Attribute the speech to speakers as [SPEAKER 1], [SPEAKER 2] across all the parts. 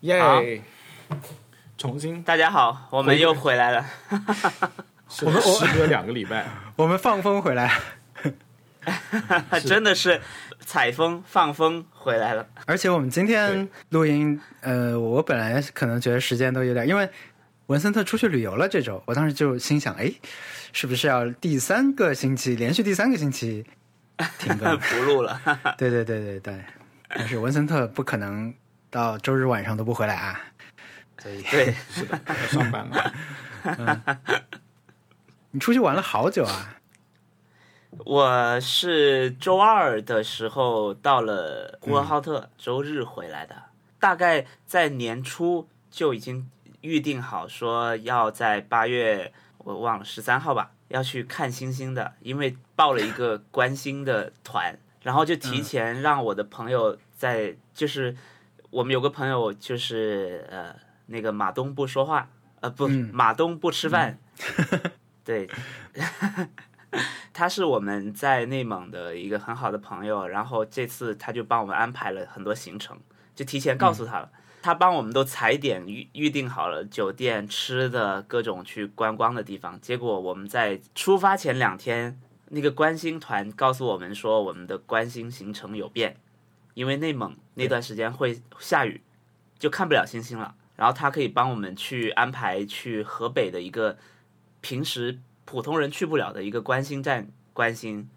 [SPEAKER 1] 耶、
[SPEAKER 2] 好
[SPEAKER 1] 重新，
[SPEAKER 2] 大家好，我们又回来了。
[SPEAKER 1] 我们时隔两个礼拜，
[SPEAKER 3] 我们放风回来，
[SPEAKER 2] 真的是采风放风回来了。
[SPEAKER 3] 而且我们今天录音，呃，我本来可能觉得时间都有点，因为文森特出去旅游了这周，我当时就心想，哎，是不是要第三个星期连续第三个星期停 更？
[SPEAKER 2] 不录了，
[SPEAKER 3] 对对对对对，但是文森特不可能到周日晚上都不回来啊，所以
[SPEAKER 2] 对，
[SPEAKER 1] 是的，要上班了。
[SPEAKER 3] 你出去玩了好久啊，
[SPEAKER 2] 我是周二的时候到了呼和浩特，周日回来的。大概在年初就已经预定好，说要在八月，我忘了十三号吧，要去看星星的，因为报了一个观星的团，然后就提前让我的朋友在，就是我们有个朋友就是呃那个马东不说话，呃不、马东不吃饭，对，他是我们在内蒙的一个很好的朋友，然后这次他就帮我们安排了很多行程，就提前告诉他了。他帮我们都踩点预预定好了酒店、吃的各种去观光的地方，结果我们在出发前两天，那个观星团告诉我们说我们的观星行程有变，因为内蒙那段时间会下雨，就看不了星星了。然后他可以帮我们去安排去河北的一个平时普通人去不了的一个观星站观星，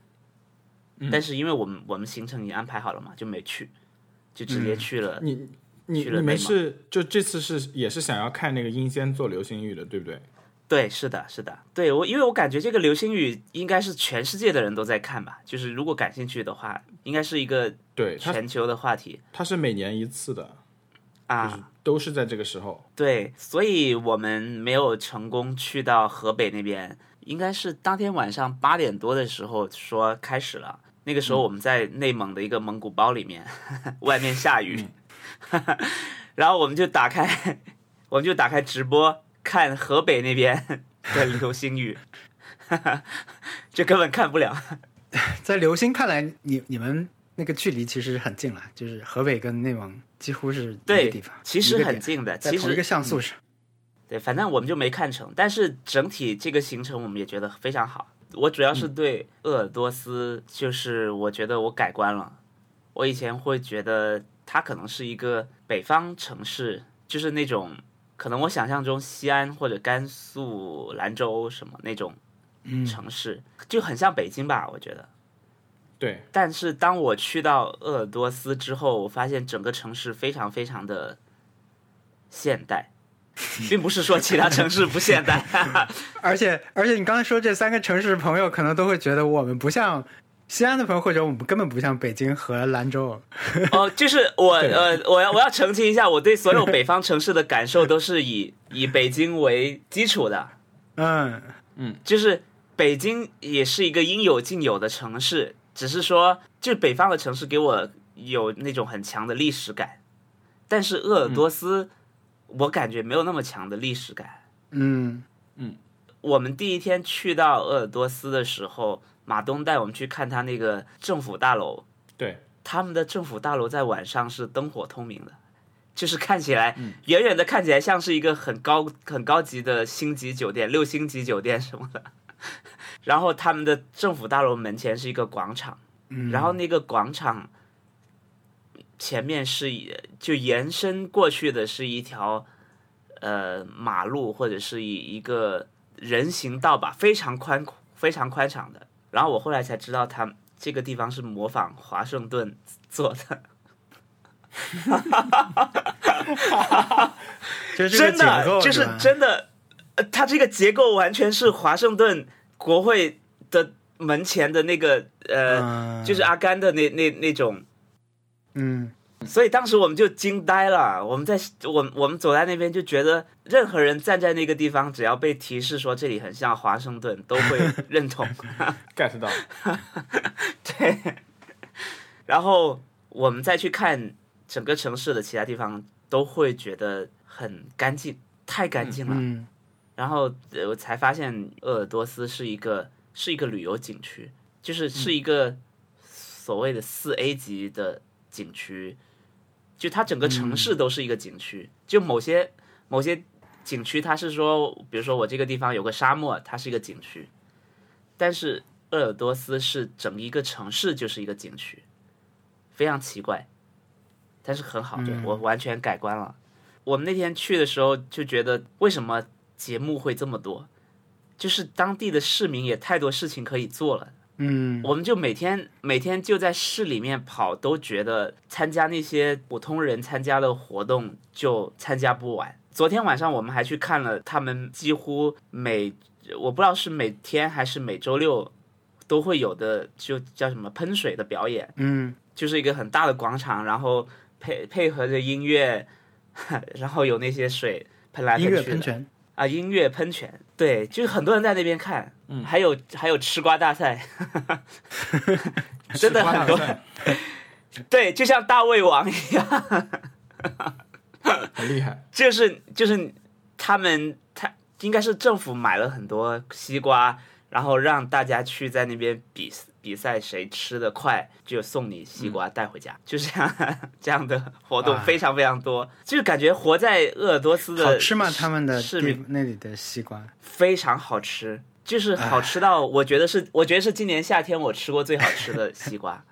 [SPEAKER 1] 嗯
[SPEAKER 2] 但是因为我们我们行程已经安排好了嘛，就没去，就直
[SPEAKER 1] 嗯
[SPEAKER 2] 接去了。
[SPEAKER 1] 你你
[SPEAKER 2] 去了
[SPEAKER 1] 你
[SPEAKER 2] 内
[SPEAKER 1] 们
[SPEAKER 2] 蒙
[SPEAKER 1] 是就这次是也是想要看那个英仙做流星雨的，对不对？
[SPEAKER 2] 对，是的，是的，对我，因为我感觉这个流星雨应该是全世界的人都在看吧，就是如果感兴趣的话，应该是一个
[SPEAKER 1] 对，它
[SPEAKER 2] 全球的话题
[SPEAKER 1] 它是每年一次的，就是
[SPEAKER 2] 啊。
[SPEAKER 1] 都是在这个时候。
[SPEAKER 2] 对，所以我们没有成功去到河北那边，应该是当天晚上八点多的时候说开始了。那个时
[SPEAKER 3] 嗯
[SPEAKER 2] 候我们在内蒙的一个蒙古包里面， 外面下雨，
[SPEAKER 3] 嗯
[SPEAKER 2] 然后我们就打开，我们就打开直播看河北那边的流星雨， 这根本看不了。
[SPEAKER 3] 在流星看来，你你们那个距离其实很近了，就是河北跟内蒙几乎是一个
[SPEAKER 2] 对
[SPEAKER 3] 地方，
[SPEAKER 2] 其
[SPEAKER 3] 一
[SPEAKER 2] 实
[SPEAKER 3] 个
[SPEAKER 2] 很
[SPEAKER 3] 点，
[SPEAKER 2] 近的，
[SPEAKER 3] 在
[SPEAKER 2] 其
[SPEAKER 3] 同一个
[SPEAKER 2] 实
[SPEAKER 3] 像素上。
[SPEAKER 2] 对，反正我们就没看成，但是整体这个行程我们也觉得非常好。我主要是对鄂尔多斯，就是我觉得我改观了。我以前会觉得它可能是一个北方城市，就是那种可能我想象中西安或者甘肃兰州什么那种城市，就很像北京吧，我觉得。
[SPEAKER 1] 对，
[SPEAKER 2] 但是当我去到鄂尔多斯之后，我发现整个城市非常非常的现代，并不是说其他城市不现代，
[SPEAKER 3] 而且而且你刚才说这三个城市朋友可能都会觉得我们不像西安的朋友，或者我们根本不像北京和兰州。
[SPEAKER 2] 哦，就是我呃，我要我要澄清一下，我对所有北方城市的感受都是以以北京为基础的，
[SPEAKER 3] 嗯，
[SPEAKER 2] 就是北京也是一个应有尽有的城市，只是说，就北方的城市给我有那种很强的历史感，但是鄂尔多斯，我感觉没有那么强的历史感。
[SPEAKER 3] 嗯，
[SPEAKER 2] 我们第一天去到鄂尔多斯的时候，马东带我们去看他那个政府大楼。
[SPEAKER 1] 对，
[SPEAKER 2] 他们的政府大楼在晚上是灯火通明的，就是看起来、远远的看起来像是一个很高很高级的星级酒店，六星级酒店什么的。 然后他们的政府大楼门前是一个广场，然后那个广场前面是一就延伸过去的是一条呃马路或者是一一个人行道吧，非常宽非常宽敞的。然后我后来才知道，他们这个地方是模仿华盛顿做的，
[SPEAKER 3] 就是这个
[SPEAKER 2] 真
[SPEAKER 3] 结
[SPEAKER 2] 的
[SPEAKER 3] 构
[SPEAKER 2] 就是
[SPEAKER 3] 吧
[SPEAKER 2] 真的，呃它这个结构完全是华盛顿国会的门前的那个呃，
[SPEAKER 3] 嗯
[SPEAKER 2] 就是阿甘的那那那种
[SPEAKER 3] 嗯，
[SPEAKER 2] 所以当时我们就惊呆了，我们在我我们走在那边就觉得，任何人站在那个地方，只要被提示说这里很像华盛顿，都会认同。
[SPEAKER 1] get 到，
[SPEAKER 2] 对，然后我们再去看整个城市的其他地方，都会觉得很干净，太干净了。
[SPEAKER 3] 嗯
[SPEAKER 2] 然后呃我才发现鄂尔多斯是一个是一个旅游景区，
[SPEAKER 3] 嗯
[SPEAKER 2] 就是是一个所谓的四 A 级的景区，就它整个城市都是一个景区，就某些某些景区它是说，比如说我这个地方有个沙漠，它是一个景区，但是鄂尔多斯是整一个城市就是一个景区，非常奇怪，但是很好，我完全改观了。我们那天去的时候就觉得，为什么节目会这么多？就是当地的市民也太多事情可以做了。
[SPEAKER 3] 嗯，
[SPEAKER 2] 我们就每天每天就在市里面跑，都觉得参加那些普通人参加的活动就参加不完。昨天晚上我们还去看了他们几乎每我不知道是每天还是每周六都会有的，就叫什么喷水的表演，
[SPEAKER 3] 嗯，
[SPEAKER 2] 就是一个很大的广场，然后配配合着音乐， 然后有那些水喷来
[SPEAKER 3] 音乐
[SPEAKER 2] 喷去
[SPEAKER 3] 喷
[SPEAKER 2] 的。
[SPEAKER 3] 泉，
[SPEAKER 2] 啊，音乐喷泉，对，就是很多人在那边看，嗯，还有还有吃瓜大 赛，真的很
[SPEAKER 1] 吃瓜大
[SPEAKER 2] 多
[SPEAKER 1] 赛
[SPEAKER 2] 对，就像大胃王一样，
[SPEAKER 1] 很厉害，
[SPEAKER 2] 就是就是他们他应该是政府买了很多西瓜，然后让大家去在那边比比赛谁吃的快，就送你
[SPEAKER 3] 嗯
[SPEAKER 2] 西瓜带回家，就这样这样的活动
[SPEAKER 3] 哇
[SPEAKER 2] 非常非常多，就是感觉活在鄂尔多斯的
[SPEAKER 3] 啊哦好吃吗？他们的
[SPEAKER 2] 市
[SPEAKER 3] 地
[SPEAKER 2] 民
[SPEAKER 3] 那里的西瓜，
[SPEAKER 2] 非常好吃，就是好吃到我觉得是，我觉得是今年夏天我吃过最好吃的西瓜。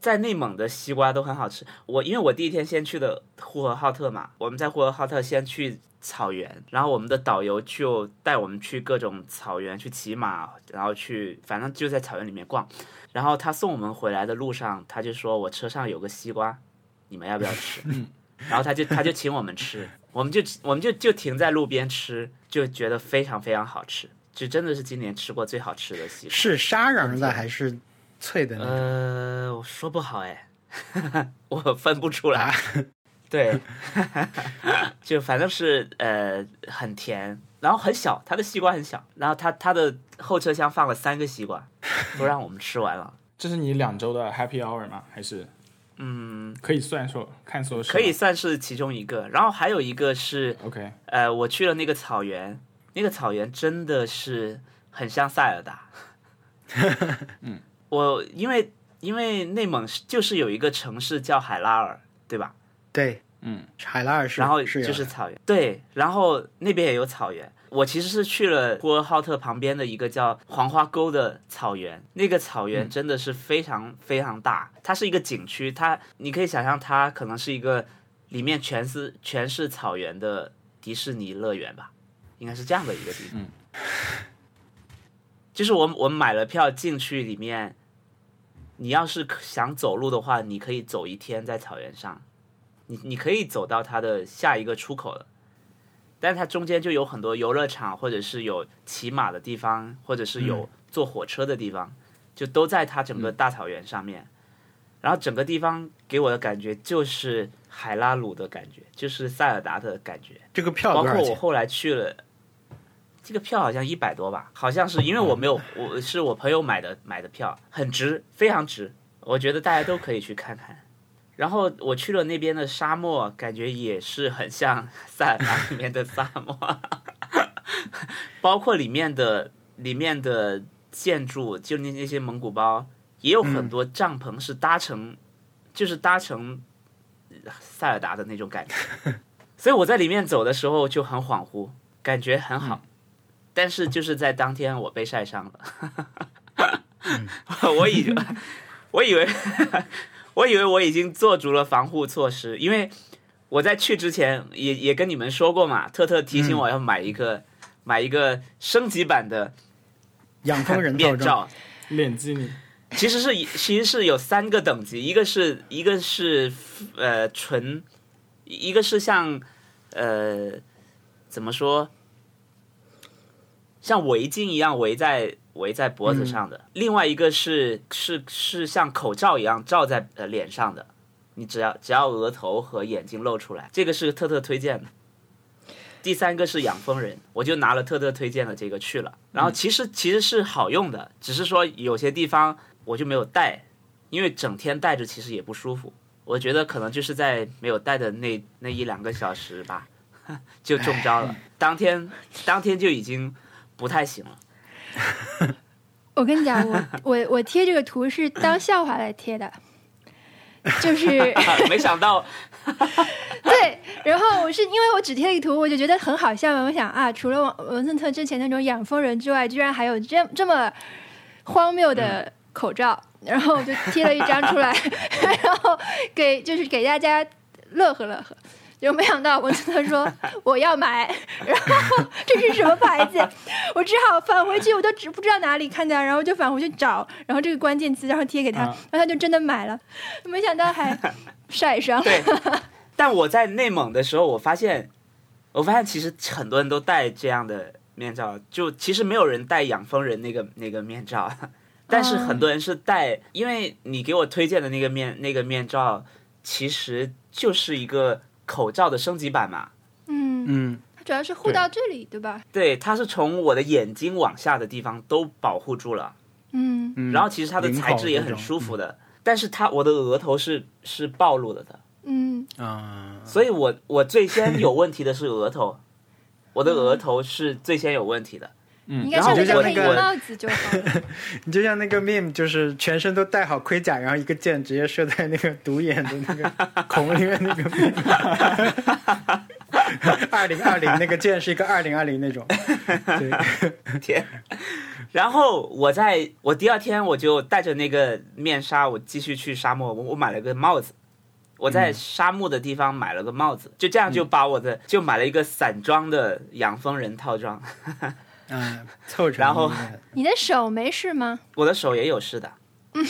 [SPEAKER 2] 在内蒙的西瓜都很好吃。我因为我第一天先去的呼和浩特嘛，我们在呼和浩特先去草原，然后我们的导游就带我们去各种草原去骑马，然后去反正就在草原里面逛。然后他送我们回来的路上，他就说我车上有个西瓜，你们要不要吃？然后他就他就请我们吃，我们就我们就就停在路边吃，就觉得非常非常好吃，就真的是今年吃过最好吃的西瓜。
[SPEAKER 3] 是沙瓤的还是脆的呢？
[SPEAKER 2] 呃，我说不好哎，我分不出来。对， 就反正是呃很甜，然后很小，它的西瓜很小，然后它它的后车厢放了三个西瓜，都让我们吃完了。
[SPEAKER 1] 这是你两周的 Happy Hour 吗？还是
[SPEAKER 2] 嗯，
[SPEAKER 1] 可以算说看作是吗
[SPEAKER 2] 可以算是其中一个。然后还有一个是
[SPEAKER 1] OK
[SPEAKER 2] 呃，我去了那个草原，那个草原真的是很像塞尔达。嗯，我因为因为内蒙是就是有一个城市叫海拉尔，对吧？
[SPEAKER 3] 对，
[SPEAKER 1] 嗯，
[SPEAKER 3] 海拉尔是，
[SPEAKER 2] 然后
[SPEAKER 3] 是有
[SPEAKER 2] 就
[SPEAKER 3] 的
[SPEAKER 2] 是草原，对，然后那边也有草原。我其实是去了呼和浩特旁边的一个叫黄花沟的草原，那个草
[SPEAKER 3] 嗯
[SPEAKER 2] 原真的是非常非常大，它是一个景区，它你可以想象它可能是一个里面全是全是草原的迪士尼乐园吧，应该是这样的一个地
[SPEAKER 3] 嗯
[SPEAKER 2] 方。 就是我我买了票进去里面，你要是想走路的话，你可以走一天在草原上。你你可以走到它的下一个出口了，但是它中间就有很多游乐场，或者是有骑马的地方，或者是
[SPEAKER 3] 嗯
[SPEAKER 2] 有坐火车的地方，就都在它整个大草原上面。然后整个地方给我的感觉就是海拉鲁的感觉，就是塞尔达的感觉。
[SPEAKER 3] 这个票
[SPEAKER 2] 包
[SPEAKER 3] 多
[SPEAKER 2] 括
[SPEAKER 3] 少
[SPEAKER 2] 我
[SPEAKER 3] 钱？
[SPEAKER 2] 后来去了，这个票好像一百多吧，好像是因为
[SPEAKER 3] 嗯
[SPEAKER 2] 我没有，我是我朋友买的买的票，很值，非常值，我觉得大家都可以去看看。然后我去了那边的沙漠，感觉也是很像塞尔达里面的沙漠， 包括里面的里面的建筑，就那那些蒙古包，也有很多帐篷是搭成，就是搭成塞尔达的那种感觉。所以我在里面走的时候就很恍惚，感觉很好，但是就是在当天我被晒伤了， 我以为我以为我以为我已经做足了防护措施，因为我在去之前也也跟你们说过嘛，特特提醒我要买一个、买一个升级版的
[SPEAKER 3] 养蜂人 造
[SPEAKER 2] 面
[SPEAKER 3] 中，
[SPEAKER 2] 罩，
[SPEAKER 1] 练肌你
[SPEAKER 2] 其实是其实是有三个等级，一个是一个是呃纯，一个是像呃怎么说，像围巾一样围在围在脖子上的，另外一个是是是像口罩一样罩在呃脸上的，你只要只要额头和眼睛露出来，这个是特特推荐的。第三个是养蜂人，我就拿了特特推荐的这个去了，然后其实其实是好用的，只是说有些地方我就没有带，因为整天戴着其实也不舒服。我觉得可能就是在没有戴的那那一两个小时吧， 就中招了。当天当天就已经不太行了。
[SPEAKER 4] 我跟你讲，我我我贴这个图是当笑话来贴的，就是
[SPEAKER 2] 啊没想到
[SPEAKER 4] 对，然后我是因为我只贴了一个图，我就觉得很好笑嘛。我想啊，除了文文森特之前那种养蜂人之外，居然还有这这么荒谬的口罩，然后我就贴了一张出来，然后给就是给大家乐呵乐呵。就没想到文森特说我要买，然后这是什么牌子？我只好返回去，我都只不知道哪里看到，然后就返回去找，然后这个关键词，然后贴给他，
[SPEAKER 1] 啊
[SPEAKER 4] 然后他就真的买了，没想到还晒伤了。
[SPEAKER 2] 对，但我在内蒙的时候，我发现，我发现其实很多人都戴这样的面罩，就其实没有人戴养蜂人那个那个面罩， 但是很多人是戴，因为你给我推荐的那个面那个面罩，其实就是一个口罩的升级版嘛。
[SPEAKER 4] 嗯，
[SPEAKER 3] 嗯，
[SPEAKER 4] 主要是护
[SPEAKER 1] 对
[SPEAKER 4] 到这里，对吧？
[SPEAKER 2] 对，它是从我的眼睛往下的地方都保护住了，
[SPEAKER 4] 嗯，
[SPEAKER 3] 嗯
[SPEAKER 2] 然后其实它的
[SPEAKER 3] 领
[SPEAKER 2] 材
[SPEAKER 3] 口
[SPEAKER 2] 质也
[SPEAKER 3] 那
[SPEAKER 2] 很
[SPEAKER 3] 种嗯
[SPEAKER 2] 舒服的，但是它我的额头是是暴露了的，
[SPEAKER 4] 嗯，
[SPEAKER 3] 啊，
[SPEAKER 2] 所以我我最先有问题的是额头，我的额头是最先有问题的。
[SPEAKER 4] 应该
[SPEAKER 2] 嗯然
[SPEAKER 4] 是
[SPEAKER 2] 后
[SPEAKER 4] 给他
[SPEAKER 2] 我
[SPEAKER 4] 配一
[SPEAKER 2] 我
[SPEAKER 4] 个帽子就 好了。
[SPEAKER 3] 你就像那个 meme，就是全身都戴好盔甲，然后一个箭直接射在那个独眼的那 个孔里面那个 meme。二零二零那个箭是一个二零二零那种， 对，
[SPEAKER 2] 天，然后我在我第二天我就带着那个面纱，我继续去沙漠，我我买了个帽子。我在沙漠的地方买了个帽子，就这样就把我的、就买了一个散装的养蜂人套装，
[SPEAKER 3] 嗯，凑成
[SPEAKER 2] 然后
[SPEAKER 3] 一个
[SPEAKER 4] 你的手没事吗？
[SPEAKER 2] 我的手也有事的，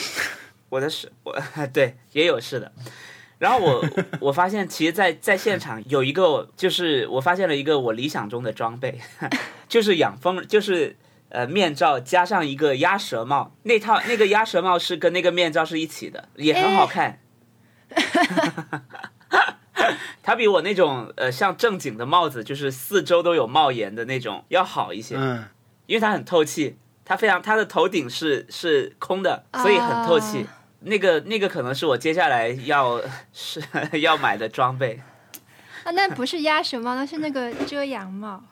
[SPEAKER 2] 我的手我对也有事的。然后我我发现，其实在，在现场有一个，就是我发现了一个我理想中的装备， 就是养蜂，就是呃面罩加上一个鸭舌帽，那套那个鸭舌帽是跟那个面罩是一起的，也很好看。 它比我那种呃像正经的帽子，就是四周都有帽檐的那种要好一些。
[SPEAKER 3] 嗯
[SPEAKER 2] 因为它很透气，它非常它的头顶是是空的，所以很透气。
[SPEAKER 4] 啊
[SPEAKER 2] 那个那个可能是我接下来要 是要买的装备
[SPEAKER 4] 啊，那不是鸭舌帽，那是那个遮阳帽，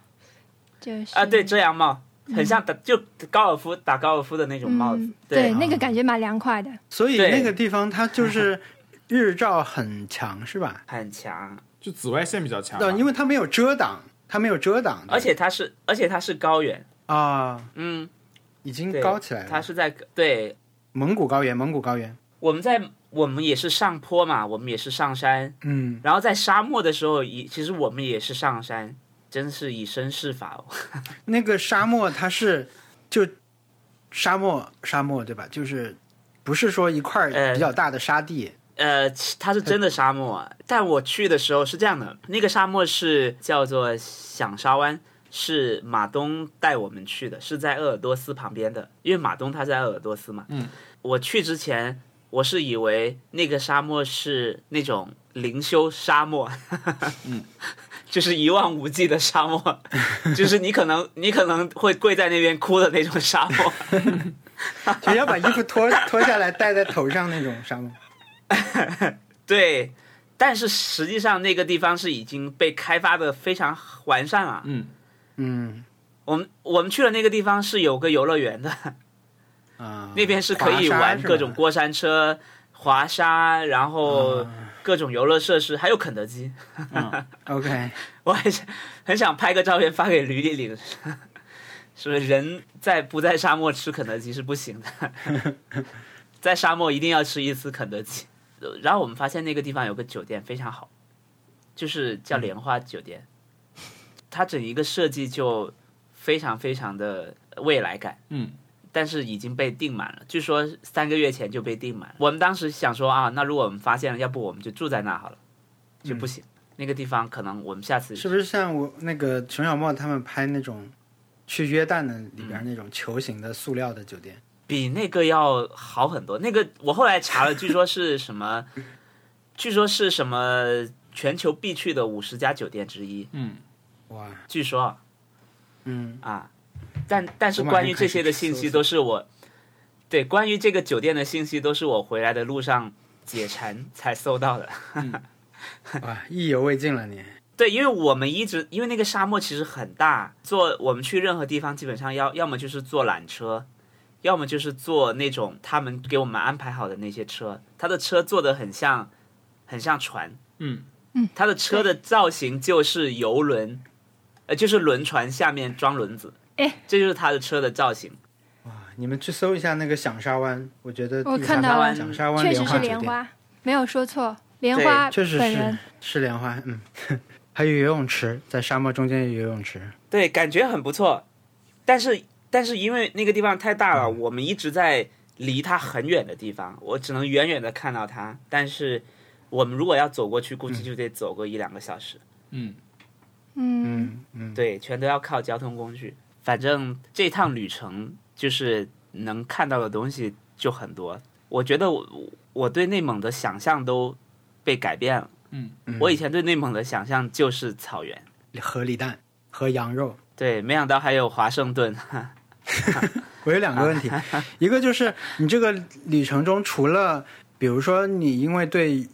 [SPEAKER 4] 就是
[SPEAKER 2] 啊，对，遮阳帽。很像打就高尔夫打高尔夫的那种帽子，
[SPEAKER 4] 嗯
[SPEAKER 2] 对
[SPEAKER 4] 对，那个感觉蛮凉快的。
[SPEAKER 3] 所以
[SPEAKER 2] 对
[SPEAKER 3] 那个地方它就是日照很强，是吧？
[SPEAKER 2] 很强，
[SPEAKER 1] 就紫外线比较强嘛、
[SPEAKER 3] 哦，因为它没有遮挡，它没有遮挡，
[SPEAKER 2] 而且它是而且它是高原，
[SPEAKER 3] 啊，
[SPEAKER 2] 嗯，
[SPEAKER 3] 已经
[SPEAKER 2] 对
[SPEAKER 3] 高起来
[SPEAKER 2] 它
[SPEAKER 3] 了。
[SPEAKER 2] 是在对
[SPEAKER 3] 蒙古高原，蒙古高原，
[SPEAKER 2] 我们在我们也是上坡嘛，我们也是上山，
[SPEAKER 3] 嗯，
[SPEAKER 2] 然后在沙漠的时候以其实我们也是上山，真是以身试法哦，
[SPEAKER 3] 那个沙漠它是就沙漠沙漠对吧？就是不是说一块儿比较大的沙地，
[SPEAKER 2] 呃，其它是真的沙漠啊，但我去的时候是这样的，那个沙漠是叫做响沙湾，是马东带我们去的，是在鄂尔多斯旁边的，因为马东他在鄂尔多斯嘛。
[SPEAKER 1] 嗯，
[SPEAKER 2] 我去之前我是以为那个沙漠是那种灵修沙漠，嗯， 就是一望无际的沙漠， 就是你可能你可能会跪在那边哭的那种沙漠。
[SPEAKER 3] 就要把衣服脱脱下来戴在头上那种沙漠。
[SPEAKER 2] 对，但是实际上那个地方是已经被开发的非常完善了。
[SPEAKER 1] 嗯，
[SPEAKER 3] 嗯
[SPEAKER 2] 我们我们去了那个地方是有个游乐园的，
[SPEAKER 3] 啊，
[SPEAKER 2] 那边是可以
[SPEAKER 3] 滑沙
[SPEAKER 2] 玩
[SPEAKER 3] 是吧
[SPEAKER 2] 各种过山车、滑沙，然后
[SPEAKER 3] 啊
[SPEAKER 2] 各种游乐设施，还有肯德基。
[SPEAKER 1] 嗯
[SPEAKER 3] OK，
[SPEAKER 2] 我还想很想拍个照片发给吕丽玲， 是不是人在不在沙漠吃肯德基是不行的， 在沙漠一定要吃一次肯德基。呃然后我们发现那个地方有个酒店非常好，就是叫莲花酒店，它整一个设计就非常非常的未来感。
[SPEAKER 1] 嗯，
[SPEAKER 2] 但是已经被订满了，据说三个月前就被订满了。我们当时想说啊，那如果我们发现了，要不我们就住在那好了，就不行。那个地方可能我们下次
[SPEAKER 3] 嗯是不是像我那个熊小莫他们拍那种去约旦的里边那种球形的塑料的酒店？
[SPEAKER 2] 比那个要好很多。那个我后来查了，据说是什么， 据说是什么全球必去的五十家酒店之一。
[SPEAKER 3] 哇，
[SPEAKER 2] 据说啊
[SPEAKER 3] 嗯，
[SPEAKER 2] 啊，但但是
[SPEAKER 3] 我马上
[SPEAKER 2] 关于这些的
[SPEAKER 3] 开始去
[SPEAKER 2] 信息
[SPEAKER 3] 搜
[SPEAKER 2] 都是我，对，关于这个酒店的信息都是我回来的路上解馋才搜到的。
[SPEAKER 3] 哇，意犹未尽了你。
[SPEAKER 2] 对，因为我们一直因为那个沙漠其实很大，坐我们去任何地方基本上要要么就是坐缆车，要么就是坐那种他们给我们安排好的那些车，他的车做的很像，很像船，
[SPEAKER 1] 嗯
[SPEAKER 4] 嗯，
[SPEAKER 2] 他的车的造型就是游轮，呃，就是轮船下面装轮子，
[SPEAKER 4] 哎，
[SPEAKER 2] 这就是他的车的造型。
[SPEAKER 3] 你们去搜一下那个响沙湾，我觉得
[SPEAKER 4] 我
[SPEAKER 3] 第三
[SPEAKER 4] 看到了
[SPEAKER 3] 响沙湾
[SPEAKER 4] 确
[SPEAKER 3] 莲
[SPEAKER 4] 实
[SPEAKER 3] 花
[SPEAKER 4] 是
[SPEAKER 3] 酒
[SPEAKER 4] 莲
[SPEAKER 3] 店，
[SPEAKER 4] 花，没有说错，莲花
[SPEAKER 3] 确实
[SPEAKER 4] 本
[SPEAKER 3] 是
[SPEAKER 4] 人
[SPEAKER 3] 是莲花，嗯， 还有游泳池，在沙漠中间有游泳池，
[SPEAKER 2] 对，感觉很不错，但是但是因为那个地方太大了，我们一直在离它很远的地方，我只能远远的看到它。但是我们如果要走过去，估计就得走个一两个小时。
[SPEAKER 1] 嗯，
[SPEAKER 4] 嗯，
[SPEAKER 3] 嗯嗯，
[SPEAKER 2] 对，全都要靠交通工具。反正这趟旅程就是能看到的东西就很多。我觉得我我对内蒙的想象都被改变了。
[SPEAKER 1] 嗯，
[SPEAKER 2] 我以前对内蒙的想象就是草原，
[SPEAKER 3] 河里蛋嗯和羊肉。
[SPEAKER 2] 对，没想到还有华盛顿。
[SPEAKER 3] 我有两个问题， 一个就是你这个旅程中，除了比如说你因为对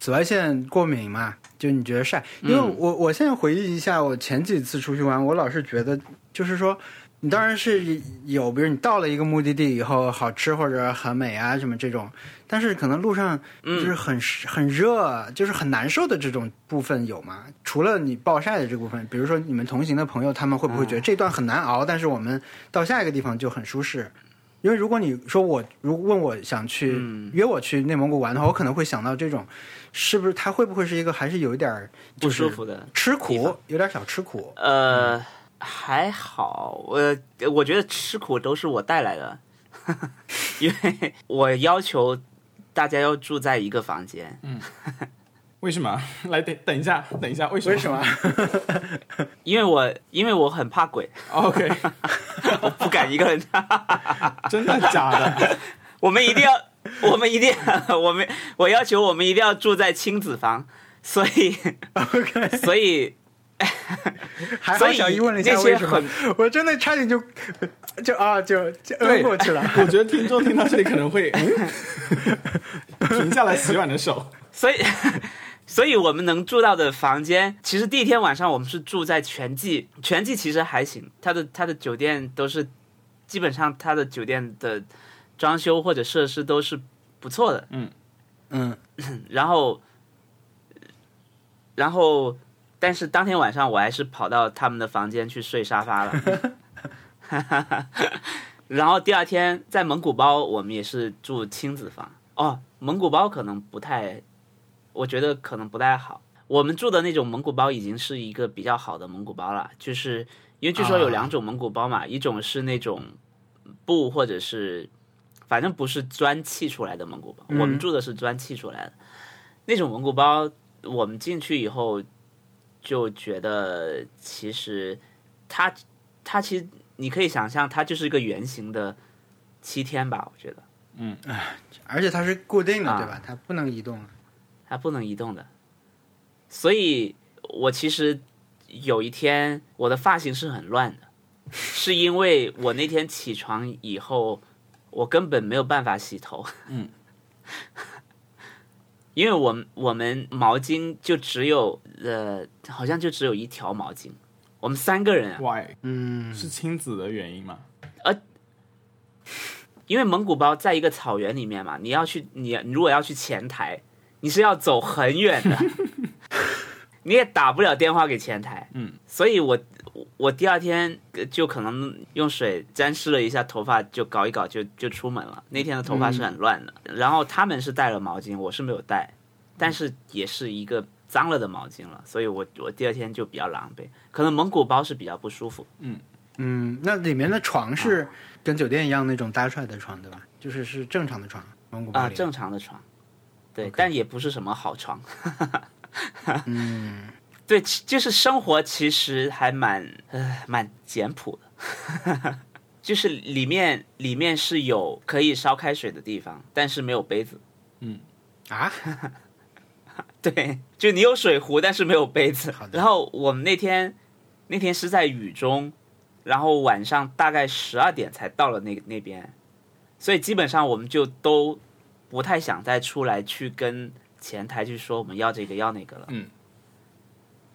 [SPEAKER 3] 紫外线过敏嘛，就你觉得晒，因为
[SPEAKER 2] 嗯
[SPEAKER 3] 我、我现在回忆一下，我前几次出去玩，我老是觉得就是说。你当然是有，比如你到了一个目的地以后，好吃或者很美啊什么这种，但是可能路上就是
[SPEAKER 2] 嗯，
[SPEAKER 3] 很很热，就是很难受的这种部分有吗？除了你暴晒的这部分，比如说你们同行的朋友，他们会不会觉得这段很难熬，但是我们到下一个地方就很舒适？因为如果你说我如问我想去、
[SPEAKER 2] 嗯
[SPEAKER 3] 约我去内蒙古玩的话，我可能会想到这种，是不是它会不会是一个还是有一点儿
[SPEAKER 2] 不
[SPEAKER 3] 就是
[SPEAKER 2] 舒服的。
[SPEAKER 3] 吃
[SPEAKER 2] 地
[SPEAKER 3] 苦
[SPEAKER 2] 方，
[SPEAKER 3] 有点小 吃苦？
[SPEAKER 2] 呃，还好，我我觉得吃苦都是我带来的， 因为我要求大家要住在一个房间。
[SPEAKER 1] 为什么？ 来等等一下，等一下，为什么？
[SPEAKER 3] 为什么？
[SPEAKER 2] 因为我因为我很怕鬼，
[SPEAKER 1] ？OK，
[SPEAKER 2] 我不敢一个人。
[SPEAKER 1] 真的假的？
[SPEAKER 2] 我们一定要，我们一定，我们我要 求我们一定要住在亲子房，所以
[SPEAKER 3] OK
[SPEAKER 2] 所以
[SPEAKER 3] 还好
[SPEAKER 2] 所以
[SPEAKER 3] 小一问了一下
[SPEAKER 2] 那些
[SPEAKER 3] 为什么
[SPEAKER 2] 很，
[SPEAKER 3] 我真的差点就就啊就就
[SPEAKER 1] 对
[SPEAKER 3] 嗯过去 了。
[SPEAKER 1] 我觉得听众听到这里可能会、嗯、停下来洗碗的手。
[SPEAKER 2] 所以 所以我们能住到的房间，其实第一天晚上我们是住在全季，全季其实还行，它的它的酒店都是基本上它的酒店的装修或者设施都是不错的，
[SPEAKER 3] 嗯，
[SPEAKER 2] 然后，然后，但是当天晚上我还是跑到他们的房间去睡沙发了。 然后第二天在蒙古包，我们也是住亲子房。哦，蒙古包可能不太，我觉得可能不太好。我们住的那种蒙古包已经是一个比较好的蒙古包了，就是因为据说有
[SPEAKER 3] 啊
[SPEAKER 2] 两种蒙古包嘛，一种是那种布或者是反正不是砖砌出来的蒙古包，我们住的是砖砌出来的。那种蒙古包，我们进去以后就觉得，其实它它其实你可以想象，它就是一个圆形的七天吧，我觉得
[SPEAKER 3] 而且它是固定的，
[SPEAKER 2] 啊
[SPEAKER 3] 对吧？它不能移动啊的。
[SPEAKER 2] 它不能移动的。所以我其实有一天我的发型是很乱的，是因为我那天起床以后，我根本没有办法洗头。
[SPEAKER 1] 嗯。
[SPEAKER 2] 因为我们我们毛巾就只有呃，好像就只有一条毛巾，我们三个人啊，
[SPEAKER 1] Why？
[SPEAKER 3] 嗯，
[SPEAKER 1] 是亲子的原因吗？
[SPEAKER 2] 因为蒙古包在一个草原里面嘛，你要去你你如果要去前台，你是要走很远的，你也打不了电话给前台，
[SPEAKER 1] 嗯，
[SPEAKER 2] 所以我我第二天呃就可能用水沾湿了一下头发，就搞一搞就就出门了。那天的头发是很乱的，然后他们是带了毛巾，我是没有带，但是也是一个脏了的毛巾了，所以我我第二天就比较狼狈，可能蒙古包是比较不舒服，
[SPEAKER 3] 嗯，那里面的床
[SPEAKER 2] 啊
[SPEAKER 3] 是跟酒店一样那种搭出来的床，对吧？就是是正常的床，蒙古包
[SPEAKER 2] 啊，
[SPEAKER 3] 里
[SPEAKER 2] 正常的床，对但也不是什么好床。
[SPEAKER 3] 嗯，
[SPEAKER 2] 对，其就是生活其实还蛮呃蛮简朴的， 就是里面里面是有可以烧开水的地方，但是没有杯子。
[SPEAKER 3] 啊，
[SPEAKER 2] 对，就你有水壶，但是没有杯子
[SPEAKER 3] 好。的
[SPEAKER 2] 然后我们那天那天是在雨中，然后晚上大概十二点才到了那那边，所以基本上我们就都不太想再出来去跟前台去说我们要这个要那个了。
[SPEAKER 1] 嗯。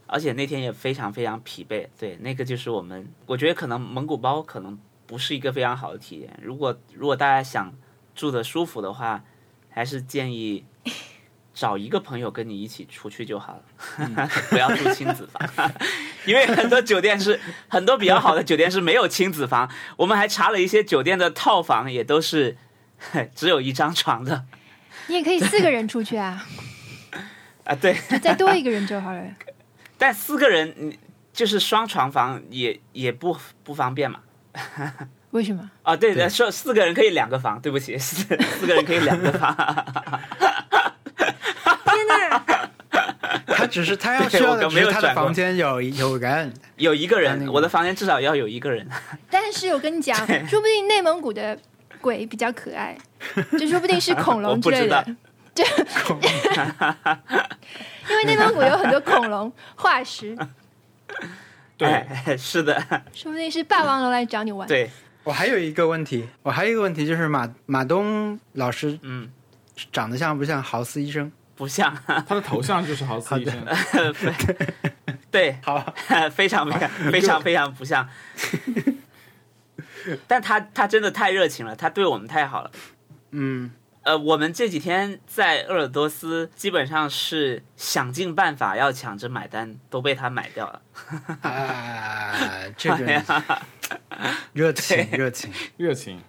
[SPEAKER 2] 而且那天也非常非常疲惫，对，那个就是我们，我觉得可能蒙古包可能不是一个非常好的体验。如果如果大家想住的舒服的话，还是建议找一个朋友跟你一起出去就好了， 不要住亲子房，因为很多酒店是很多比较好的酒店是没有亲子房。我们还查了一些酒店的套房，也都是只有一张床的
[SPEAKER 4] 你也可以四个人出去啊，
[SPEAKER 2] 啊。对，
[SPEAKER 4] 就再多一个人就好了。
[SPEAKER 2] 但四个人你就是双床房也也不不方便嘛。
[SPEAKER 4] 为什么？
[SPEAKER 2] 啊，对
[SPEAKER 3] 对
[SPEAKER 2] 的，说四个人可以两个房，对不起，四 四个人可以两个房。
[SPEAKER 4] 天哪！
[SPEAKER 3] 他只是他 要
[SPEAKER 2] 对
[SPEAKER 3] 需要
[SPEAKER 2] 我
[SPEAKER 3] 的
[SPEAKER 2] 刚
[SPEAKER 3] 只
[SPEAKER 2] 没有
[SPEAKER 3] 是他的
[SPEAKER 2] 转过
[SPEAKER 3] 房间有有人，
[SPEAKER 2] 有一个
[SPEAKER 3] 啊那
[SPEAKER 2] 人，
[SPEAKER 3] 个
[SPEAKER 2] 我的房间至少要有一个人。
[SPEAKER 4] 但是我跟你讲，说不定内蒙古的鬼比较可爱，就说不定是恐
[SPEAKER 2] 我
[SPEAKER 4] 龙
[SPEAKER 2] 不
[SPEAKER 4] 之
[SPEAKER 2] 知
[SPEAKER 4] 类的
[SPEAKER 2] 道。
[SPEAKER 4] 就 因为内蒙古有很多恐龙化石，
[SPEAKER 1] 对，
[SPEAKER 2] 哎，是的，
[SPEAKER 4] 说不定是霸王龙来找你玩。
[SPEAKER 2] 对，
[SPEAKER 3] 我还有一个问题，我还有一个问题就是马马东老师
[SPEAKER 2] 嗯，
[SPEAKER 3] 长得像不像豪斯医生？
[SPEAKER 2] 不 像，
[SPEAKER 1] 他的头像就是豪斯医生，
[SPEAKER 2] 对，
[SPEAKER 3] 好，
[SPEAKER 2] 非常非常非 常非常不像。但他他真的太热情了，他对我们太好了。
[SPEAKER 3] 嗯，
[SPEAKER 2] 呃，我们这几天在鄂尔多斯，基本上是想尽办法要抢着买单，都被他买掉了。
[SPEAKER 3] 啊，这
[SPEAKER 2] 哎
[SPEAKER 3] 个 热情热情，
[SPEAKER 1] 热情，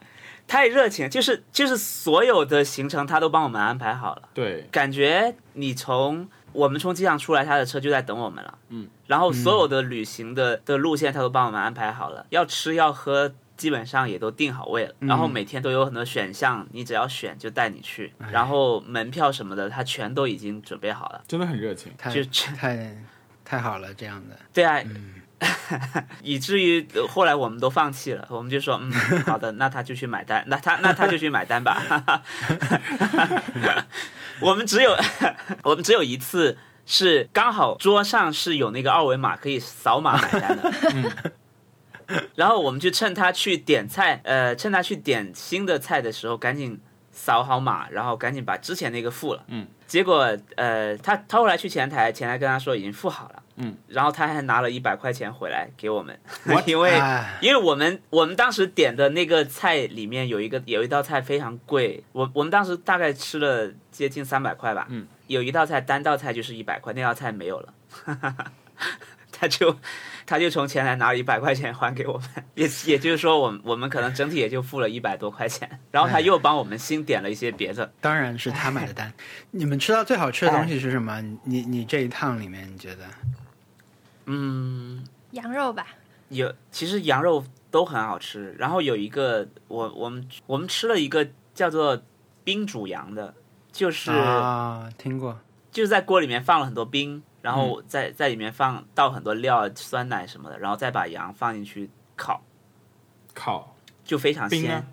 [SPEAKER 2] 太热情了，就是就是所有的行程他都帮我们安排好了。
[SPEAKER 1] 对，
[SPEAKER 2] 感觉你从我们从机场出来，他的车就在等我们了。
[SPEAKER 1] 嗯，
[SPEAKER 2] 然后所有的旅行的的路线他都帮我们安排好了，要吃要喝基本上也都定好位了。然后每天都有很多选项，你只要选就带你去。然后门票什么的，他全都已经准备好了。
[SPEAKER 1] 真的很热情。
[SPEAKER 3] 太
[SPEAKER 2] 就
[SPEAKER 3] 太太好了，这样的
[SPEAKER 2] 对啊， 以至于呃后来我们都放弃了，我们就说，嗯，好的，那他就去买单，那他那他就去买单吧。 我们只有我们只有一次是刚好桌上是有那个二维码可以扫码买 单的。
[SPEAKER 1] 嗯
[SPEAKER 2] 然后我们就趁他去点菜，呃，趁他去点新的菜的时候，赶紧扫好码，然后赶紧把之前那个付了。
[SPEAKER 1] 嗯，
[SPEAKER 2] 结果呃，他他后来去前台，前台跟他说已经付好了。
[SPEAKER 1] 嗯，
[SPEAKER 2] 然后他还拿了一百块钱回来给我们
[SPEAKER 1] What？
[SPEAKER 2] 因 为
[SPEAKER 1] 哎
[SPEAKER 3] 啊
[SPEAKER 2] 因为我们我们当时点的那个菜里面有一个有一道菜非常贵，我我们当时大概吃了接近三百块吧。
[SPEAKER 1] 嗯，
[SPEAKER 2] 有一道菜单道菜就是一百块，那道菜没有了， 他就他就从前台拿了一百块钱还给我们，也也就是说我们我们可能整体也就付了一百多块钱，然后他又帮我们新点了一些别的。
[SPEAKER 3] 当然是他买的 单。你们吃到最好吃的东西是什
[SPEAKER 2] 哎
[SPEAKER 3] 么？你你这一趟里面，你觉得？
[SPEAKER 2] 嗯，
[SPEAKER 4] 羊肉吧，
[SPEAKER 2] 有其实羊肉都很好吃，然后有一个我我们我们吃了一个叫做冰煮羊的，就是。
[SPEAKER 3] 啊，听过，
[SPEAKER 2] 就是在锅里面放了很多冰，然
[SPEAKER 1] 嗯
[SPEAKER 2] 后在、在里面放倒很多料、酸奶什么的，然后再把羊放进去烤，
[SPEAKER 1] 烤
[SPEAKER 2] 就非常
[SPEAKER 1] 冰呢
[SPEAKER 2] 鲜。？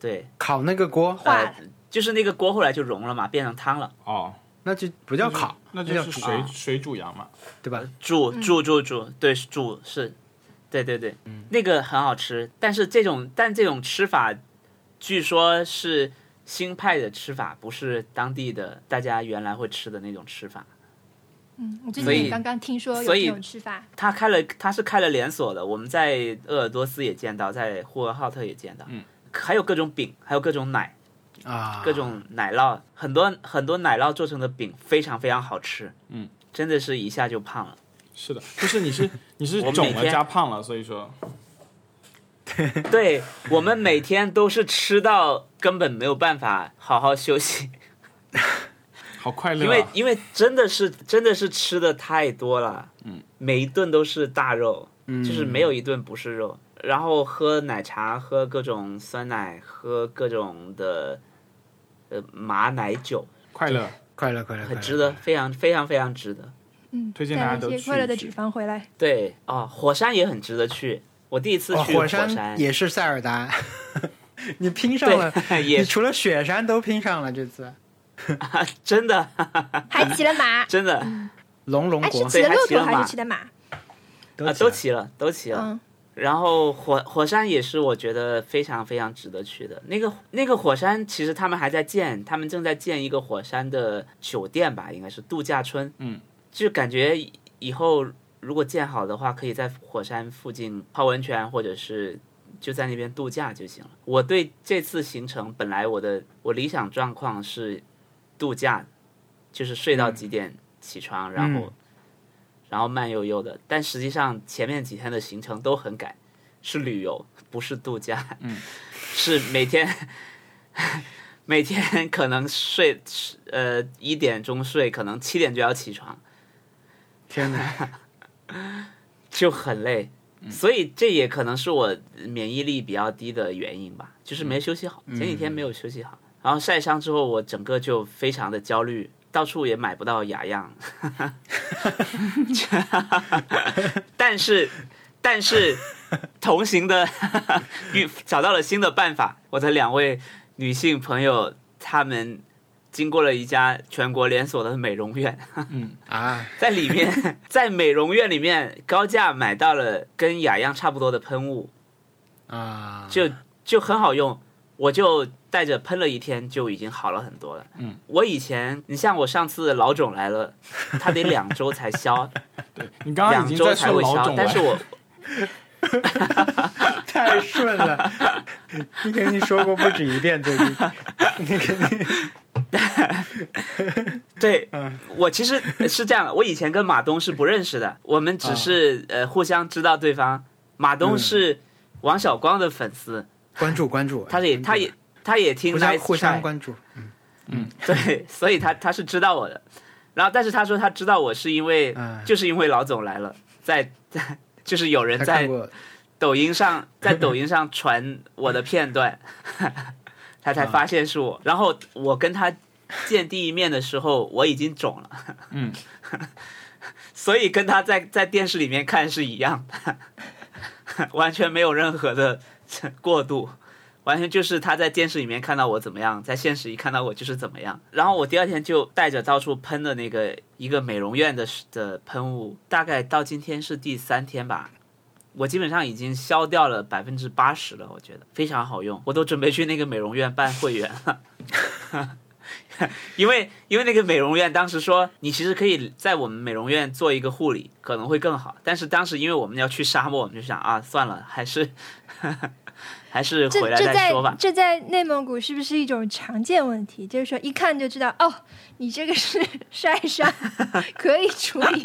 [SPEAKER 2] 对，
[SPEAKER 3] 烤那个锅，
[SPEAKER 4] 化
[SPEAKER 2] 呃
[SPEAKER 4] 了，
[SPEAKER 2] 就是那个锅后来就融了嘛，变成汤了。
[SPEAKER 1] 哦，
[SPEAKER 3] 那就不叫烤，
[SPEAKER 1] 那就
[SPEAKER 3] 叫
[SPEAKER 1] 是
[SPEAKER 3] 煮
[SPEAKER 2] 啊
[SPEAKER 1] 水水煮羊嘛。
[SPEAKER 3] 对吧？
[SPEAKER 2] 煮煮煮煮，对，是煮是，对对对，
[SPEAKER 1] 嗯
[SPEAKER 2] 那个很好吃。但是这种但这种吃法，据说是新派的吃法，不是当地的大家原来会吃的那种吃法。
[SPEAKER 4] 嗯，我最
[SPEAKER 2] 所
[SPEAKER 4] 近
[SPEAKER 2] 以
[SPEAKER 4] 也刚刚听说有
[SPEAKER 2] 所以
[SPEAKER 4] 这种吃法，
[SPEAKER 2] 他开了，他是开了连锁的，我们在鄂尔多斯也见到，在呼和浩特也见到，
[SPEAKER 1] 嗯，
[SPEAKER 2] 还有各种饼，还有各种奶，
[SPEAKER 3] 啊，
[SPEAKER 2] 各种奶酪，很多很多奶酪做成的饼非常非常好吃，
[SPEAKER 1] 嗯，
[SPEAKER 2] 真的是一下就胖了。
[SPEAKER 1] 是的，就是你是你是
[SPEAKER 2] 我每
[SPEAKER 1] 肿了
[SPEAKER 2] 天
[SPEAKER 1] 加胖了，所以说
[SPEAKER 2] 对我们每天都是吃到根本没有办法好好休息，
[SPEAKER 1] 好快乐、啊。
[SPEAKER 2] 因为因为真的是真的是吃的太多了，
[SPEAKER 1] 嗯，
[SPEAKER 2] 每一顿都是大肉，
[SPEAKER 3] 嗯
[SPEAKER 2] 就是没有一顿不是肉。然后喝奶茶，喝各种酸奶，喝各种的呃马奶酒，
[SPEAKER 1] 快乐，
[SPEAKER 3] 快乐快乐，快
[SPEAKER 2] 很
[SPEAKER 3] 乐
[SPEAKER 2] 值得，非常非常非常值得。
[SPEAKER 4] 嗯，
[SPEAKER 1] 推荐
[SPEAKER 4] 带
[SPEAKER 1] 大家
[SPEAKER 4] 了
[SPEAKER 1] 都
[SPEAKER 4] 一
[SPEAKER 1] 去
[SPEAKER 4] 些快乐的
[SPEAKER 1] 一去
[SPEAKER 4] 脂肪 回来。
[SPEAKER 2] 对哦，火山也很值得去。我第一次
[SPEAKER 3] 哦
[SPEAKER 2] 去火
[SPEAKER 3] 山也是塞尔达， 你拼上了，
[SPEAKER 2] 对，
[SPEAKER 3] 你
[SPEAKER 2] 也
[SPEAKER 3] 除了雪山都拼上了这次。
[SPEAKER 2] 真的
[SPEAKER 4] 还骑了马，
[SPEAKER 2] 真的
[SPEAKER 3] 龙龙
[SPEAKER 4] 哎，是
[SPEAKER 3] 国
[SPEAKER 4] 骑的
[SPEAKER 2] 还
[SPEAKER 4] 骆
[SPEAKER 2] 骑了
[SPEAKER 4] 驼
[SPEAKER 2] 马
[SPEAKER 4] 还是骑的马？
[SPEAKER 3] 都
[SPEAKER 2] 啊，
[SPEAKER 3] 起来
[SPEAKER 2] 都齐了，都齐了。
[SPEAKER 4] 嗯，
[SPEAKER 2] 然后火火山也是我觉得非常非常值得去的。那个那个火山其实他们还在建，他们正在建一个火山的酒店吧，应该是度假村。
[SPEAKER 1] 嗯，
[SPEAKER 2] 就感觉以后如果建好的话，可以在火山附近泡温泉或者是就在那边度假就行了。我对这次行程本来我的我理想状况是度假，就是睡到几点起床，然后然后慢悠悠的。但实际上前面几天的行程都很赶，是旅游不是度假， 是每天 每天可能睡呃一点钟睡，可能七点就要起床。
[SPEAKER 3] 天哪，
[SPEAKER 2] 就很累，所以这也可能是我免疫力比较低的原因吧，就是没休息好，前几天没有休息好，然后晒伤之后，我整个就非常的焦虑，到处也买不到雅漾，但是但是同行的遇找到了新的办法，我的两位女性朋友她们。经过了一家全国连锁的美容院，
[SPEAKER 3] 啊，
[SPEAKER 2] 在里面，在美容院里面高价买到了跟雅漾差不多的喷雾，
[SPEAKER 3] 啊，
[SPEAKER 2] 就就很好用，我就带着喷了一天，就已经好了很多了。嗯，我以前你像我上次老肿来了，它得两周才消，
[SPEAKER 1] 你刚刚
[SPEAKER 2] 两
[SPEAKER 1] 已经
[SPEAKER 2] 周
[SPEAKER 1] 在
[SPEAKER 2] 才
[SPEAKER 1] 说
[SPEAKER 2] 会
[SPEAKER 1] 老
[SPEAKER 2] 消，
[SPEAKER 1] 总
[SPEAKER 2] 但是
[SPEAKER 1] 了，
[SPEAKER 2] 我
[SPEAKER 3] 太顺了。 你跟你说过不止一遍这个，你肯定
[SPEAKER 2] 对
[SPEAKER 3] 嗯，
[SPEAKER 2] 我其实是这样的，我以前跟马东是不认识的，我们只是呃互相知道对方。马东
[SPEAKER 3] 嗯
[SPEAKER 2] 是王小光的粉丝，
[SPEAKER 3] 关注关注，
[SPEAKER 2] 他也他也他也听
[SPEAKER 3] 互
[SPEAKER 2] Nice
[SPEAKER 3] 相互相
[SPEAKER 2] Try
[SPEAKER 3] 关注，
[SPEAKER 2] 对，所以他他是知道我的，然后但是他说他知道我是因为、
[SPEAKER 3] 嗯
[SPEAKER 2] 就是因为老总来了，在在就是有人
[SPEAKER 3] 他
[SPEAKER 2] 在
[SPEAKER 3] 看过
[SPEAKER 2] 抖音上在抖音上传我的片段，他才发现是我。然后我跟他见第一面的时候，我已经肿了，
[SPEAKER 1] 嗯，
[SPEAKER 2] 所以跟他在在电视里面看是一样 的，完全没有任何的过渡。完全就是他在电视里面看到我怎么样，在现实一看到我就是怎么样。然后我第二天就带着到处喷的那个一个美容院的的喷雾，大概到今天是第三天吧，我基本上已经消掉了百分之八十了，我觉得非常好用，我都准备去那个美容院办会员了。 因为因为那个美容院当时说，你其实可以在我们美容院做一个护理，可能会更好。但是当时因为我们要去沙漠，我们就想啊，算了，还是 还是
[SPEAKER 4] 这
[SPEAKER 2] 回来
[SPEAKER 4] 这
[SPEAKER 2] 再
[SPEAKER 4] 在
[SPEAKER 2] 说吧。
[SPEAKER 4] 这在内蒙古是不是一种常见问题？就是说一看就知道，哦，你这个是 晒伤，可以处理。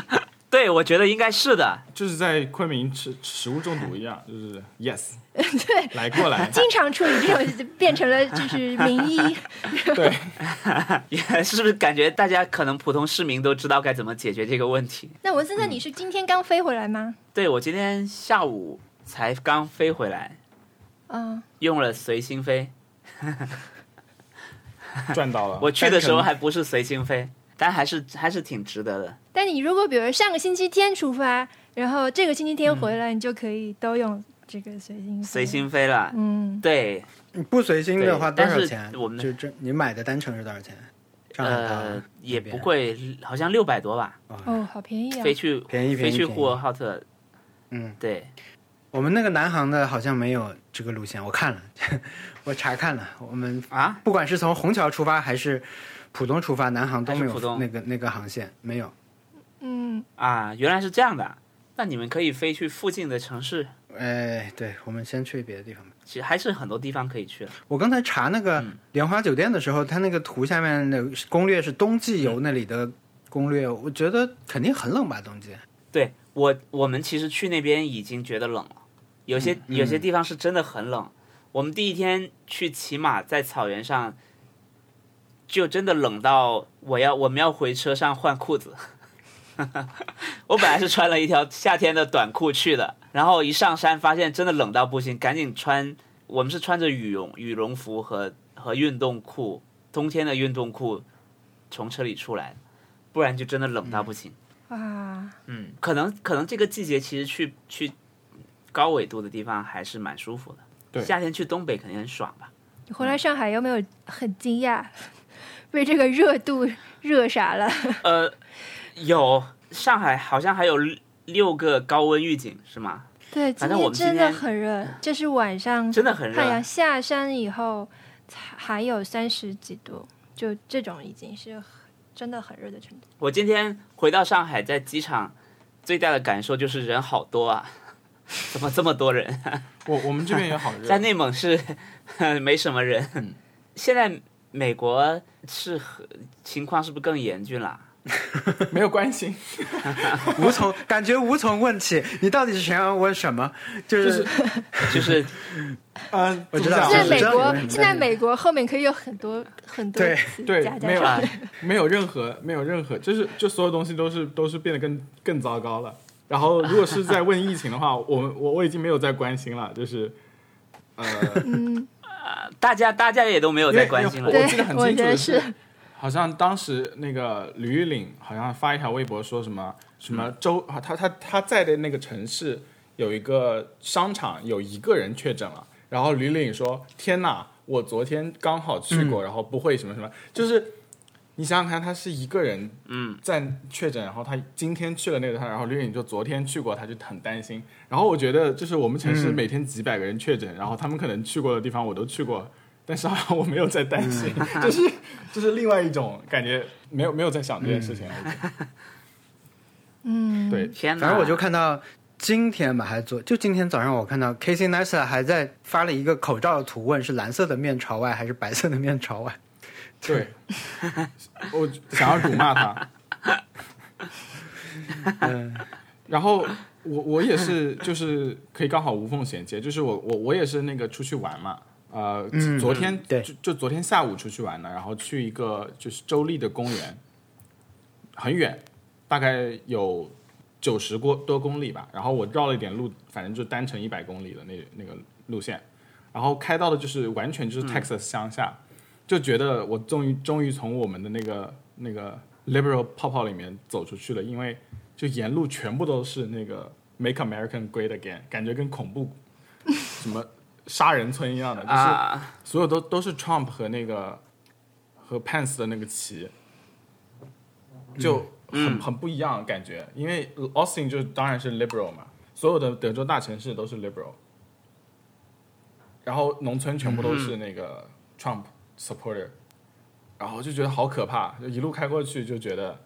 [SPEAKER 2] 对，我觉得应该是的。
[SPEAKER 1] 就是在昆明吃食物中毒一样，就是 yes，对，来过来，
[SPEAKER 4] 经常处理这种就变成了就是名医，
[SPEAKER 1] 对，
[SPEAKER 2] 是不是感觉大家可能普通市民都知道该怎么解决这个问题？
[SPEAKER 4] 那文森特，你是今天刚飞回来吗？
[SPEAKER 2] 对我今天下午才刚飞回来，
[SPEAKER 4] 嗯，
[SPEAKER 2] 用了随心飞。
[SPEAKER 1] 赚到
[SPEAKER 3] 啊
[SPEAKER 1] 了。
[SPEAKER 2] 我去的时候
[SPEAKER 3] 单程
[SPEAKER 2] 还不是随心飞，但还是还是挺值得的。
[SPEAKER 4] 但你如果比如上个星期天出发，然后这个星期天回来，你就可以都用这个随心飞
[SPEAKER 2] 随。心飞了，
[SPEAKER 4] 嗯，
[SPEAKER 2] 对，
[SPEAKER 3] 你不随心的话
[SPEAKER 2] 对
[SPEAKER 3] 多
[SPEAKER 2] 但
[SPEAKER 3] 少
[SPEAKER 2] 是
[SPEAKER 3] 钱？
[SPEAKER 2] 我们
[SPEAKER 3] 就这你买的单程是多少钱？上海到
[SPEAKER 2] 呃，也
[SPEAKER 3] 那边
[SPEAKER 2] 不贵，好像六百多吧。
[SPEAKER 4] 哦，好便宜啊
[SPEAKER 2] 飞！去
[SPEAKER 3] 便宜
[SPEAKER 2] 飞
[SPEAKER 3] 便宜
[SPEAKER 2] 去
[SPEAKER 3] 便宜
[SPEAKER 2] 呼和浩特，
[SPEAKER 3] 嗯，
[SPEAKER 2] 对，
[SPEAKER 3] 我们那个南航的好像没有这个路线，我看了， 我查看了，我们
[SPEAKER 2] 啊，
[SPEAKER 3] 不管是从虹桥出发还是浦东出发，南航都没
[SPEAKER 2] 还是浦
[SPEAKER 3] 有
[SPEAKER 2] 东
[SPEAKER 3] 那个那个航线，没有。
[SPEAKER 4] 嗯，
[SPEAKER 2] 啊，原来是这样的啊。那你们可以飞去附近的城市，
[SPEAKER 3] 哎，对，我们先去别的地方吧。
[SPEAKER 2] 其实还是很多地方可以去的。
[SPEAKER 3] 我刚才查那个
[SPEAKER 1] 嗯
[SPEAKER 3] 莲花酒店的时候，它那个图下面的攻略是冬季游那里的攻略，
[SPEAKER 1] 嗯
[SPEAKER 3] 我觉得肯定很冷吧，冬季。
[SPEAKER 2] 对我，我们其实去那边已经觉得冷了，有些、有些地方是真的很冷。我们第一天去骑马，在草原上，就真的冷到我要我们要回车上换裤子。 我本来是穿了一条夏天的短裤去的，然后一上山发现真的冷到不行，赶紧穿。我们是穿着羽绒羽绒服和和运动裤，冬天的运动裤，从车里出来，不然就真的冷到不行。
[SPEAKER 4] 哇，
[SPEAKER 2] 嗯，可能可能这个季节其实去去高纬度的地方还是蛮舒服的。
[SPEAKER 1] 对
[SPEAKER 2] 夏天去东北肯定很爽吧？
[SPEAKER 4] 你回来上海有没有很惊讶？ 被这个热度热傻了？
[SPEAKER 2] 呃，有上海好像还有六六个高温预警是吗？
[SPEAKER 4] 对，今
[SPEAKER 2] 反正我们今
[SPEAKER 4] 天真的
[SPEAKER 2] 天嗯
[SPEAKER 4] 很热，这是晚上
[SPEAKER 2] 真的很
[SPEAKER 4] 太阳
[SPEAKER 2] 热。
[SPEAKER 4] 下山以后才还有三十几度，就这种已经是很真的很热的程度。
[SPEAKER 2] 我今天回到上海，在机场最大的感受就是人好多啊，怎么这么多人？
[SPEAKER 1] 我我们这边也好 热
[SPEAKER 2] 在，内蒙是没什么人。现在美国是和情况是不是更严峻了？
[SPEAKER 1] 没有关系，
[SPEAKER 3] 无从感觉无从问起，你到底是想要问什么？就、
[SPEAKER 1] 就是是
[SPEAKER 2] 就是
[SPEAKER 1] 嗯，
[SPEAKER 3] 我知
[SPEAKER 1] 怎么
[SPEAKER 2] 啊
[SPEAKER 1] 讲
[SPEAKER 3] 道
[SPEAKER 4] 现在
[SPEAKER 3] 是
[SPEAKER 4] 美
[SPEAKER 3] 这
[SPEAKER 4] 国
[SPEAKER 3] 样的
[SPEAKER 4] 现在美国后面可以有很多很多
[SPEAKER 3] 对
[SPEAKER 4] 词
[SPEAKER 1] 对
[SPEAKER 4] 加
[SPEAKER 1] 没
[SPEAKER 4] 在
[SPEAKER 1] 有
[SPEAKER 4] 上
[SPEAKER 2] 啊
[SPEAKER 4] 面。，
[SPEAKER 1] 没有任何没有任何，就是就所有东西都是都是变得更更糟糕了。然后如果是在问疫情的话，我们我我已经没有在关心了，就是呃，
[SPEAKER 4] 嗯，
[SPEAKER 2] 大家大家也都没有在关心
[SPEAKER 1] 因为
[SPEAKER 2] 了。
[SPEAKER 1] 我记得很
[SPEAKER 4] 对我
[SPEAKER 1] 清楚
[SPEAKER 4] 觉得
[SPEAKER 1] 的
[SPEAKER 4] 是
[SPEAKER 1] 是，好像当时那个吕玉岭好像发一条微博说什么什么周，啊他他他在的那个城市有一个商场有一个人确诊了，然后吕玉岭说天哪，我昨天刚好去
[SPEAKER 2] 嗯
[SPEAKER 1] 过，然后不会什么什么，就是你想想看，他是一个人
[SPEAKER 2] 嗯，
[SPEAKER 1] 在确诊，然后他今天去了那个地方，然后吕颖就昨天去过，他就很担心。然后我觉得就是我们城
[SPEAKER 2] 嗯
[SPEAKER 1] 市每天几百个人确诊，然后他们可能去过的地方我都去过，但是好像我没有在担心，就是就是另外一种感觉，没有没有在想这件事情。我觉得
[SPEAKER 4] 嗯，
[SPEAKER 1] 对，
[SPEAKER 2] 天哪！
[SPEAKER 3] 反正我就看到今天吧，还昨就今天早上我看到 Casey Neistat 还在发了一个口罩的图问，是蓝色的面朝外还是白色的面朝外？
[SPEAKER 1] 对， 我想要辱骂 他。呃
[SPEAKER 3] 嗯，
[SPEAKER 1] 然后我我也是，就是可以刚好无缝衔接，就是我我我也是那个出去玩嘛，呃，
[SPEAKER 3] 嗯
[SPEAKER 1] 昨天、
[SPEAKER 3] 对
[SPEAKER 1] 就就昨天下午出去玩的，然后去一个就是州立的公园，很远，大概有九十多多公里吧，然后我绕了一点路，反正就单程一百公里的那那个路线，然后开到的就是完全就是 Texas 乡下，就觉得我终于终于从我们的那个那个 liberal 泡泡里面走出去了，因为就沿路全部都是那个 Make American Great Again，感觉跟恐怖什么杀人村一样的，就是
[SPEAKER 2] 啊，
[SPEAKER 1] 所有都都是 Trump 和那个和 Pence 的那个旗，就很、很不一样的感觉，因为 Austin 就当然是 liberal 嘛，所有的德州大城市都是 liberal，然后农村全部都是那个 Trump supporter，、然后就觉得好可怕，就一路开过去就觉得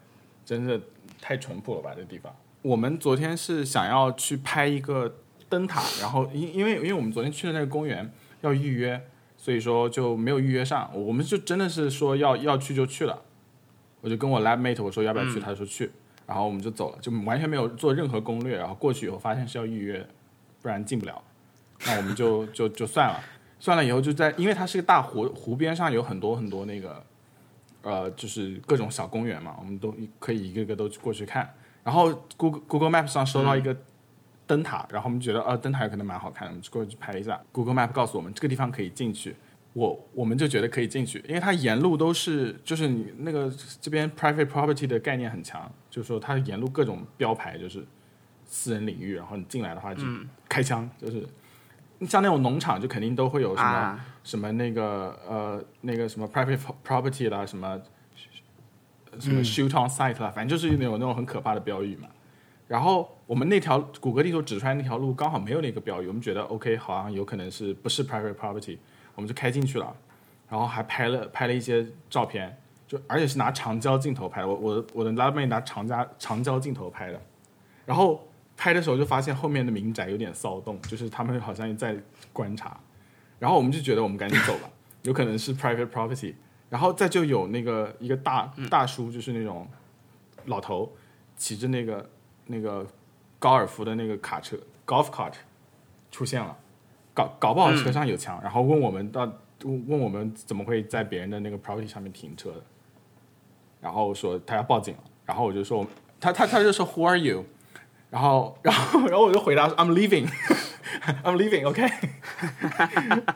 [SPEAKER 1] 真的太淳朴了吧，这地方。我们昨天是想要去拍一个灯塔，然后因因为因为我们昨天去的那个公园要预约，所以说就没有预约上。我们就真的是说要要去就去了，我就跟我 lab mate 我说要不要去，他说去，然后我们就走了，就完全没有做任何攻略。然后过去以后发现是要预约，不然进不了，那我们就就就算了，算了以后就在，因为它是个大湖，湖边上有很多很多那个。呃，就是各种小公园嘛，我们都可以一个个都去过去看。然后 Google Google Map 上收到一个灯塔，然后我们觉得呃灯塔有可能蛮好看的，我们就过去拍一下。Google Map 告诉我们这个地方可以进去，我我们就觉得可以进去，因为它沿路都是就是你那个这边 private property 的概念很强，就是说它沿路各种标牌就是私人领域，然后你进来的话就开枪，就是像那种农场就肯定都会有什么、
[SPEAKER 2] 啊
[SPEAKER 1] 什么那个呃那个什么 private property 啦，什么什么 shoot on site 啦，反正就是有那种那种很可怕的标语嘛。然后我们那条谷歌地图指出来那条路刚好没有那个标语，我们觉得 OK，好像有可能是不是 private property，我们就开进去了，然后还拍了拍了一些照片，就而且是拿长焦镜头拍的，我我我的拉妹拿长焦长焦镜头拍的，然后拍的时候就发现后面的民宅有点骚动，就是他们好像在观察，然后我们就觉得我们赶紧走吧，有可能是 private property，然后再就有那个一个大大叔，就是那种老头骑着那个那个高尔夫的那个卡车 golf cart 出现了，搞搞不好车上有枪，然后问我们到问问我们怎么会在别人的那个 property 上面停车的，然后说他要报警了，然后我就说他他他就说 Who are you？然后然后然后我就回答说 I'm leaving 。I'm leaving, OK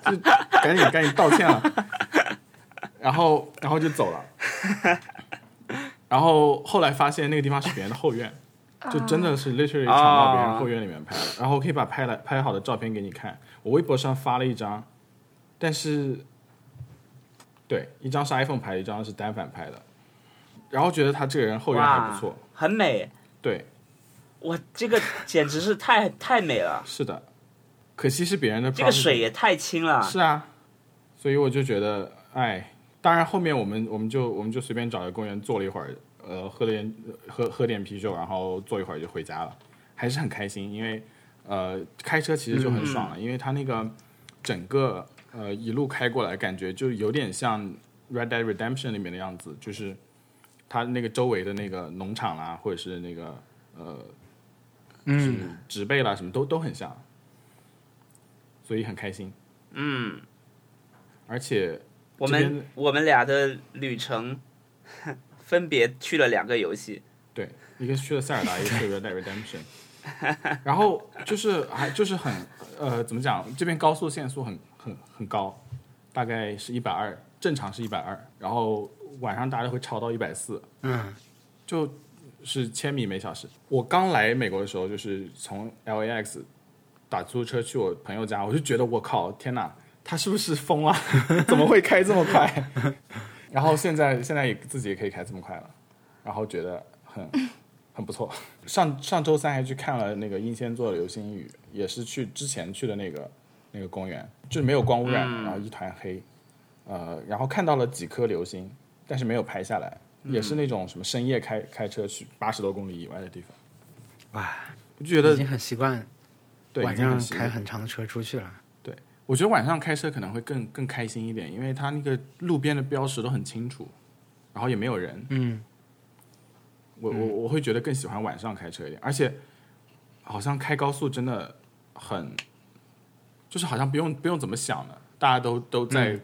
[SPEAKER 1] 就赶紧赶紧道歉了，然后然后就走了，然后后来发现那个地方是别人的后院，就真的是 literally
[SPEAKER 2] 啊
[SPEAKER 1] 藏到别人后院里面拍的，然后我可以把拍来拍好的照片给你看，我微博上发了一张，但是对，一张是 iPhone 拍的，一张是单反拍的，然后觉得他这个人后院还不错
[SPEAKER 2] 哇，很美。
[SPEAKER 1] 对，
[SPEAKER 2] 哇，这个简直是太太美 了，
[SPEAKER 1] 是的，可惜是别人的 property，
[SPEAKER 2] 这个水也太清了。
[SPEAKER 1] 是啊，所以我就觉得，哎，当然后面我们我们就我们就随便找个公园坐了一会儿，呃呃，喝了点喝喝点啤酒，然后坐一会儿就回家了，还是很开心，因为呃，开车其实就很爽了，因为它那个整个呃一路开过来，感觉就有点像《Red Dead Redemption》里面的样子，就是它那个周围的那个农场啦，或者是那个呃
[SPEAKER 3] 嗯，
[SPEAKER 1] 植被啦，什么都都很像，所以很开心。
[SPEAKER 2] 嗯，
[SPEAKER 1] 而且
[SPEAKER 2] 我
[SPEAKER 1] 这
[SPEAKER 2] 们
[SPEAKER 1] 边
[SPEAKER 2] 我们俩的旅程 分别去了两个游戏，
[SPEAKER 1] 对，一个去了塞尔达，一个去了 Red Dead Redemption，然后就是还就是很呃怎么讲，这边高速限速很很很高，大概是一百二，正常是一百二，然后晚上大家会超到一百四，
[SPEAKER 3] 嗯，
[SPEAKER 1] 就是千米每小时。我刚来美国的时候，就是从 LAX 打出租车去我朋友家，我就觉得我靠，天哪，他是不是疯了？ 怎么会开这么快？ 然后现在现在也自己也可以开这么快了，然后觉得很很不错。上上周三还去看了那个英仙座的流星雨，也是去之前去的那个那个公园，就是没有光污染，然后一团黑，呃，然后看到了几颗流星，但是没有拍下来，也是那种什么深夜开开车去八十多公里以外的地方，
[SPEAKER 3] 哇，
[SPEAKER 1] 我就觉
[SPEAKER 3] 已
[SPEAKER 1] 得
[SPEAKER 3] 经很习惯
[SPEAKER 1] 对
[SPEAKER 3] 晚
[SPEAKER 1] 已经
[SPEAKER 3] 上
[SPEAKER 1] 很习惯
[SPEAKER 3] 开很长的车出去了。
[SPEAKER 1] 我觉得晚上开车可能会更更开心一点，因为它那个路边的标识都很清楚，然后也没有人。
[SPEAKER 3] 嗯，
[SPEAKER 1] 我我我会觉得更喜欢晚上开车一点，而且好像开高速真的很，就是好像不用不用怎么想了，大家都都在，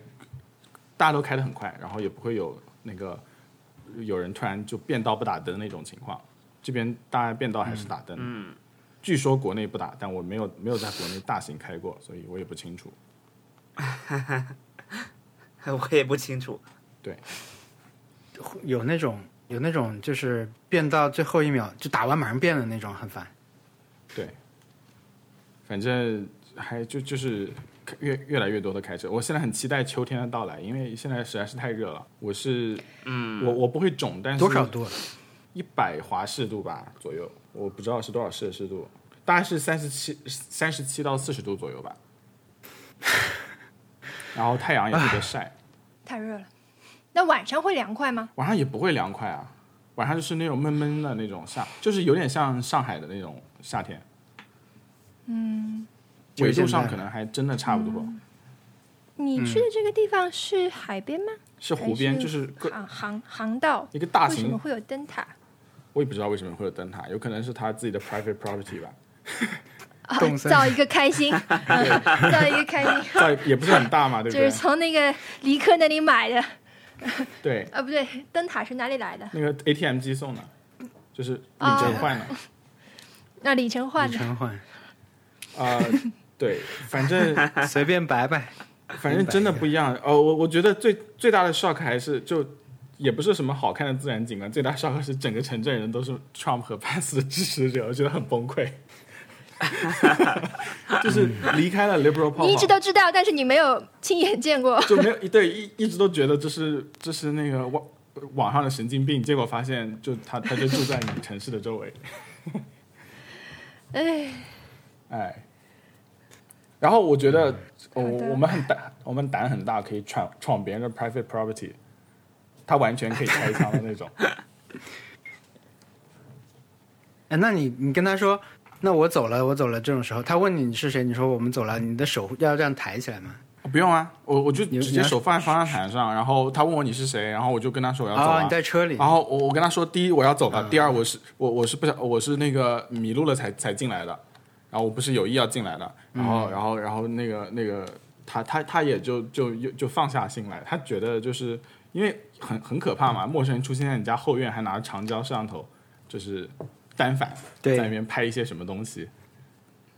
[SPEAKER 1] 大家都开得很快，然后也不会有那个有人突然就变道不打灯那种情况。这边大家变道还是打灯，
[SPEAKER 2] 嗯，
[SPEAKER 1] 据说国内不打，但我没有没有在国内大型开过，所以我也不清楚。
[SPEAKER 2] 我也不清楚，
[SPEAKER 3] 有那种有那种就是变到最后一秒就打完马上变的那种，很烦。
[SPEAKER 1] 对，反正还就就是越越来越多的开车。我现在很期待秋天的到来，因为现在实在是太热了。我是，嗯，我我不会肿，但是
[SPEAKER 3] 多少度了？
[SPEAKER 1] 一百华氏度吧左右，我不知道是多少摄氏度，大概是三十七三十七到四十度左 右吧。然后太阳也特别晒，
[SPEAKER 4] 太热了。那晚上会凉快吗？
[SPEAKER 1] 晚上也不会凉快啊，晚上就是那种闷闷的那种夏，就是有点像上海的那种夏天，
[SPEAKER 3] 就
[SPEAKER 1] 纬
[SPEAKER 3] 是
[SPEAKER 1] 度
[SPEAKER 3] 现
[SPEAKER 1] 上
[SPEAKER 3] 在
[SPEAKER 1] 可能还真的差不多。
[SPEAKER 3] 嗯
[SPEAKER 4] 你去的这个地方是海边吗？
[SPEAKER 1] 是湖边，
[SPEAKER 4] 还是
[SPEAKER 1] 就是个
[SPEAKER 4] 航航航道。
[SPEAKER 1] 一个嗯大
[SPEAKER 4] 为什么
[SPEAKER 1] 型，
[SPEAKER 4] 会有 灯塔？
[SPEAKER 1] 我也不知道为什么会有灯塔，有可能是他自己的 private property 吧，
[SPEAKER 4] 啊
[SPEAKER 3] 动，森
[SPEAKER 4] 造一个 开心，嗯造一个开心，
[SPEAKER 1] 但也不是很大嘛，对
[SPEAKER 4] 就
[SPEAKER 1] 不
[SPEAKER 4] 是
[SPEAKER 1] 对？
[SPEAKER 4] 从那个离克那里买的。
[SPEAKER 1] 对，
[SPEAKER 4] 啊，不对，灯塔是哪里来的？
[SPEAKER 1] 那个 ATM 机送的，就是里
[SPEAKER 4] 啊
[SPEAKER 1] 程换 的，
[SPEAKER 4] 那里程换
[SPEAKER 3] 李
[SPEAKER 4] 的。
[SPEAKER 3] 承焕
[SPEAKER 1] 啊、对，反正
[SPEAKER 3] 随便摆摆，
[SPEAKER 1] 反正真的不一样。哦，我我觉得最最大的 shock 还是就也不是什么好看的自然景观，最大 shock 是整个城镇人都是 Trump 和 Pence 的支持者，我觉得很崩溃。 就是离开了 liberal 泡泡，
[SPEAKER 4] 你一直都知道，但是你没有亲眼见过。
[SPEAKER 1] 就没有对一一直都觉得这是这是那个网网上的神经病，结果发现就他他就住在你城市的周围，
[SPEAKER 4] 哎，
[SPEAKER 1] 哎。然后我觉得，我、
[SPEAKER 4] 嗯好的
[SPEAKER 1] 我们很胆，我们胆很大，可以闯闯别人的 private property，他完全可以开枪的那种。
[SPEAKER 3] 哎，那你你跟他说，那我走了，我走了。这种时候，他问你是谁，你说我们走了，你的手要这样抬起来吗？
[SPEAKER 1] 不用啊，我我就
[SPEAKER 3] 你
[SPEAKER 1] 直
[SPEAKER 3] 你
[SPEAKER 1] 接
[SPEAKER 3] 要
[SPEAKER 1] 手放在方向盘上，然后他问我你是谁，然后我就跟他说我要走了、哦
[SPEAKER 3] 啊，你在车里
[SPEAKER 1] 然，后我我跟他说，第一我要走了，第二我是我我是不想我是那个迷路了才才进来的，然后我不是有意要进来的，然后、然后然后那个那个他他他也就就就就放下心来，他觉得就是因为很很可怕嘛，陌生人出现在你家后院还拿着长焦摄像头，就是单反
[SPEAKER 3] 对
[SPEAKER 1] 在那边拍一些什么东西。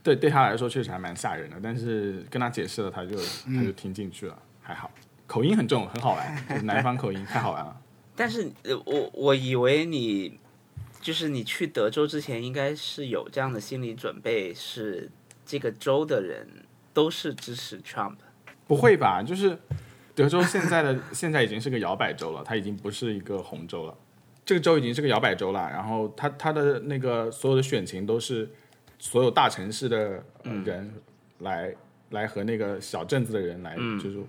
[SPEAKER 1] 对，对他来说确实还蛮吓人的，但是跟他解释了，他就他就听进去了，还好。口音很重，很好玩，就是南方口音太好玩了。
[SPEAKER 2] 但是呃我我以为你就是你去德州之前应该是有这样的心理准备，是这个州的人都是支持 Trump。
[SPEAKER 1] 不会吧？就是德州现在的 现在已经是个摇摆州了，它已经不是一个红州了。这个州已经是个摇摆州了，然后它它的那个所有的选情都是所有大城市的呃人来、来和那个小镇子的人来，就是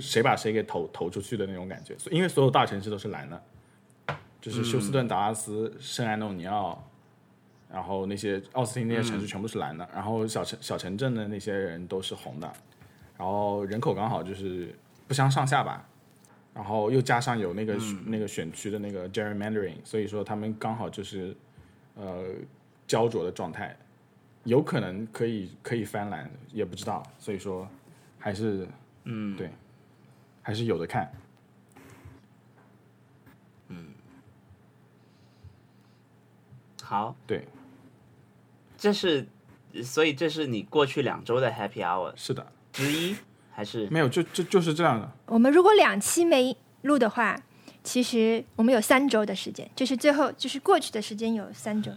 [SPEAKER 1] 谁把谁给投投出去的那种感觉。所因为所有大城市都是蓝的，就是休斯顿、达拉斯、圣安东尼奥，然后那些奥斯汀那些城市全部是蓝的，然后小城小城镇的那些人都是红的，然后人口刚好就是不相上下吧，然后又加上有那
[SPEAKER 2] 嗯
[SPEAKER 1] 个、那个选区的那个 gerrymandering，所以说他们刚好就是呃焦灼的状态，有可能可以可以翻蓝，也不知道，所以说还是嗯对，还是有的看。
[SPEAKER 2] 好，
[SPEAKER 1] 对，
[SPEAKER 2] 这是，所以这是你过去两周的 Happy Hour
[SPEAKER 1] 是的，
[SPEAKER 2] 之一，还是
[SPEAKER 1] 没有，就就就是这样的。
[SPEAKER 4] 我们如果两期没录的话，其实我们有三周的时间，就是最后就是过去的时间有三周，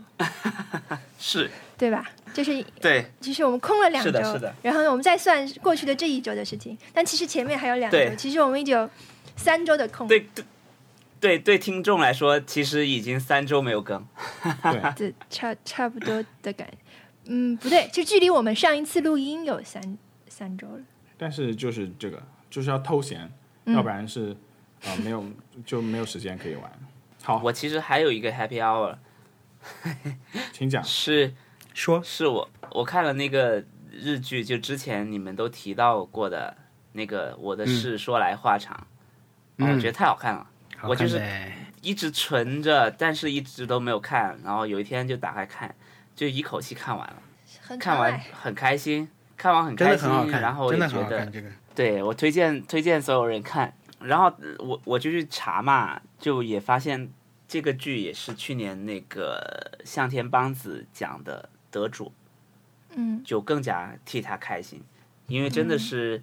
[SPEAKER 2] 是？
[SPEAKER 4] 对吧？就是
[SPEAKER 2] 对
[SPEAKER 4] 其实我们空了两周，
[SPEAKER 2] 是的是的
[SPEAKER 4] 然后我们再算过去的这一周的事情，但其实前面还有两周
[SPEAKER 2] 对，
[SPEAKER 4] 其实我们已经有三周的空。
[SPEAKER 2] 对对对对，听众来说，其实已经三周没有更，
[SPEAKER 1] 对，
[SPEAKER 4] 这差差不多的感觉。嗯，不对，就距离我们上一次录音有三三周了。
[SPEAKER 1] 但是就是这个，就是要偷闲，
[SPEAKER 2] 嗯
[SPEAKER 1] 要不然是啊、呃没有就没有时间可以玩。好，
[SPEAKER 2] 我其实还有一个 Happy Hour
[SPEAKER 1] 请讲。
[SPEAKER 2] 是
[SPEAKER 3] 说
[SPEAKER 2] 是我我看了那个日剧，就之前你们都提到过的那个《我
[SPEAKER 3] 嗯
[SPEAKER 2] 的事说来话长》啊我觉得太好看了，
[SPEAKER 3] 好
[SPEAKER 2] 我就
[SPEAKER 3] 看
[SPEAKER 2] 是
[SPEAKER 3] 呗
[SPEAKER 2] 一直存着，但是一直都没有看，然后有一天就打开看，就一口气看完了，
[SPEAKER 4] 很可
[SPEAKER 2] 看完
[SPEAKER 4] 爱，
[SPEAKER 2] 很开心，看完很
[SPEAKER 3] 真
[SPEAKER 2] 开
[SPEAKER 3] 的
[SPEAKER 2] 心
[SPEAKER 3] 很好，看，
[SPEAKER 2] 然后我
[SPEAKER 3] 真
[SPEAKER 2] 就
[SPEAKER 3] 的
[SPEAKER 2] 觉
[SPEAKER 3] 很好
[SPEAKER 2] 得
[SPEAKER 3] 看这个。
[SPEAKER 2] 对我推荐推荐所有人看，然后呃我我就去查嘛，就也发现这个剧也是去年那个向田邦子奖的得主，
[SPEAKER 4] 嗯，
[SPEAKER 2] 就更加替他开心，因为真的是，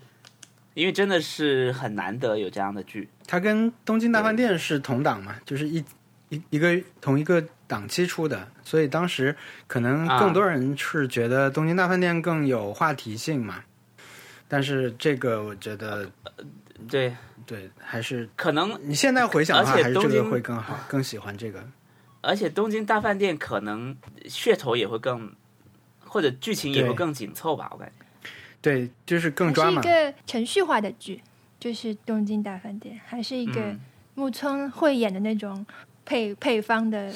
[SPEAKER 2] 因为真的是很难得有这样的剧，
[SPEAKER 3] 它跟《东京大饭店》是同档嘛，就是一一一个同一个档期出的，所以当时可能
[SPEAKER 2] 啊
[SPEAKER 3] 更多人是觉得《东京大饭店》更有话题性嘛。但是这个我觉得
[SPEAKER 2] 对，
[SPEAKER 3] 对，还是
[SPEAKER 2] 可能
[SPEAKER 3] 你现在回想的话，
[SPEAKER 2] 而且
[SPEAKER 3] 还是这
[SPEAKER 2] 东
[SPEAKER 3] 个
[SPEAKER 2] 京啊
[SPEAKER 3] 会更好，更喜欢这个。
[SPEAKER 2] 而且东京大饭店可能噱头也会更，或者剧情也会
[SPEAKER 3] 对
[SPEAKER 2] 更紧凑吧，我感觉，
[SPEAKER 3] 对，就是更
[SPEAKER 4] 还
[SPEAKER 3] 抓
[SPEAKER 4] 是一
[SPEAKER 3] 嘛。
[SPEAKER 4] 个程序化的剧，就是《东京大饭店》，还是一个
[SPEAKER 2] 嗯，
[SPEAKER 4] 木村慧演的那种配配方的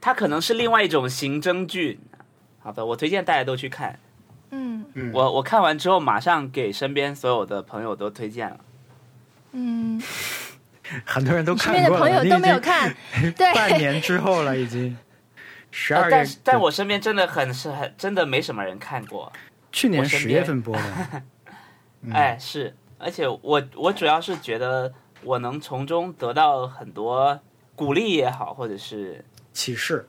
[SPEAKER 2] 它可能是另外一种刑侦剧。好的，我推荐大家都去看。
[SPEAKER 4] 嗯
[SPEAKER 3] 嗯，
[SPEAKER 2] 我我看完之后，马上给身边所有的朋友都推荐了。
[SPEAKER 4] 嗯，
[SPEAKER 3] 很多人都
[SPEAKER 4] 你身
[SPEAKER 3] 看
[SPEAKER 4] 边的
[SPEAKER 3] 过
[SPEAKER 4] 朋
[SPEAKER 3] 了，
[SPEAKER 4] 友
[SPEAKER 3] 你已
[SPEAKER 4] 都没有
[SPEAKER 3] 经
[SPEAKER 4] 看，
[SPEAKER 3] 半
[SPEAKER 4] 对，
[SPEAKER 3] 年之后了，已 经十
[SPEAKER 2] 呃
[SPEAKER 3] 二
[SPEAKER 2] 但
[SPEAKER 3] 月
[SPEAKER 2] 是，但我身边真的很是很真的没什么人看过。
[SPEAKER 3] 去年
[SPEAKER 2] 我身
[SPEAKER 3] 十
[SPEAKER 2] 边
[SPEAKER 3] 月份播 的，嗯
[SPEAKER 2] 哎，是，而且我我主要是觉得我能从中得到很多鼓励也好，或者是
[SPEAKER 3] 启示，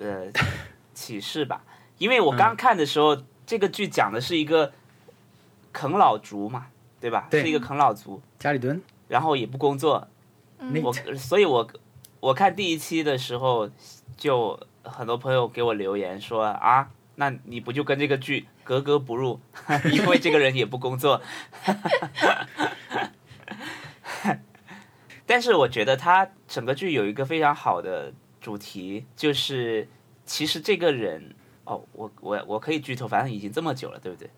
[SPEAKER 2] 呃启示吧。因为
[SPEAKER 3] 嗯
[SPEAKER 2] 我刚看的时候，这个剧讲的是一个啃老族嘛，对吧？
[SPEAKER 3] 对
[SPEAKER 2] 是一个啃老族，
[SPEAKER 3] 加里敦
[SPEAKER 2] 然后也不工作，
[SPEAKER 4] 嗯
[SPEAKER 2] 我
[SPEAKER 3] Nate
[SPEAKER 2] 所以我，我看第一期的时候，就很多朋友给我留言说啊，那你不就跟这个剧格格不入？ 因为这个人也不工作。 但是我觉得他整个剧有一个非常好的主题，就是其实这个人哦，我我我可以剧透，反正已经这么久了，对不对？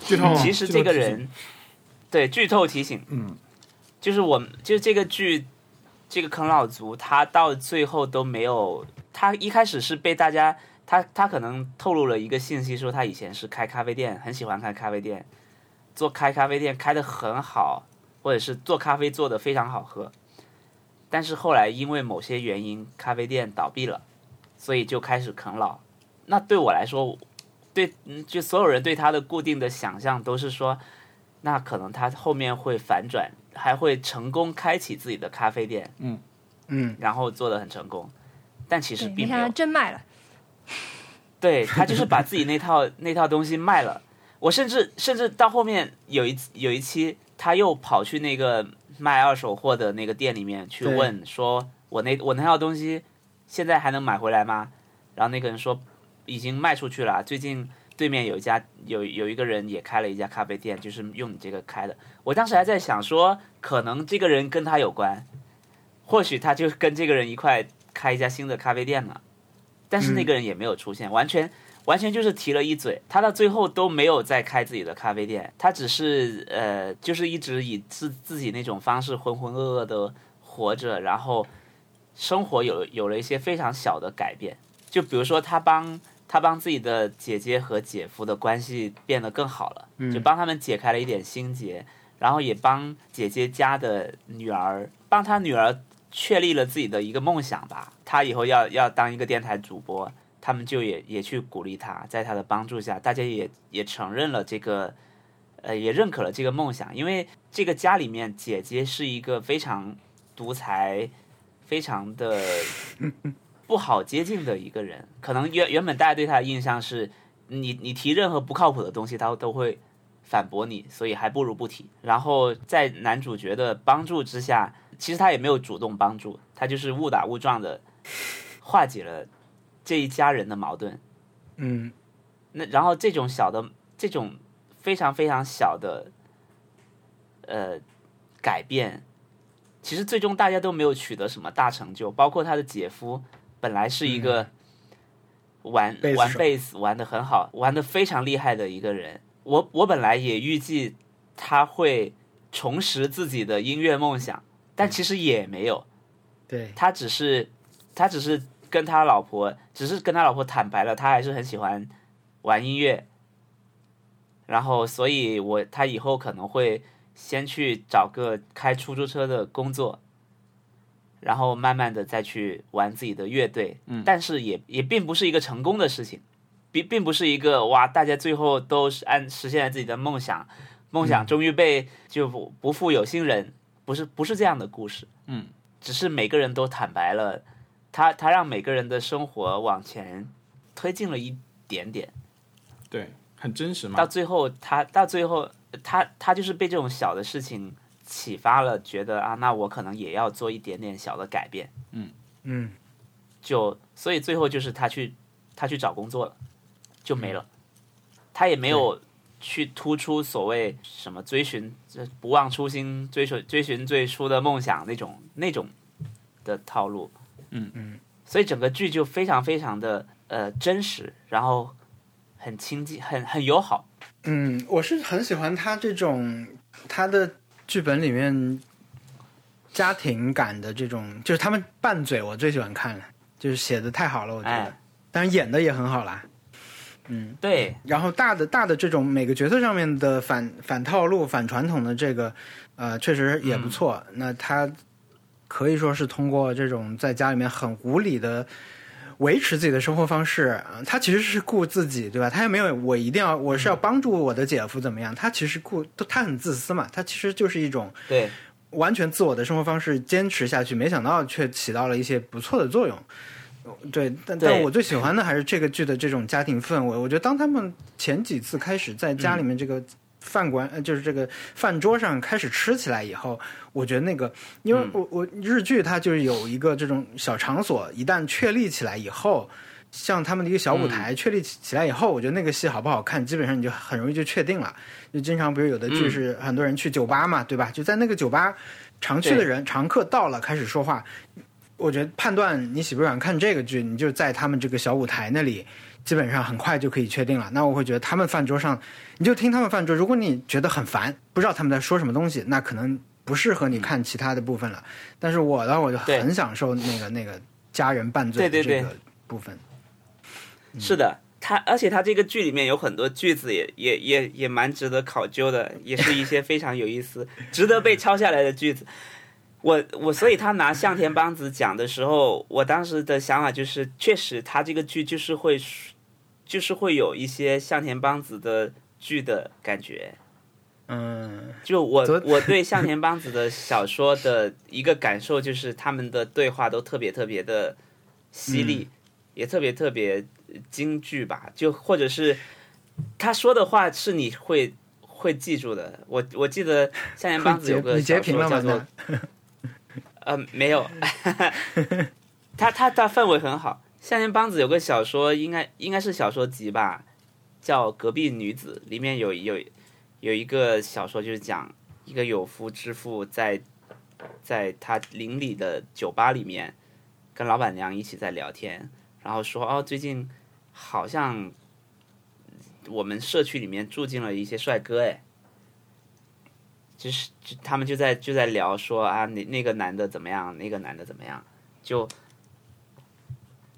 [SPEAKER 1] 剧透，
[SPEAKER 2] 其实
[SPEAKER 1] 哦剧透
[SPEAKER 2] 这个
[SPEAKER 1] 提醒
[SPEAKER 2] 人，对剧透提醒，
[SPEAKER 1] 嗯，
[SPEAKER 2] 就是我们就是这个剧，这个啃老族他到最后都没有，他一开始是被大家，他他可能透露了一个信息，说他以前是开咖啡店，很喜欢开咖啡店，做开咖啡店开的很好，或者是做咖啡做的非常好喝，但是后来因为某些原因，咖啡店倒闭了，所以就开始啃老。那对我来说，对，嗯就所有人对他的固定的想象都是说，那可能他后面会反转，还会成功开启自己的咖啡店，
[SPEAKER 3] 嗯，
[SPEAKER 2] 然后做的很成功。但其实
[SPEAKER 4] 对，没
[SPEAKER 2] 并没
[SPEAKER 4] 想到
[SPEAKER 2] 有，
[SPEAKER 4] 真卖了，
[SPEAKER 2] 对他就是把自己那套那套东西卖了。我甚至甚至到后面有一有一期，他又跑去那个卖二手货的那个店里面去
[SPEAKER 3] 对
[SPEAKER 2] 问，说我那我那套东西现在还能买回来吗？然后那个人说已经卖出去了，最近对面有一家有有一个人也开了一家咖啡店，就是用你这个开的。我当时还在想说，可能这个人跟他有关，或许他就跟这个人一块开一家新的咖啡店了。但是那个人也没有出现，完全完全就是提了一嘴，他到最后都没有再开自己的咖啡店，他只是呃，就是一直以自自己那种方式浑浑噩噩的活着，然后生活有有了一些非常小的改变，就比如说他帮他帮自己的姐姐和姐夫的关系变得更好了，就帮他们解开了一点心结，然后也帮姐姐家的女儿，帮他女儿确立了自己的一个梦想吧。他以后要要当一个电台主播，他们就也也去鼓励他，在他的帮助下，大家也也承认了这个，呃，也认可了这个梦想，因为这个家里面姐姐是一个非常独裁、非常的不好接近的一个人，可能原原本大家对他的印象是，你你提任何不靠谱的东西，他都会反驳你，所以还不如不提。然后在男主角的帮助之下，其实他也没有主动帮助，他就是误打误撞的化解了这一家人的矛盾。
[SPEAKER 3] 嗯，
[SPEAKER 2] 那然后这种小的这种非常非常小的呃改变，其实最终大家都没有取得什么大成就，包括他的姐夫本来是一个玩、
[SPEAKER 3] 嗯贝斯
[SPEAKER 2] 玩
[SPEAKER 3] 手
[SPEAKER 2] 贝斯玩的很好，玩的非常厉害的一个人。我我本来也预计他会重拾自己的音乐梦想，
[SPEAKER 3] 嗯
[SPEAKER 2] 但其实也没有。
[SPEAKER 3] 对，
[SPEAKER 2] 他只是他只是跟他老婆，只是跟他老婆坦白了，他还是很喜欢玩音乐。然后，所以我他以后可能会先去找个开出租车的工作，然后慢慢的再去玩自己的乐队。嗯，但是也也并不是一个成功的事情，并并不是一个哇，大家最后都是按实现了自己的梦想，梦想终于被就不不负有心人，不是不是这样的故事。只是每个人都坦白了，他他让每个人的生活往前推进了一点点，
[SPEAKER 1] 对，很真实
[SPEAKER 2] 到
[SPEAKER 1] 嘛。
[SPEAKER 2] 最后他到最后他他就是被这种小的事情启发了，觉得啊，那我可能也要做一点点小的改变，
[SPEAKER 3] 嗯，
[SPEAKER 2] 就所以最后就是他去他去找工作了，就
[SPEAKER 3] 嗯
[SPEAKER 2] 没了，他也没有去突出所谓什么追寻呃不忘初心、追寻追寻最初的梦想那种那种的套路，
[SPEAKER 1] 嗯
[SPEAKER 2] 嗯，所以整个剧就非常非常的呃真实，然后很亲近、很很友好，
[SPEAKER 3] 嗯，我是很喜欢他这种他的剧本里面家庭感的这种，就是他们拌嘴，我最喜欢看了，就是写的太好了，我觉得
[SPEAKER 2] 哎，
[SPEAKER 3] 当然演的也很好啦。嗯，
[SPEAKER 2] 对，
[SPEAKER 3] 然后大的大的这种每个角色上面的反反套路、反传统的这个，呃，确实也不错。那他可以说是通过这种在家里面很无理的维持自己的生活方式，啊他其实是顾自己，对吧？他也没有我一定要我是要帮助我的姐夫怎么样，他其实顾都他很自私嘛，他其实就是一种
[SPEAKER 2] 对，
[SPEAKER 3] 完全自我的生活方式坚持下去，没想到却起到了一些不错的作用。对，但
[SPEAKER 2] 对
[SPEAKER 3] 但我最喜欢的还是这个剧的这种家庭氛围。我觉得当他们前几次开始在家里面这个饭馆，呃，就是这个饭桌上开始吃起来以后，我觉得那个，因为我我日剧它就是有一个这种小场所，一旦确立起来以后，像他们的一个小舞
[SPEAKER 2] 嗯
[SPEAKER 3] 台确立起起来以后，我觉得那个戏好不好看，基本上你就很容易就确定了。就经常比如有的剧
[SPEAKER 2] 嗯
[SPEAKER 3] 是很多人去酒吧嘛，对吧？就在那个酒吧常去的
[SPEAKER 2] 对
[SPEAKER 3] 人，常客到了开始说话，我觉得判断你喜不喜欢看这个剧，你就在他们这个小舞台那里，基本上很快就可以确定了。那我会觉得他们饭桌上，你就听他们饭桌。如果你觉得很烦，不知道他们在说什么东西，那可能不适合你看其他的部分了。但是我呢，我就
[SPEAKER 2] 对
[SPEAKER 3] 很享受那个那个家人拌嘴的
[SPEAKER 2] 对对
[SPEAKER 3] 这
[SPEAKER 2] 对
[SPEAKER 3] 个部分。
[SPEAKER 2] 是的，他而且他这个剧里面有很多句子也也也也蛮值得考究的，也是一些非常有意思、值得被抄下来的句子。我我所以他拿向田邦子讲的时候，我当时的想法就是，确实他这个剧就是会，就是会有一些向田邦子的剧的感觉。
[SPEAKER 3] 嗯，
[SPEAKER 2] 就我
[SPEAKER 3] 昨
[SPEAKER 2] 我对向田邦子的小说的一个感受就是，他们的对话都特别特别的犀利，
[SPEAKER 3] 嗯
[SPEAKER 2] 也特别特别京剧吧，就或者是他说的话是你会会记住的。我我记得向田邦子有个
[SPEAKER 3] 你截
[SPEAKER 2] 小
[SPEAKER 3] 屏
[SPEAKER 2] 说
[SPEAKER 3] 了
[SPEAKER 2] 叫
[SPEAKER 3] 吗？
[SPEAKER 2] 做
[SPEAKER 3] 那
[SPEAKER 2] 呃，没有， 他他他氛围很好。夏天邦子有个小说，应该应该是小说集吧，叫《隔壁女子》，里面有有有一个小说就是讲一个有夫之妇在在他邻里的酒吧里面跟老板娘一起在聊天，然后说哦，最近好像我们社区里面住进了一些帅哥哎。就是就他们就在就在聊说啊，那那个男的怎么样，那个男的怎么样，就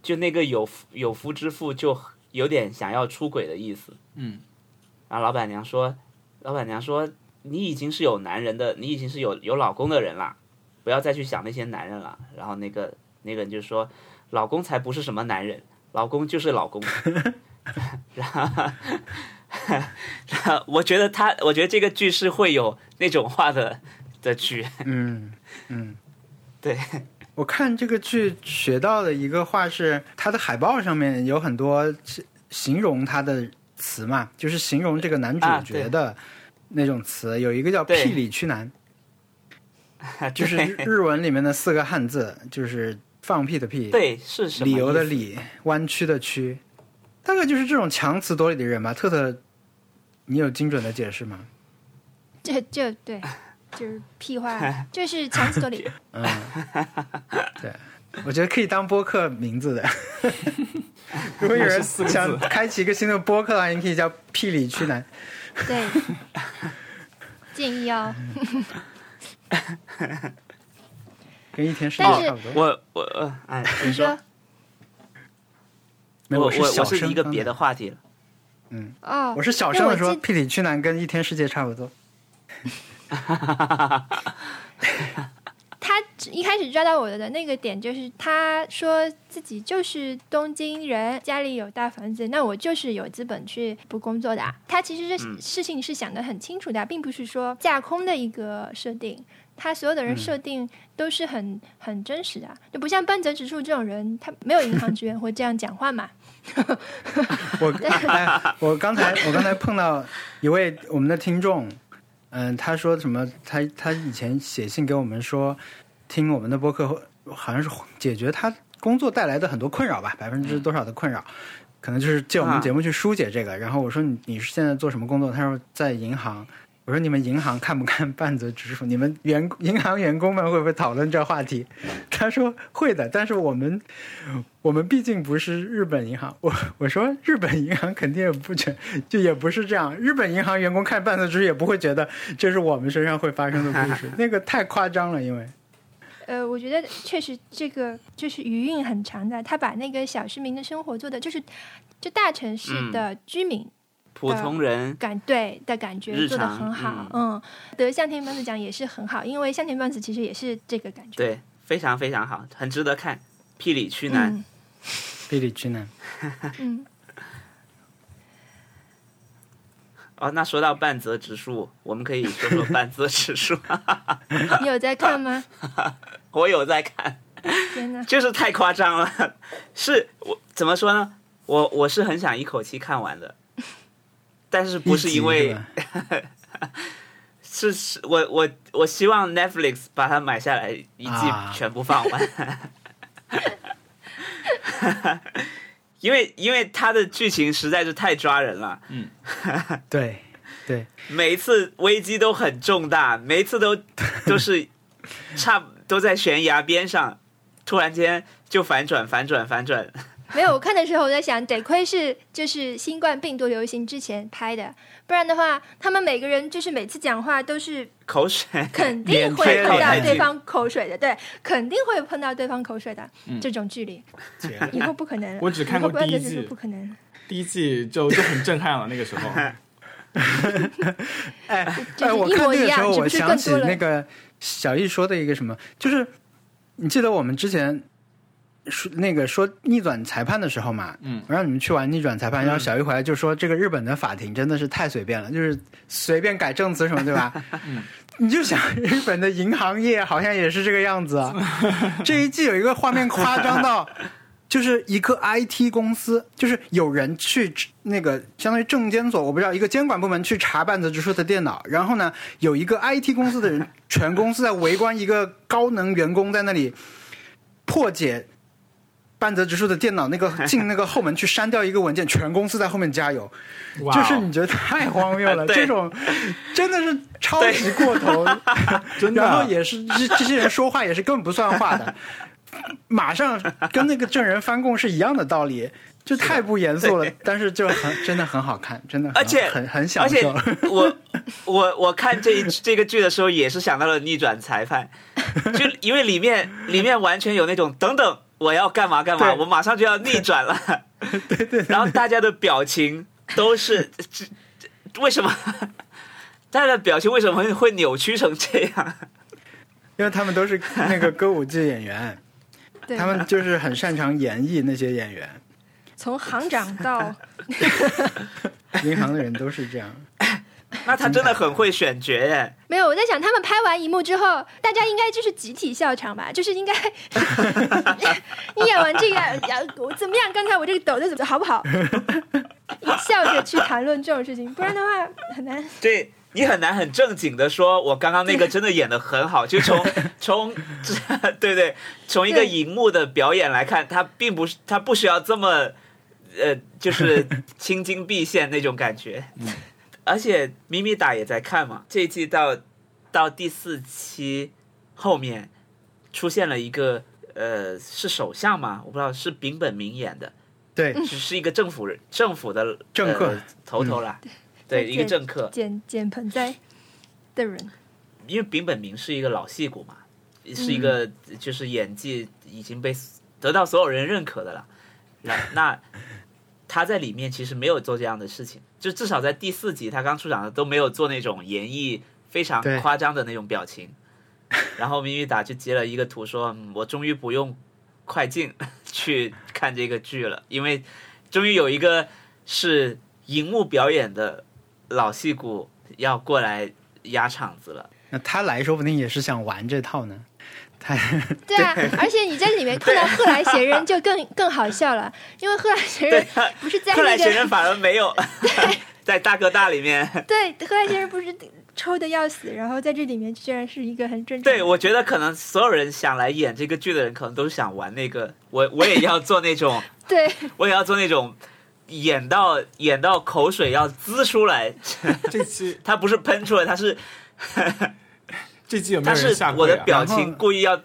[SPEAKER 2] 就那个有夫有夫之妇就有点想要出轨的意思。
[SPEAKER 1] 嗯，
[SPEAKER 2] 然后老板娘说，老板娘说你已经是有男人的，你已经是有有老公的人了，不要再去想那些男人了。然后那个那个人就说，老公才不是什么男人，老公就是老公。 然后， 然后我觉得他，我觉得这个剧是会有 那种话的的 剧。
[SPEAKER 3] 嗯嗯，
[SPEAKER 2] 对。
[SPEAKER 3] 我看这个剧学到的一个话是，它的海报上面有很多是形容他的词嘛，就是形容这个男主
[SPEAKER 2] 啊
[SPEAKER 3] 角的那种词，有一个叫“
[SPEAKER 2] 对
[SPEAKER 3] 屁里屈男”，就是日日文里面的四个汉字，就是放屁的 屁，
[SPEAKER 2] 对，是什么
[SPEAKER 3] 理由的
[SPEAKER 2] 意思
[SPEAKER 3] 理，弯曲的曲，大概就是这种强词夺理的人吧。特特，你有精准的解释吗？
[SPEAKER 4] 这就对，就是屁话，就是强词夺理。
[SPEAKER 3] 嗯，对， 我觉得可以当播客名 字的。如果有人
[SPEAKER 1] 四个字
[SPEAKER 3] 想开启一个新的播客的话，你可以叫“屁里区男
[SPEAKER 4] 对，建议哦。”，
[SPEAKER 3] 跟一天时间
[SPEAKER 4] 但是
[SPEAKER 3] 差不多。
[SPEAKER 2] 我我呃哎，
[SPEAKER 4] 你说，
[SPEAKER 3] 没有
[SPEAKER 2] 我
[SPEAKER 3] 是
[SPEAKER 2] 我
[SPEAKER 3] 小
[SPEAKER 2] 我是
[SPEAKER 3] 声
[SPEAKER 2] 一个
[SPEAKER 3] 刚才
[SPEAKER 2] 别的，话题了。
[SPEAKER 4] 哦，
[SPEAKER 3] 我是小声的
[SPEAKER 4] 那
[SPEAKER 3] 说
[SPEAKER 4] 我，记
[SPEAKER 3] 屁里区男跟一天世界差不 多。
[SPEAKER 4] 他一开始抓到我的那个点，就是他说自己就是东京人，家里有大房子，那我就是有资本去不工作的啊、他其实这事情是想得很清楚的啊，并不是说架空的一个设定。他所有的人设定都是很、很真实的啊，就不像半泽直树这种人，他没有银行职员会这样讲话嘛。
[SPEAKER 3] 我哎，我刚才我刚才碰到一位我们的听众，嗯，他说什么？他他以前写信给我们说，听我们的播客好像是解决他工作带来的很多困扰吧，百分之多少的困扰，可能就是借我们节目去疏解这个。然后我说你你是现在做什么工作？他说在银行。我说你们银行看不看半泽直树？你们员银行员工们会不会讨论这话题？他说会的，但是我们我们毕竟不是日本银行，我我说日本银行肯定也不觉，就也不是这样。日本银行员工看半泽直树也不会觉得这是我们身上会发生的故事，那个太夸张了，因为
[SPEAKER 4] 呃，我觉得确实这个就是余韵很长的，他把那个小市民的生活做的就是就大城市的居民。
[SPEAKER 2] 普通人
[SPEAKER 4] 感对的感觉
[SPEAKER 2] 日
[SPEAKER 4] 做的
[SPEAKER 2] 常
[SPEAKER 4] 很好，
[SPEAKER 2] 嗯
[SPEAKER 4] 嗯，得向田邦子奖也是很好，因为向田邦子其实也是这个感觉，嗯
[SPEAKER 2] 对非常非常好，很值得看。屁里区男，
[SPEAKER 4] 嗯
[SPEAKER 3] 比利区呢，
[SPEAKER 4] 嗯，
[SPEAKER 2] 哦，那说到半泽直树，我们可以说说半泽直树。
[SPEAKER 4] 你有在看吗？
[SPEAKER 2] 我有在看，
[SPEAKER 4] 天哪，
[SPEAKER 2] 就是太夸张了。是我怎么说呢？我我是很想一口气看完的，但是不是因
[SPEAKER 3] 一集
[SPEAKER 2] 为
[SPEAKER 3] 吧
[SPEAKER 2] 是是我我我希望 Netflix 把它买下来一季
[SPEAKER 3] 啊
[SPEAKER 2] 全部放 完，因为因为它的剧情实在是太抓人了，
[SPEAKER 3] 对对，
[SPEAKER 2] 每一次危机都很重大，每一次 都都是差不都在悬崖边上，突然间就反转反转反转，
[SPEAKER 4] 没有，我看的时候我在想，得亏是就是新冠病毒流行之前拍的，不然的话，他们每个人就是每次讲话 都是
[SPEAKER 2] 口水
[SPEAKER 4] 肯
[SPEAKER 3] 脸
[SPEAKER 4] 定
[SPEAKER 3] 贴
[SPEAKER 4] 会碰
[SPEAKER 3] 脸
[SPEAKER 4] 到
[SPEAKER 2] 贴
[SPEAKER 4] 对
[SPEAKER 2] 近
[SPEAKER 4] 方口水的，对，肯定会碰到对方口水的，
[SPEAKER 2] 嗯
[SPEAKER 4] 这种距离
[SPEAKER 3] 绝 了
[SPEAKER 4] 以后不可能了，
[SPEAKER 1] 我只看
[SPEAKER 4] 以后
[SPEAKER 1] 过
[SPEAKER 4] 不
[SPEAKER 1] 第
[SPEAKER 4] 要
[SPEAKER 1] 一
[SPEAKER 4] 再说
[SPEAKER 1] 季
[SPEAKER 4] 不可能了，
[SPEAKER 1] 第一季就就很震撼了，那个 时候，
[SPEAKER 4] 就
[SPEAKER 3] 哎，我
[SPEAKER 4] 是一
[SPEAKER 3] 看
[SPEAKER 4] 模
[SPEAKER 3] 这个
[SPEAKER 4] 一
[SPEAKER 3] 时
[SPEAKER 4] 样，
[SPEAKER 3] 候，
[SPEAKER 4] 是
[SPEAKER 3] 我
[SPEAKER 4] 不是
[SPEAKER 3] 想
[SPEAKER 4] 更
[SPEAKER 3] 起
[SPEAKER 4] 多
[SPEAKER 3] 那
[SPEAKER 4] 了？
[SPEAKER 3] 个小易说的一个什么，就是你记得我们之前说那个说逆转裁判的时候嘛，
[SPEAKER 1] 嗯，
[SPEAKER 3] 我让你们去玩逆转裁
[SPEAKER 2] 嗯
[SPEAKER 3] 判，然后小易回来就说这个日本的法庭真的是太随便了，就是随便改证词什么，对 吧？
[SPEAKER 1] 嗯，
[SPEAKER 3] 你就想日本的银行业好像也是这个样 子啊，这一季有一个画面夸张到。就是一个 IT 公司，就是有人去那个相当于证监所，我不知道一个监管部门去查半泽直树的电脑，然后呢，有一个 IT 公司的人，全公司在围观一个高能员工在那里破解半泽直树的电脑那个进那个后门去删掉一个文件，全公司在后面加油，
[SPEAKER 1] 哇哦
[SPEAKER 3] 就是你觉得太荒谬了，
[SPEAKER 2] 对
[SPEAKER 3] 这种真的是超级过头，
[SPEAKER 1] 真的
[SPEAKER 3] 然后也是这这些人说话也是根本不算话的，马上跟那个证人翻供是一样的道理，就太不严肃了，但是就很真的很好看，真的很
[SPEAKER 2] 而且
[SPEAKER 3] 很很享
[SPEAKER 2] 而且
[SPEAKER 3] 受。
[SPEAKER 2] 我我我看这一这个剧的时候也是想到了逆转裁判，就因为里面里面完全有那种等等我要干嘛干嘛，
[SPEAKER 3] 对
[SPEAKER 2] 我马上就要逆转了。对对 然后大家的表情都是这这为什么？大家的表情为什么会会扭曲成这样？
[SPEAKER 3] 因为他们都是那个歌舞剧演员，
[SPEAKER 4] 对，
[SPEAKER 3] 他们就是很擅长演绎那些演员，
[SPEAKER 4] 从行长到
[SPEAKER 3] 银行的人都是这样。
[SPEAKER 2] 那他真的很会选角耶！
[SPEAKER 4] 没有，我在想他们拍完一幕之后，大家应该就是集体笑场吧， 就是应该你演完这个，呀我怎么样？刚才我这个抖的怎么好不 好？笑着去谈论这种事情，不然的话很难。
[SPEAKER 2] 对你很难很正经的说，我刚刚那个真的演的很好，就从从 对对，从一个
[SPEAKER 4] 对
[SPEAKER 2] 荧幕的表演来看，他并不是他不需要这么呃，就是青筋毕现那种感觉。而且咪咪打也在看嘛，这一季到到第四期后面出现了一个呃是首相嘛，我不知道是丙本明演的，
[SPEAKER 3] 对，
[SPEAKER 2] 只是一个政府人政府的
[SPEAKER 3] 嗯政客
[SPEAKER 2] 呃头头啦，对一个政客，
[SPEAKER 4] 捡捡盆栽的人，
[SPEAKER 2] 因为丙本明是一个老戏骨嘛，是一个就是演技已经被得到所有人认可的了。那那他在里面其实没有做这样的事情，就至少在第四集他刚出场的都没有做那种演绎非常
[SPEAKER 3] 对
[SPEAKER 2] 夸张的那种表情。然后明玉达就截了一个图说、嗯我终于不用快进 去看这个剧了，因为终于有一个是荧幕表演的老戏骨要过来压场子了。
[SPEAKER 3] 那他来说不定也是想玩这套呢。他
[SPEAKER 4] 对啊，而且你在里面看到赫来贤人就更 更好笑了，因为赫来贤人不是在
[SPEAKER 2] 克莱
[SPEAKER 4] 那
[SPEAKER 2] 学人
[SPEAKER 4] 个
[SPEAKER 2] 反而没有 在大哥大里面。
[SPEAKER 4] 对赫来贤人不是抽的要死，然后在这里面居然是一个很正常的。
[SPEAKER 2] 对，我觉得可能所有人想来演这个剧的人，可能都是想玩那个。我我也要做那种，
[SPEAKER 4] 对
[SPEAKER 2] 我也要做那种，演到演到口水要滋出来，
[SPEAKER 1] 这期
[SPEAKER 2] 他不是喷出来，他是
[SPEAKER 1] 这期有没
[SPEAKER 2] 他
[SPEAKER 1] 有人
[SPEAKER 2] 是
[SPEAKER 1] 下跪、啊？
[SPEAKER 2] 我的表
[SPEAKER 3] 然后
[SPEAKER 2] 情故意要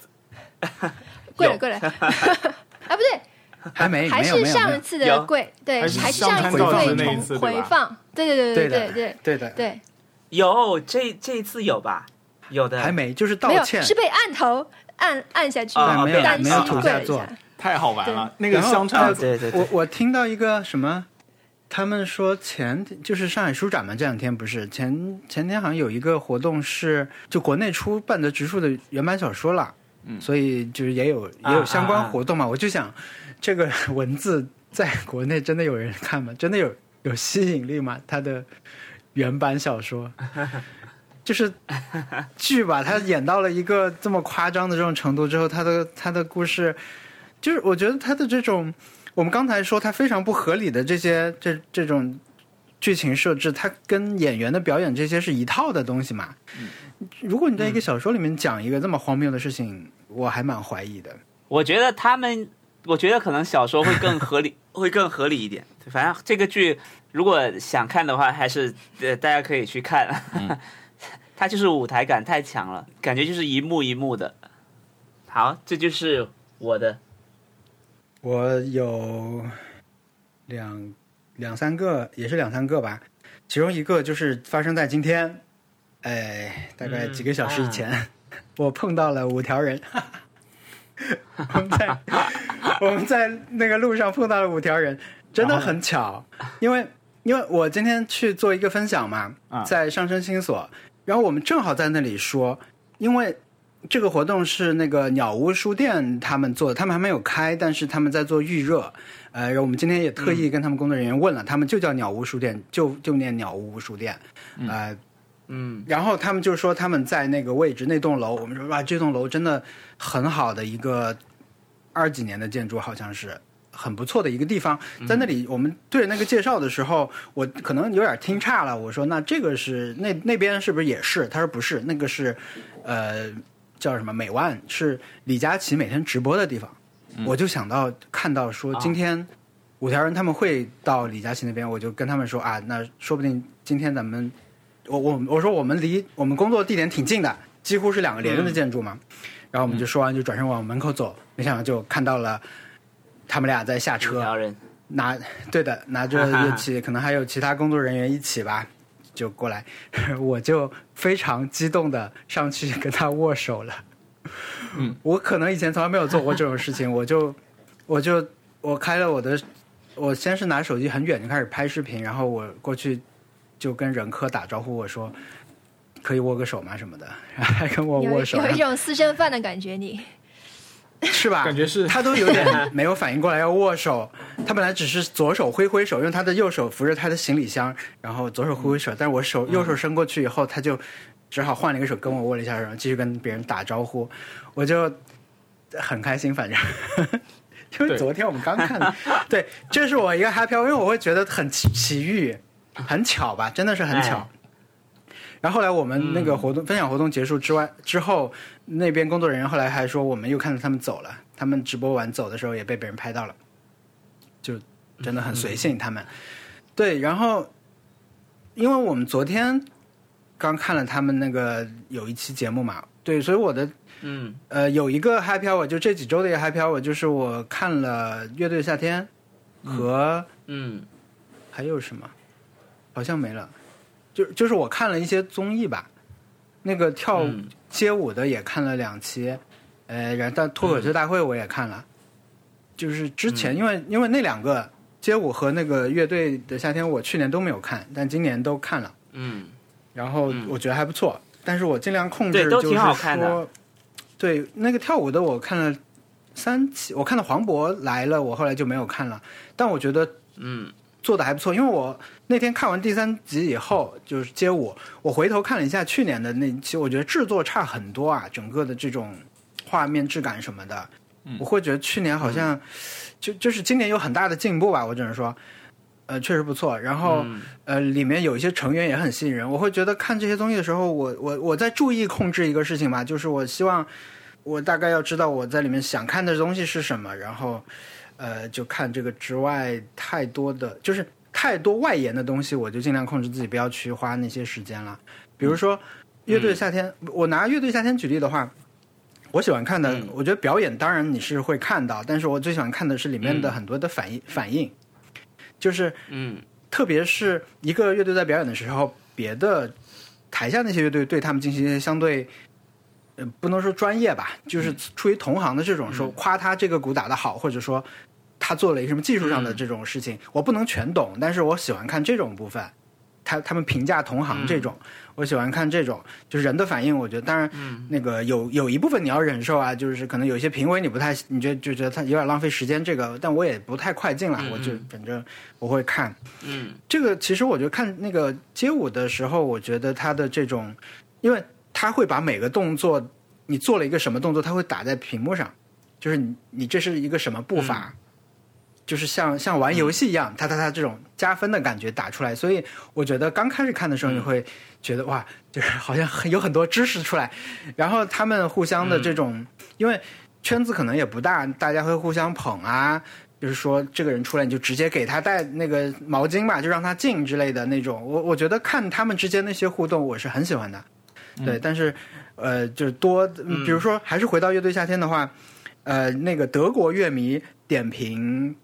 [SPEAKER 4] 过来
[SPEAKER 2] 有
[SPEAKER 4] 过来， 啊不对，
[SPEAKER 3] 还没
[SPEAKER 4] 还
[SPEAKER 3] 哎没有
[SPEAKER 4] 是
[SPEAKER 3] 没有没
[SPEAKER 4] 上一
[SPEAKER 3] 有，
[SPEAKER 4] 次
[SPEAKER 2] 有
[SPEAKER 4] 的贵，对，
[SPEAKER 1] 还是
[SPEAKER 4] 还是上一
[SPEAKER 3] 上传到的
[SPEAKER 4] 次
[SPEAKER 3] 那一
[SPEAKER 4] 贵
[SPEAKER 1] 次对
[SPEAKER 4] 重
[SPEAKER 1] 吧
[SPEAKER 4] 回放，对对对对
[SPEAKER 3] 的
[SPEAKER 4] 对
[SPEAKER 3] 对的，
[SPEAKER 4] 对
[SPEAKER 2] 有这这一次有吧？有的
[SPEAKER 3] 还没就是
[SPEAKER 4] 对，没
[SPEAKER 3] 道
[SPEAKER 4] 有
[SPEAKER 3] 歉，
[SPEAKER 4] 是被按头按按下去
[SPEAKER 2] 啊
[SPEAKER 4] 的，
[SPEAKER 3] 对没有
[SPEAKER 4] 但
[SPEAKER 3] 没
[SPEAKER 4] 是
[SPEAKER 3] 有
[SPEAKER 2] 按
[SPEAKER 3] 土
[SPEAKER 4] 跪
[SPEAKER 3] 下
[SPEAKER 4] 了一
[SPEAKER 3] 座
[SPEAKER 4] 下。，
[SPEAKER 1] 太好玩了，那个
[SPEAKER 3] 然后
[SPEAKER 1] 香肠
[SPEAKER 3] 呃
[SPEAKER 2] 啊对对对
[SPEAKER 3] 我我听到一个什么，他们说前就是上海书展嘛，这两天不是前前天好像有一个活动是就国内出半泽直树的原版小说了，
[SPEAKER 1] 嗯
[SPEAKER 3] 所以就是也有也有相关活动嘛，我就想这个 文字在国内真的有人看吗？真的有有吸引力吗？它的原版小说。就是剧吧，他演到了一个这么夸张的这种程度之后，他的他的故事，就是我觉得他的这种，我们刚才说他非常不合理的这些这这种剧情设置，它跟演员的表演这些是一套的东西嘛。如果你在一个小说里面讲一个这么荒谬的事情，我还蛮怀疑的。
[SPEAKER 2] 我觉得他们，我觉得可能小说会更合理，会更合理一点。对反正这个剧如果想看的话，还是呃大家可以去看。 它就是舞台感太强了，感觉就是一幕一幕的。好，这就是我的
[SPEAKER 3] 我有两两三个，也是两三个吧。其中一个就是发生在今天，哎，大概几个小时以前， 我碰到了五条人。我们在我们在那个路上碰到了五条人，真的很巧，因为因为我今天去做一个分享嘛，
[SPEAKER 1] 啊
[SPEAKER 3] 在上升星所，然后我们正好在那里说，因为这个活动是那个鸟屋书店他们做的，他们还没有开，但是他们在做预热。呃，然后我们今天也特意跟他们工作人员问了，他们就叫鸟屋书店，就就念鸟屋书店，呃，
[SPEAKER 2] 嗯
[SPEAKER 3] 然后他们就说他们在那个位置那栋楼，我们说哇，这栋楼真的很好的一个二几年的建筑，好像是很不错的一个地方。在那里，我们对着那个介绍的时候，我可能有点听岔了。我说那这个是那那边是不是也是？他说不是，那个是呃叫什么美万，是李佳琦每天直播的地方。我就想到看到说今天五条人他们会到李佳琦那边，我就跟他们说啊，那说不定今天咱们我我我说我们离我们工作地点挺近的，几乎是两个连着的建筑嘛。然后我们就说完就转身往门口走，没想到就看到了他们俩在下
[SPEAKER 2] 五
[SPEAKER 3] 车，
[SPEAKER 2] 条人。
[SPEAKER 3] 拿对的，拿着乐器，可能还有其他工作人员一起吧， 就过来，我就非常激动的上去跟他握手了。
[SPEAKER 1] 嗯，
[SPEAKER 3] 我可能以前从来没有做过这种事情，我就我就我开了我的，我先是拿手机很远就开始拍视频，然后我过去就跟任科打招呼，我说可以握个手吗什么的，然后还跟我
[SPEAKER 4] 有
[SPEAKER 3] 握
[SPEAKER 4] 一
[SPEAKER 3] 手，
[SPEAKER 4] 有一种私生饭的感觉你，
[SPEAKER 3] 是吧？
[SPEAKER 1] 感觉是
[SPEAKER 3] 他都有 点没有反应过来要握手，他本来只是左手挥挥手，用他的右手扶着他的行李箱，然后左手挥
[SPEAKER 1] 嗯
[SPEAKER 3] 挥手，但是我手右手伸过去以后，他就只好换了一个手跟我握了一下手，然后继续跟别人打招呼，我就很开心，反正。 因为
[SPEAKER 1] 对
[SPEAKER 3] 昨天我们刚看的，对，这是我一个 happy，hour，因为我会觉得很奇奇遇，很巧吧，真的是很巧。
[SPEAKER 2] 哎
[SPEAKER 3] 然后后来我们那个活动、分享活动结束之外之后，那边工作人员后来还说，我们又看到他们走了，他们直播完走的时候也被别人拍到了，就真的很随性他们。对，然后因为我们昨天刚看了他们那个有一期节目嘛，对，所以我的
[SPEAKER 2] 嗯
[SPEAKER 3] 呃，有一个 happy hour，就这几周的一个 happy hour，就是我看了《乐队夏天》和、
[SPEAKER 2] 嗯
[SPEAKER 3] 还有什么，好像没了。就就是我看了一些综艺吧，那个跳
[SPEAKER 2] 嗯
[SPEAKER 3] 街舞的也看了两期，呃，然后但脱口秀大会我也看了。就是之
[SPEAKER 2] 嗯
[SPEAKER 3] 前因为因为那两个街舞和那个乐队的夏天，我去年都没有看，但今年都看了。
[SPEAKER 2] 嗯
[SPEAKER 3] 然后
[SPEAKER 2] 嗯
[SPEAKER 3] 我觉得还不错，但是我尽量控制，
[SPEAKER 2] 对都
[SPEAKER 3] 就是
[SPEAKER 2] 挺好看的
[SPEAKER 3] 说。对，那个跳舞的我看了三期，我看了黄渤来了，我后来就没有看了，但我觉得
[SPEAKER 2] 嗯
[SPEAKER 3] 做的还不错，因为我那天看完第三集以后，就是街舞，我回头看了一下去年的那一期，我觉得制作差很多啊，整个的这种画面质感什么的，我会觉得去年好像、就就是今年有很大的进步吧，我只能说，呃，确实不错。然后、
[SPEAKER 2] 嗯
[SPEAKER 3] 呃，里面有一些成员也很吸引人，我会觉得看这些东西的时候，我我我在注意控制一个事情吧，就是我希望我大概要知道我在里面想看的东西是什么，然后。呃，就看这个之外太多的，就是太多外延的东西，我就尽量控制自己不要去花那些时间了。比如说，乐队夏天，我拿乐队夏天举例的话，我喜欢看的，
[SPEAKER 2] 嗯
[SPEAKER 3] 我觉得表演当然你是会看到，但是我最喜欢看的是里面的
[SPEAKER 2] 嗯
[SPEAKER 3] 很多的反应、反应，就是
[SPEAKER 2] 嗯
[SPEAKER 3] 特别是一个乐队在表演的时候，别的台下那些乐队对他们进行一些相对，呃，不能说专业吧，就是出于同行的这种说夸他这个鼓打得好，或者说他做了一个什么技术上的这种事情，我不能全懂，但是我喜欢看这种部分。他他们评价同行这种，我喜欢看这种，就是人的反应。我觉得，当然，
[SPEAKER 2] 嗯
[SPEAKER 3] 那个有有一部分你要忍受啊，就是可能有些评委你不太，你觉就觉得他有点浪费时间。这个，但我也不太快进了，我就
[SPEAKER 2] 嗯
[SPEAKER 3] 反正我会看。
[SPEAKER 2] 嗯
[SPEAKER 3] 这个其实我觉得看那个街舞的时候，我觉得他的这种，因为他会把每个动作，你做了一个什么动作，他会打在屏幕上，就是你你这是一个什么步伐，就是像像玩游戏一样，他他他这种加分的感觉打出来。所以我觉得刚开始看的时候，你会觉得、哇，就是好像很有很多知识出来，然后他们互相的这种，因为圈子可能也不大，大家会互相捧啊，就是说这个人出来你就直接给他带那个毛巾吧，就让他进之类的那种。我我觉得看他们之间那些互动，我是很喜欢的。对，但是呃，就是多，嗯比如说还是回到乐队夏天的话，呃，那个德国乐迷点评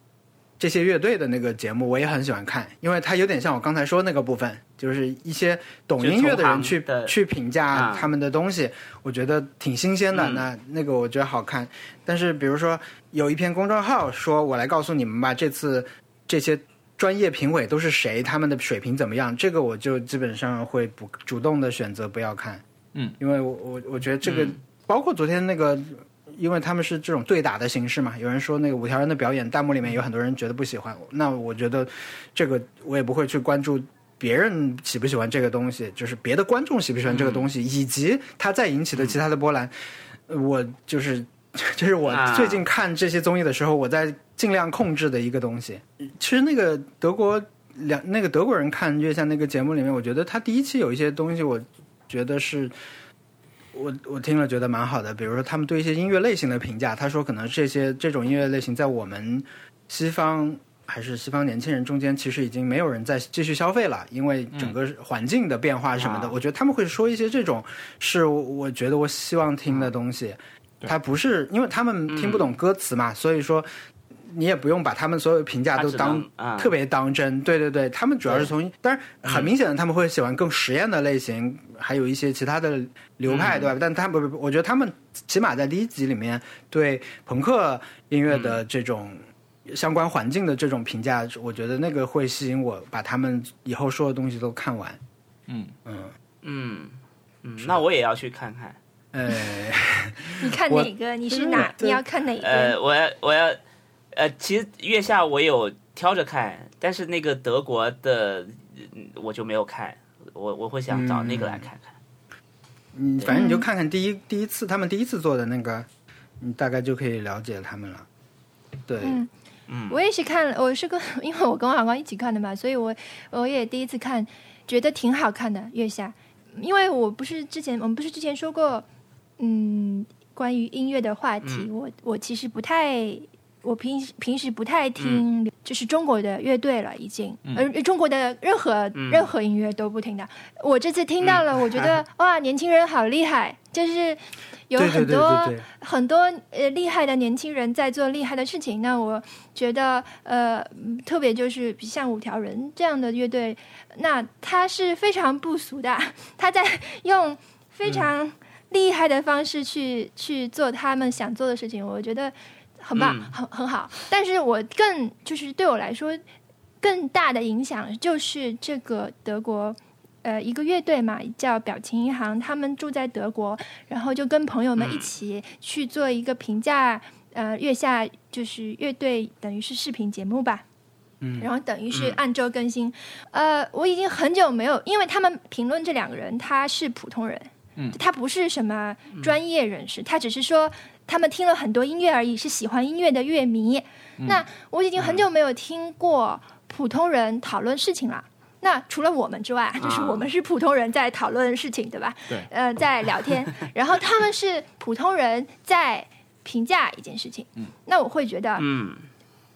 [SPEAKER 3] 这些乐队的那个节目，我也很喜欢看，因为它有点像我刚才说那个部分，就是一些懂
[SPEAKER 2] 就
[SPEAKER 3] 音乐的
[SPEAKER 2] 同
[SPEAKER 3] 人
[SPEAKER 2] 行
[SPEAKER 3] 去
[SPEAKER 2] 的
[SPEAKER 3] 去评价
[SPEAKER 2] 啊
[SPEAKER 3] 他们的东西，我觉得挺新鲜的。
[SPEAKER 2] 嗯
[SPEAKER 3] 那那个我觉得好看，但是比如说有一篇公众号说，我来告诉你们吧，这次这些专业评委都是谁，他们的水平怎么样，这个我就基本上会不主动的选择不要看。
[SPEAKER 1] 嗯，
[SPEAKER 3] 因为我我我觉得这个、
[SPEAKER 2] 嗯
[SPEAKER 3] 包括昨天那个。因为他们是这种对打的形式嘛，有人说那个五条人的表演，弹幕里面有很多人觉得不喜欢，那我觉得这个我也不会去关注别人喜不喜欢这个东西，就是别的观众喜不喜欢这个东西，以及它再引起的其他的波澜。呃我就是， 这是我
[SPEAKER 2] 啊
[SPEAKER 3] 最近看这些综艺的时候，我在尽量控制的一个东西。其实那个德国两那个德国人看月下那个节目里面，我觉得他第一期有一些东西，我觉得是。我我听了觉得蛮好的，比如说他们对一些音乐类型的评价，他说可能这些这种音乐类型在我们西方还是西方年轻人中间，其实已经没有人再继续消费了，因为整个环境的变化什么的。
[SPEAKER 2] 嗯啊
[SPEAKER 3] 我觉得他们会说一些这种是我我觉得我希望听
[SPEAKER 2] 嗯
[SPEAKER 3] 的东西，
[SPEAKER 1] 对
[SPEAKER 3] 他不是因为他们听不懂歌词嘛，所以说你也不用把他们所有评价
[SPEAKER 2] 他
[SPEAKER 3] 都
[SPEAKER 2] 只
[SPEAKER 3] 当
[SPEAKER 2] 能啊
[SPEAKER 3] 特别当真，对对对，他们主要是从，当然很明显的他们会喜欢更实验的类型，还有一些其他的流派，对吧？但他们，我觉得他们起码在第一集里面对朋克音乐的这种相关环境的这种评价，我觉得那个会吸引我把他们以后说的东西都看完。
[SPEAKER 1] 嗯
[SPEAKER 3] 嗯，
[SPEAKER 2] 嗯嗯，那我也要去看看。
[SPEAKER 3] 呃，
[SPEAKER 4] 你看
[SPEAKER 3] 我嗯
[SPEAKER 4] 哪个？你是哪？
[SPEAKER 3] 对
[SPEAKER 4] 你要看哪个？
[SPEAKER 2] 呃，我要我要，呃，其实月下我有挑着看，但是那个德国的嗯我就没有看，我我会想找那个来看看。
[SPEAKER 4] 嗯
[SPEAKER 3] 你反正你就看看第一第一次他们第一次做的那个，你大概就可以了解他们了。对，
[SPEAKER 4] 嗯我也是看了，我是跟 因为我跟王小光一起看的嘛，所以我我也第一次看，觉得挺好看的《月下》，因为我不是之前我们不是之前说过，嗯，关于音乐的话
[SPEAKER 3] 嗯
[SPEAKER 4] 题，我我其实不太。我平时平时不太
[SPEAKER 3] 嗯
[SPEAKER 4] 听，就是中国的乐队了，已经，
[SPEAKER 1] 嗯
[SPEAKER 4] 呃，中国的任何、
[SPEAKER 3] 嗯
[SPEAKER 4] 任何音乐都不听的。我这次听到了，我 觉得哇，年轻人好厉害，就是有
[SPEAKER 3] 对
[SPEAKER 4] 很
[SPEAKER 3] 对对
[SPEAKER 4] 多
[SPEAKER 3] 对对，
[SPEAKER 4] 很多呃厉害的年轻人在做厉害的事情。那我觉得呃，嗯特别就是像五条人这样的乐队，那他是非常不俗的，他在用非常厉害的方式去、去做他们想做的事情，我觉得很棒，
[SPEAKER 2] 嗯
[SPEAKER 4] 很很好。但是我更就是对我来说更大的影响就是这个德国。呃，一个乐队嘛，叫表情银行，他们住在德国，然后就跟朋友们一起去做一个评价，呃，月下就是乐队等于是视频节目吧，
[SPEAKER 3] 嗯
[SPEAKER 4] 然后等于是
[SPEAKER 2] 嗯
[SPEAKER 4] 按周更新。呃，我已经很久没有，因为他们评论这两个人他是普通人，
[SPEAKER 1] 嗯
[SPEAKER 4] 他不是什么专业人士，他只是说他们听了很多音乐而已，是喜欢音乐的乐迷。那我已经很久没有听过普通人讨论事情了。那除了我们之外， 就是我们是普通人在讨论事情，对吧？
[SPEAKER 1] 对
[SPEAKER 4] 呃，在聊天，然后他们是普通人在评价一件事情。
[SPEAKER 1] 嗯，
[SPEAKER 4] 那我会觉得，
[SPEAKER 2] 嗯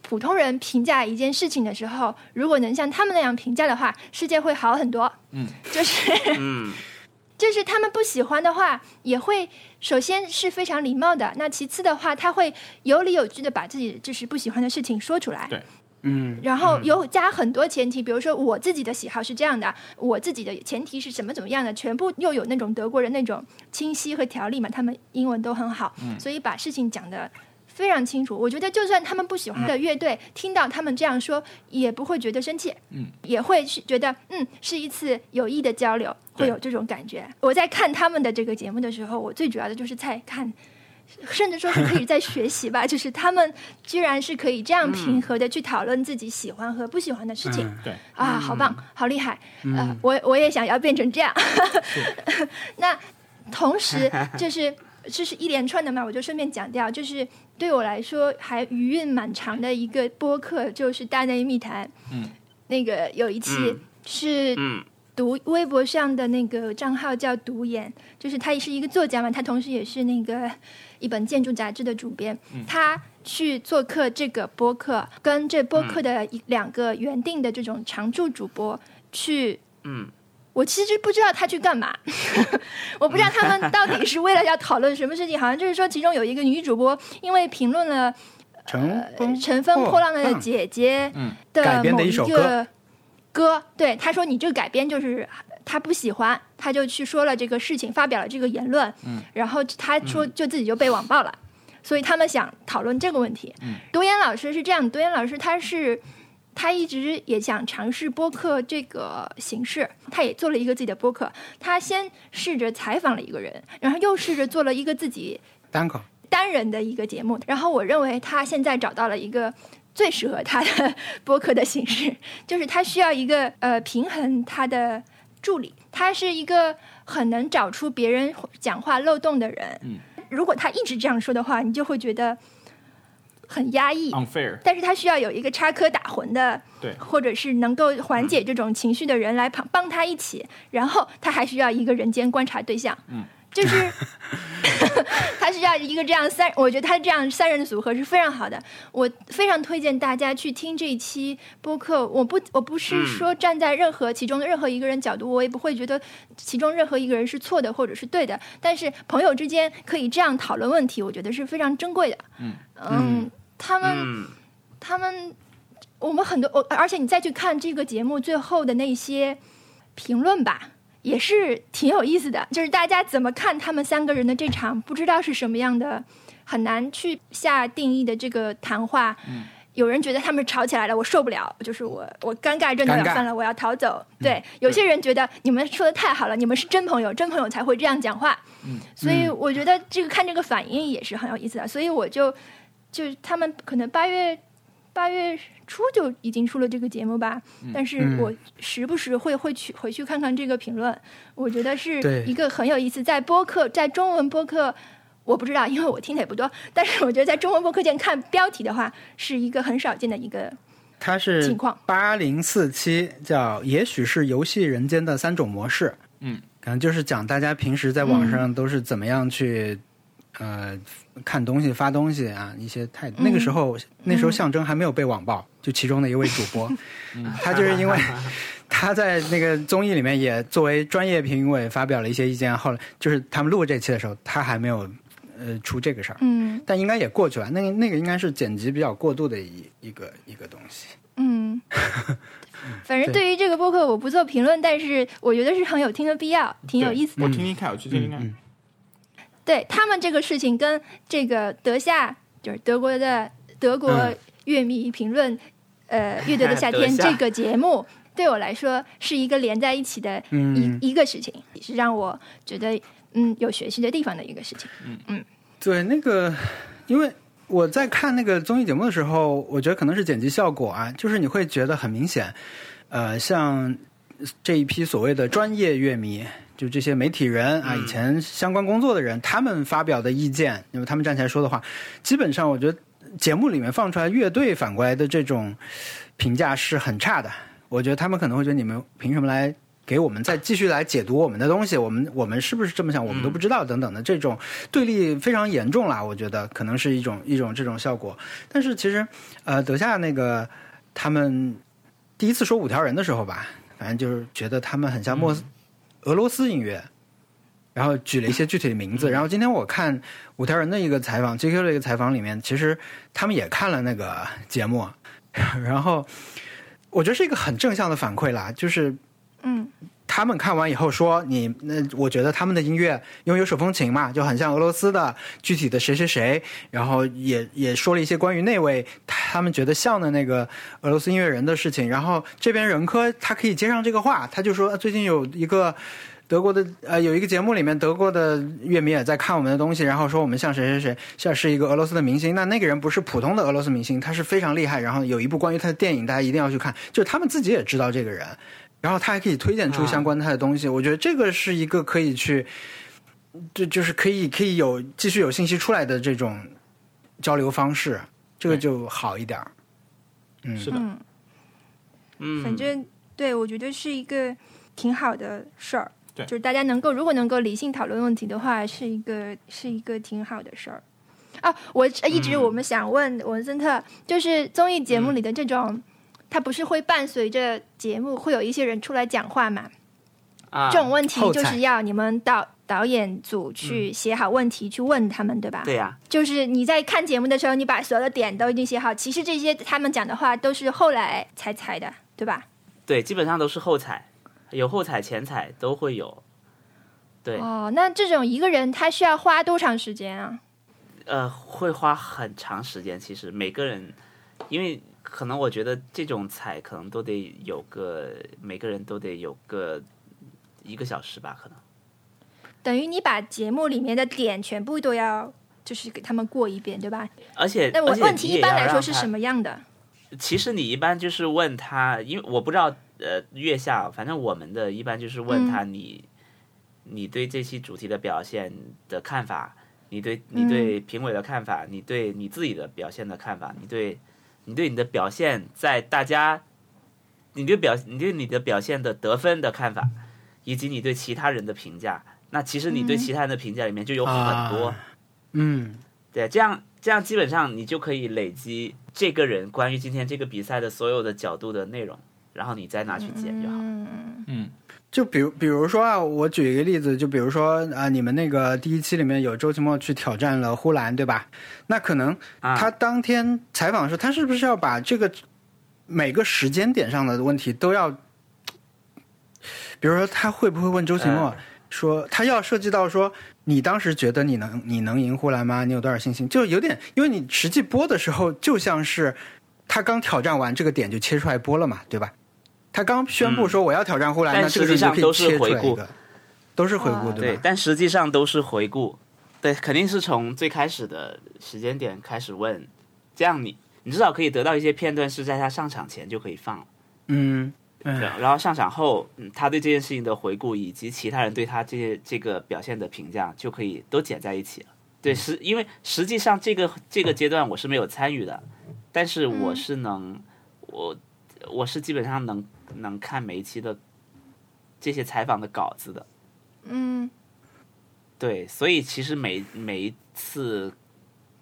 [SPEAKER 4] 普通人评价一件事情的时候，如果能像他们那样评价的话，世界会好很多。
[SPEAKER 1] 嗯，
[SPEAKER 4] 就是
[SPEAKER 2] 嗯
[SPEAKER 4] 就是他们不喜欢的话，也会首先是非常礼貌的，那其次的话，他会有理有据的把自己就是不喜欢的事情说出来。
[SPEAKER 1] 对
[SPEAKER 3] 嗯
[SPEAKER 4] 然后有加很多前提，比如说我自己的喜好是这样的，我自己的前提是什么怎么样的，全部又有那种德国人那种清晰和条理嘛，他们英文都很好，
[SPEAKER 1] 嗯
[SPEAKER 4] 所以把事情讲得非常清楚。我觉得就算他们不
[SPEAKER 1] 嗯
[SPEAKER 4] 喜欢的乐队、听到他们这样说，也不会觉得生气，
[SPEAKER 1] 嗯，
[SPEAKER 4] 也会是觉得嗯是一次有益的交流，
[SPEAKER 1] 对
[SPEAKER 4] 会有这种感觉。我在看他们的这个节目的时候，我最主要的就是在看。甚至说是可以在学 习吧，就是他们居然是可以这样平和的去讨论自己喜欢和不喜欢的事情、
[SPEAKER 3] 嗯
[SPEAKER 1] 对，嗯
[SPEAKER 4] 啊，好棒，好厉害！呃，我我也想要变成这样。 那同时就是这是一连串的嘛，我就顺便讲掉，就是对我来说还余韵蛮长的一个播客，就是《大内密谈》。
[SPEAKER 1] 嗯，
[SPEAKER 4] 那个有一期
[SPEAKER 2] 嗯
[SPEAKER 4] 是
[SPEAKER 2] 嗯
[SPEAKER 4] 读微博上的那个账号叫“读研”，就是他也是一个作家嘛，他同时也是那个一本建筑杂志的主编。
[SPEAKER 2] 嗯
[SPEAKER 4] 他去做客这个播客，跟这播
[SPEAKER 2] 嗯
[SPEAKER 4] 客的一两个原定的这种常驻主播去，
[SPEAKER 2] 嗯，
[SPEAKER 4] 我其实不知道他去干嘛， 我不知道他们到底是为了要讨论什么事情，好像就是说其中有一个女主播因为评论了
[SPEAKER 3] 乘
[SPEAKER 4] 呃
[SPEAKER 3] 风
[SPEAKER 4] 《乘风破浪的
[SPEAKER 3] 嗯
[SPEAKER 4] 姐姐
[SPEAKER 1] 嗯》
[SPEAKER 3] 改
[SPEAKER 4] 的
[SPEAKER 3] 编
[SPEAKER 4] 某
[SPEAKER 3] 的一
[SPEAKER 4] 一
[SPEAKER 3] 首
[SPEAKER 4] 个歌，对他说你这个改编就是他不喜欢，他就去说了这个事情，发表了这个言论，
[SPEAKER 1] 嗯
[SPEAKER 4] 然后他说就自己就被网暴了，所以他们想讨论这个问题。
[SPEAKER 1] 嗯
[SPEAKER 4] 读研老师是这样，读研老师他是。他一直也想尝试播客这个形式，他也做了一个自己的播客。他先试着采访了一个人，然后又试着做了一个自己
[SPEAKER 3] 单口，
[SPEAKER 4] 单人的一个节目，然后我认为他现在找到了一个最适合他的 播客的形式，就是他需要一个呃平衡他的助理，他是一个很能找出别人讲话漏洞的人。
[SPEAKER 1] 嗯，
[SPEAKER 4] 如果他一直这样说的话，你就会觉得很压抑。
[SPEAKER 1] ，unfair，
[SPEAKER 4] 但是他需要有一个插科打诨的，
[SPEAKER 1] 对
[SPEAKER 4] 或者是能够缓解这种情绪的人来帮帮他一起，然后他还需要一个人间观察对象，
[SPEAKER 1] 嗯，
[SPEAKER 4] 就是 他需要一个这样三，我觉得他这样三人的组合是非常好的，我非常推荐大家去听这一期播客。我不我不是说
[SPEAKER 1] 嗯
[SPEAKER 4] 站在任何其中的任何一个人角度，我也不会觉得其中任何一个人是错的或者是对的，但是朋友之间可以这样讨论问题，我觉得是非常珍贵的。
[SPEAKER 1] 嗯
[SPEAKER 3] 嗯
[SPEAKER 4] 他们、
[SPEAKER 2] 嗯
[SPEAKER 4] 他们，我们很多，我而且你再去看这个节目最后的那些评论吧，也是挺有意思的，就是大家怎么看他们三个人的这场不知道是什么样的，很难去下定义的这个谈话。
[SPEAKER 1] 嗯
[SPEAKER 4] 有人觉得他们吵起来了，我受不了，就是我我尴尬认得了
[SPEAKER 3] 尴尬
[SPEAKER 4] 算了，我要逃走。对，有些人觉得你们说的太好了，你们是真朋友，真朋友才会这样讲话。
[SPEAKER 1] 嗯，
[SPEAKER 4] 所以我觉得这个看这个反应也是很有意思的，所以我就就他们可能八月八月初就已经出了这个节目吧，但是我时不时会会去回去看看这个评论，我觉得
[SPEAKER 3] 对
[SPEAKER 4] 是一个很有意思，在播客在中文播客。我不知道，因为我听的也不多，但是我觉得在中文播客界看标题的话，是一个很少见的一个
[SPEAKER 3] 它是
[SPEAKER 4] 情况
[SPEAKER 3] 八零四七，叫《也许是游戏人间的三种模式》。
[SPEAKER 1] 嗯，
[SPEAKER 3] 可能就是讲大家平时在网
[SPEAKER 4] 嗯
[SPEAKER 3] 上都是怎么样去、呃看东西、发东西啊，一些态度。
[SPEAKER 4] 嗯
[SPEAKER 3] 那个时候，那时候象征还没有被网暴，就其中的一位主 播，他就是因为 他在那个综艺里面也作为专业评委发表了一些意见，后来就是他们录这期的时候，他还没有呃出这个事儿。
[SPEAKER 4] 嗯
[SPEAKER 3] 但应该也过去了，那个那个应该是剪辑比较过度的一一个一个东西。
[SPEAKER 4] 嗯，反正对于这个播客我不做评论，但是我觉得是很有听的必要，挺有
[SPEAKER 1] 对
[SPEAKER 4] 意思的
[SPEAKER 1] 我。听听看，我去听听看。
[SPEAKER 3] 嗯
[SPEAKER 4] 对他们这个事情跟这个德夏，就是德国的德国
[SPEAKER 3] 嗯
[SPEAKER 4] 乐迷评论， 呃，《乐队的夏天
[SPEAKER 2] 德》夏
[SPEAKER 4] 这个节目，对我来说是一个连在一起的一、
[SPEAKER 3] 嗯
[SPEAKER 4] 一个事情，也是让我觉得嗯有学习的地方的一个事情。
[SPEAKER 3] 对，那个，因为我在看那个综艺节目的时候，我觉得可能是剪辑效果啊，就是你会觉得很明显，呃，像这一批所谓的专业乐迷，就这些媒体人啊，以前相关工作的人，他们发表的意见，因为他们站起来说的话，基本上我觉得节目里面放出来乐队反过来的这种评价是很差的。我觉得他们可能会觉得你们凭什么来给我们再继续来解读我们的东西？我们我们是不是这么想？我们都不知道等等的这种对立非常严重啦。我觉得可能是一种一种这种效果。但是其实呃，德夏那个他们第一次说五条人的时候吧，反正就是觉得他们很像莫斯、俄罗斯音乐。然后举了一些具体的名字，然后今天我看五条人的一个采访，GQ 的一个采访里面，其实他们也看了那个节目， 然后我觉得是一个很正向的反馈啦，就是
[SPEAKER 4] 嗯
[SPEAKER 3] 他们看完以后说你，那我觉得他们的音乐，因为有手风琴嘛，就很像俄罗斯的具体的谁谁谁，然后也也说了一些关于那位他们觉得像的那个俄罗斯音乐人的事情，然后这边任科他可以接上这个话，他就说呃最近有一个。德国的呃有一个节目里面，德国的乐迷也在看我们的东西，然后说我们像谁谁谁，像是一个俄罗斯的明星。那那个人不是普通的俄罗斯明星，他是非常厉害，然后有一部关于他的电影，大家一定要去看。就是他们自己也知道这个人，然后他还可以推荐出相关他的东西。我觉得这个是一个可以去，就就是可以可以有继续有信息出来的这种交流方式，这个就好一点儿。嗯，
[SPEAKER 1] 是的，
[SPEAKER 4] 嗯，
[SPEAKER 2] 嗯，
[SPEAKER 4] 反正对我觉得是一个挺好的事儿。
[SPEAKER 1] 对
[SPEAKER 4] 就是大家能够如果能够理性讨论问题的话，是一个是一个挺好的事儿。啊，我呃一
[SPEAKER 2] 嗯
[SPEAKER 4] 直我们想问文森特，就是综艺节目里的这种，它不是会伴随着节目会有一些人出来讲话嘛？
[SPEAKER 2] 啊，
[SPEAKER 4] 这种问题
[SPEAKER 3] 后
[SPEAKER 4] 就
[SPEAKER 3] 采
[SPEAKER 4] 是要你们导导演组去写好问题去问他们，对吧？
[SPEAKER 2] 嗯对呀、
[SPEAKER 4] 就是你在看节目的时候，你把所有的点都已经写好，其实这些他们讲的话都是后来才猜的，对吧？
[SPEAKER 2] 对，基本上都是后采，有后采前采都会有。对，
[SPEAKER 4] 哦，那这种一个人他需要花多长时间啊？
[SPEAKER 2] 呃，会花很长时间。其实每个人，因为可能我觉得这种采可能都得有个，每个人都得有个一个小时吧，可能。
[SPEAKER 4] 等于你把节目里面的点全部都要就是给他们过一遍，对吧？
[SPEAKER 2] 而且，
[SPEAKER 4] 那我
[SPEAKER 2] 而且
[SPEAKER 4] 问
[SPEAKER 2] 你
[SPEAKER 4] 题
[SPEAKER 2] 也
[SPEAKER 4] 一般
[SPEAKER 2] 要
[SPEAKER 4] 来说
[SPEAKER 2] 让
[SPEAKER 4] 是
[SPEAKER 2] 他
[SPEAKER 4] 什么样的？
[SPEAKER 2] 其实你一般就是问他，因为我不知道，呃，月下，反正我们的一般就是问他你，你对这期主题的表现的看法，你对你对评委的看法，你对你自己的表现的看法，你对你对你的表现在大家，你对表你对你的表现的得分的看法，以及你对其他人的评价。那其实你对其他人的评价里面就有很多。
[SPEAKER 3] 啊嗯，
[SPEAKER 2] 对，这样这样基本上你就可以累积这个人关于今天这个比赛的所有的角度的内容，然后你再拿去剪就好。
[SPEAKER 4] 嗯，
[SPEAKER 1] 嗯，
[SPEAKER 3] 就比如比如说啊，我举一个例子，就比如说啊，你们那个第一期里面有周奇墨去挑战了呼兰，对吧？那可能
[SPEAKER 2] 啊
[SPEAKER 3] 他当天采访的时候，他是不是要把这个每个时间点上的问题都要比如说他会不会问周奇墨、
[SPEAKER 2] 哎
[SPEAKER 3] 说他要涉及到说你当时觉得你能你能赢呼兰吗？你有多少信心？就有点，因为你实际播的时候就像是他刚挑战完这个点就切出来播了嘛，对
[SPEAKER 2] 嗯
[SPEAKER 3] 吧？他刚宣布说我要挑战呼兰，
[SPEAKER 2] 但
[SPEAKER 3] 那这个
[SPEAKER 2] 实际
[SPEAKER 3] 时候就可以
[SPEAKER 2] 上都
[SPEAKER 3] 切
[SPEAKER 2] 是
[SPEAKER 3] 出来
[SPEAKER 2] 回顾
[SPEAKER 3] 一个，都是回顾
[SPEAKER 4] 啊
[SPEAKER 3] 对
[SPEAKER 2] 对
[SPEAKER 3] 吧，？
[SPEAKER 2] 但实际上都是回顾，对，肯定是从最开始的时间点开始问，这样你你至少可以得到一些片段是在他上场前就可以放了，啊
[SPEAKER 3] 嗯，
[SPEAKER 2] 对
[SPEAKER 3] 哎，
[SPEAKER 2] 然后上场后、嗯他对这件事情的回顾以及其他人对他这些这个表现的评价就可以都剪在一起了。
[SPEAKER 3] 嗯
[SPEAKER 2] 对，实因为实际上这个这个阶段我是没有参与的，但是我是能，我我是基本上能能看每一期的这些采访的稿子的。
[SPEAKER 4] 嗯
[SPEAKER 2] 对，所以其实每每一次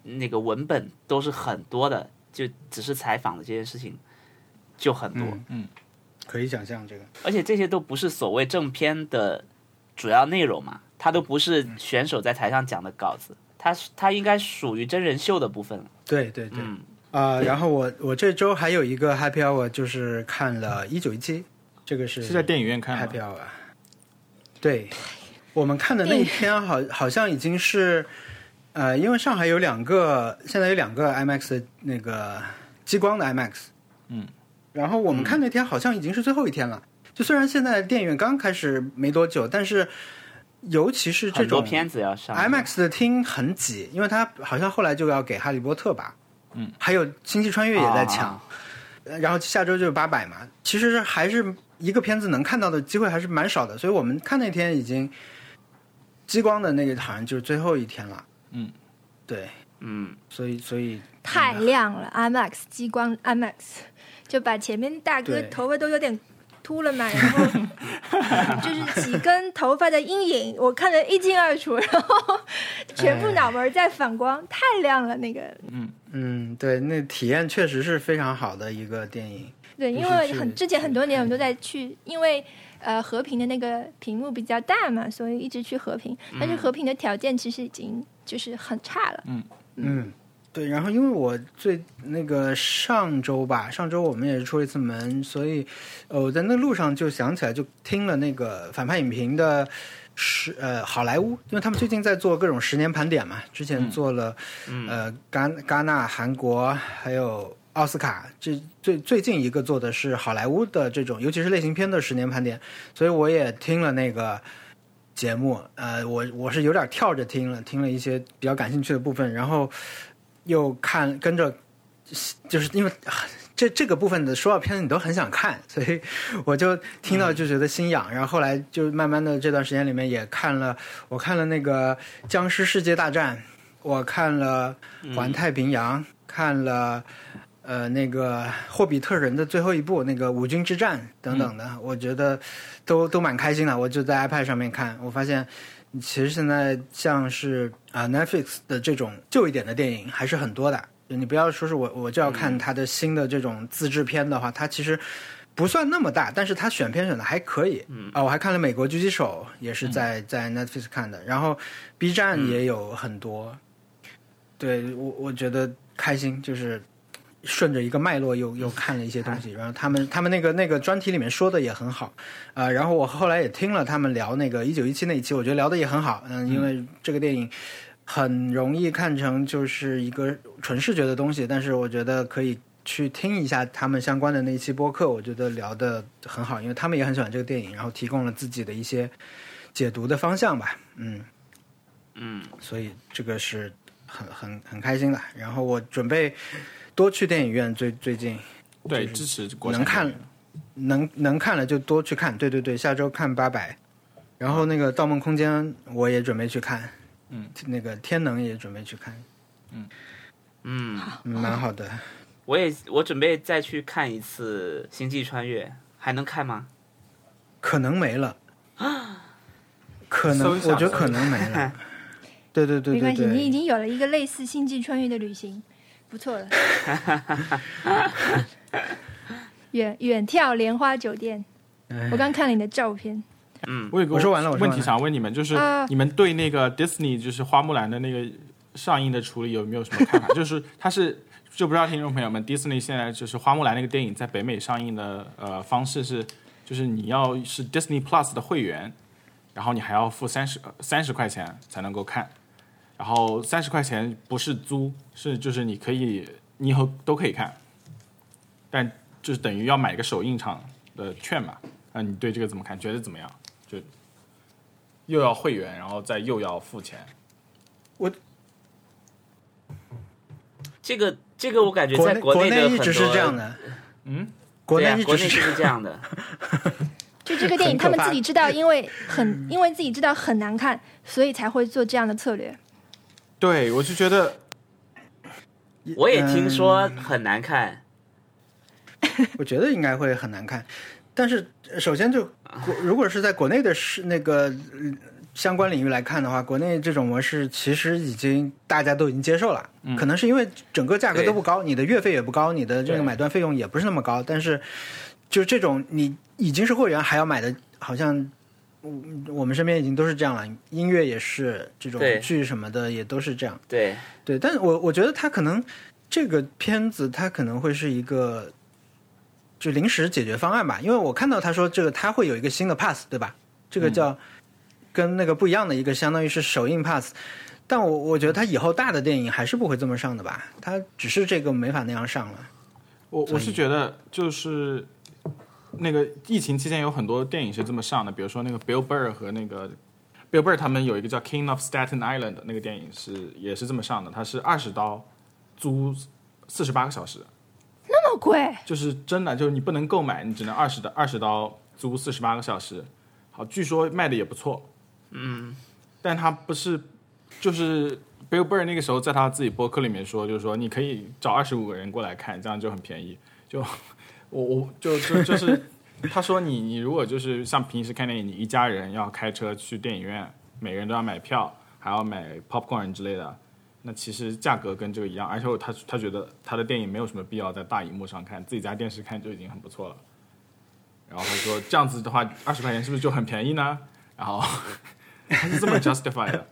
[SPEAKER 2] 那个文本都是很多的，就只是采访的这件事情就很多，
[SPEAKER 3] 嗯
[SPEAKER 1] 嗯
[SPEAKER 3] 可以想象这个，
[SPEAKER 2] 而且这些都不是所谓正片的主要内容嘛，它都不是选手在台上讲的稿子，它它应该属于真人秀的部分了。
[SPEAKER 3] 对对对，
[SPEAKER 2] 嗯，
[SPEAKER 3] 啊、然后我我这周还有一个 Happy Hour，就是看了一九一七，这个是
[SPEAKER 1] 是在电影院看
[SPEAKER 3] Happy
[SPEAKER 1] 的，
[SPEAKER 3] Hour。对，我们看的那一天好好像已经是，呃，因为上海有两个，现在有两个 IMAX 的那个激光的 IMAX，
[SPEAKER 1] 嗯，
[SPEAKER 3] 然后我们看那天好像已经是最后一天了。就虽然现在电影院刚开始没多久，但是尤其是这
[SPEAKER 2] 很多
[SPEAKER 3] 种
[SPEAKER 2] 片子要上
[SPEAKER 3] IMAX 的厅很挤，因为它好像后来就要给《哈利波特》吧，
[SPEAKER 1] 嗯，
[SPEAKER 3] 还有《星际穿越》也在抢，
[SPEAKER 2] 啊
[SPEAKER 3] 呃然后下周就是八百嘛。其实还是一个片子能看到的机会还是蛮少的，所以我们看那天已经激光的那个好像就是最后一天了，
[SPEAKER 1] 嗯，
[SPEAKER 3] 对，
[SPEAKER 2] 嗯，
[SPEAKER 3] 所以所以嗯
[SPEAKER 4] 太亮了，IMAX 激光 IMAX 就把前面大哥
[SPEAKER 3] 对
[SPEAKER 4] 头发都有点秃了嘛，然后就是几根头发的阴影，我看得一清二楚，然后全
[SPEAKER 2] 哎
[SPEAKER 4] 部脑门儿在反光，太亮了那个。
[SPEAKER 3] 嗯，对，那体验确实是非常好的一个电影，
[SPEAKER 4] 对，
[SPEAKER 3] 就
[SPEAKER 4] 因
[SPEAKER 3] 是
[SPEAKER 4] 为
[SPEAKER 3] 去
[SPEAKER 4] 很之前很多年我
[SPEAKER 3] 看
[SPEAKER 4] 们都在去，因为呃和平的那个屏幕比较大嘛，所以一直去和平，但是和平的条件其实已经就是很差了。
[SPEAKER 3] 嗯，对，然后因为我最那个上周吧，上周我们也是出了一次门，所以呃我在那路上就想起来，就听了那个反派影评的十呃好莱坞，因为他们最近在做各种十年盘点嘛，之前做了、呃戛戛纳、韩国还有。奥斯卡这最最近一个做的是好莱坞的这种，尤其是类型片的十年盘点，所以我也听了那个节目，呃，我我是有点跳着听了，听了一些比较感兴趣的部分，然后又看跟着，就是因为 啊这这个部分的说到片子你都很想看，所以我就听到就觉得心痒，然后后来就慢慢的这段时间里面也看了，我看了那个《僵尸世界大战》，我看了《环太平洋》，看了。呃，那个《霍比特人》的最后一部，那个《五军之战》等等的，我觉得都都蛮开心的。我就在 iPad 上面看，我发现其实现在像是啊、Netflix 的这种旧一点的电影还是很多的。就你不要说是我我就要看它的新的这种自制片的话，它其实不算那么大，但是它选片选的还可以。嗯啊，我还看了《美国狙击手》，也是在、在 Netflix 看的，然后 B 站也有很多。对我我觉得开心，就是顺着一个脉络又又看了一些东西，然后他们他们那个那个专题里面说的也很好，呃，然后我后来也听了他们聊那个一九一七那一期，我觉得聊的也很好，嗯，因为这个电影很容易看成就是一个纯视觉的东西，但是我觉得可以去听一下他们相关的那一期播客，我觉得聊的很好，因为他们也很喜欢这个电影，然后提供了自己的一些解读的方向吧，嗯
[SPEAKER 2] 嗯，
[SPEAKER 3] 所以这个是很很很开心的。然后我准备多去电影院最最近。
[SPEAKER 1] 对，支持国产
[SPEAKER 3] 能看
[SPEAKER 1] 电影，
[SPEAKER 3] 能能看了就多去看。对对对，下周看八百，然后那个《盗梦空间》我也准备去看，
[SPEAKER 1] 嗯，
[SPEAKER 3] 那个《天能》也准备去看，
[SPEAKER 2] 嗯，
[SPEAKER 3] 嗯蛮好的。
[SPEAKER 2] 我也我准备再去看一次《星际穿越》，还能看吗？
[SPEAKER 3] 可能没了，
[SPEAKER 4] 啊
[SPEAKER 3] 可能
[SPEAKER 1] 搜一下
[SPEAKER 3] 我觉得
[SPEAKER 1] 搜一
[SPEAKER 3] 可能没了。 对对对对
[SPEAKER 4] 没关系，你已
[SPEAKER 3] 对，
[SPEAKER 4] 经有了一个类似星际穿越的旅行，不错 了。远远眺莲花酒店，
[SPEAKER 3] 哎
[SPEAKER 4] 我刚看了你的照片，
[SPEAKER 2] 嗯，
[SPEAKER 1] 我有个
[SPEAKER 3] 我说完了我说
[SPEAKER 1] 问
[SPEAKER 3] 完
[SPEAKER 1] 题
[SPEAKER 3] 了
[SPEAKER 1] 想问你们，就是
[SPEAKER 4] 啊
[SPEAKER 1] 你们对那个 Disney 就是花木兰的那个上映的处理有没有什么看法？就是它是就不知道听众朋友们，Disney 现在就是花木兰那个电影在北美上映的呃方式是就是你要是 Disney Plus 的会员，然后你还要付三十三十块钱才能够看，然后三十块钱不是租，是就是你可以你以后都可以看，但就是等于要买个首映场的券嘛。那你对这个怎么看？觉得怎么样？就又要会员，然后再又要付钱，
[SPEAKER 2] 这个这个我感觉
[SPEAKER 3] 国
[SPEAKER 2] 在内
[SPEAKER 3] 内
[SPEAKER 2] 的
[SPEAKER 3] 内
[SPEAKER 2] 很
[SPEAKER 3] 一
[SPEAKER 2] 多
[SPEAKER 3] 直是这样，的，
[SPEAKER 1] 嗯，
[SPEAKER 3] 国
[SPEAKER 2] 对
[SPEAKER 3] 内
[SPEAKER 2] 呀
[SPEAKER 3] 一
[SPEAKER 2] 国
[SPEAKER 3] 直
[SPEAKER 2] 内
[SPEAKER 3] 是
[SPEAKER 2] 就是这样 的。
[SPEAKER 4] 就这个电
[SPEAKER 3] 很
[SPEAKER 4] 影，
[SPEAKER 3] 可怕
[SPEAKER 4] 他们自己知 道，因为很因为自己知道很难看，所以才会做这样的策略。
[SPEAKER 1] 对我就觉得
[SPEAKER 2] 我也听说很难看，
[SPEAKER 3] 我觉得应该会很难看。但是呃首先就国，如果是在国内的是那个呃相关领域来看的话，国内这种模式其实已经大家都已经接受了。可能是因为整个价格都不高，你的月费也不高，你的这个
[SPEAKER 1] 对
[SPEAKER 3] 买断费用也不是那么高。但是就这种你已经是会员还要买的，好像。嗯我们身边已经都是这样了，音乐也是这种
[SPEAKER 2] 对
[SPEAKER 3] 剧什么的也都是这样。
[SPEAKER 2] 对，
[SPEAKER 3] 对，但是我我觉得他可能这个片子他可能会是一个就临时解决方案吧，因为我看到他说这个他会有一个新的 pass，对吧？这个叫跟那个不一样的一个，相当于是首映 pass。但我我觉得他以后大的电影还是不会这么上的吧，他只是这个没法那样上了。
[SPEAKER 1] 我我是觉得就是那个疫情期间有很多电影是这么上的，比如说那个 Bill Burr 和那个 Bill Burr 他们有一个叫《King of Staten Island》的那个电影是也是这么上的，它是二十刀租四十八个小时，
[SPEAKER 4] 那么贵，
[SPEAKER 1] 就是真的就是你不能购买，你只能二十的二十刀租四十八个小时。好，据说卖的也不错，嗯，但他不是就是 Bill Burr 那个时候在他自己播客里面说，就是说你可以找二十五个人过来看，这样就很便宜。就 我我就就就是 他说你你如果就是像平时看电影，你一家人要开车去电影院，每个人都要买票，还要买 popcorn 之类的。那其实价格跟这个一样，而且他他觉得他的电影没有什么必要在大荧幕上看，自己家电视看就已经很不错了。然后他说这样子的话，二十块钱是不是就很便宜呢？然后他是这么 justify 的。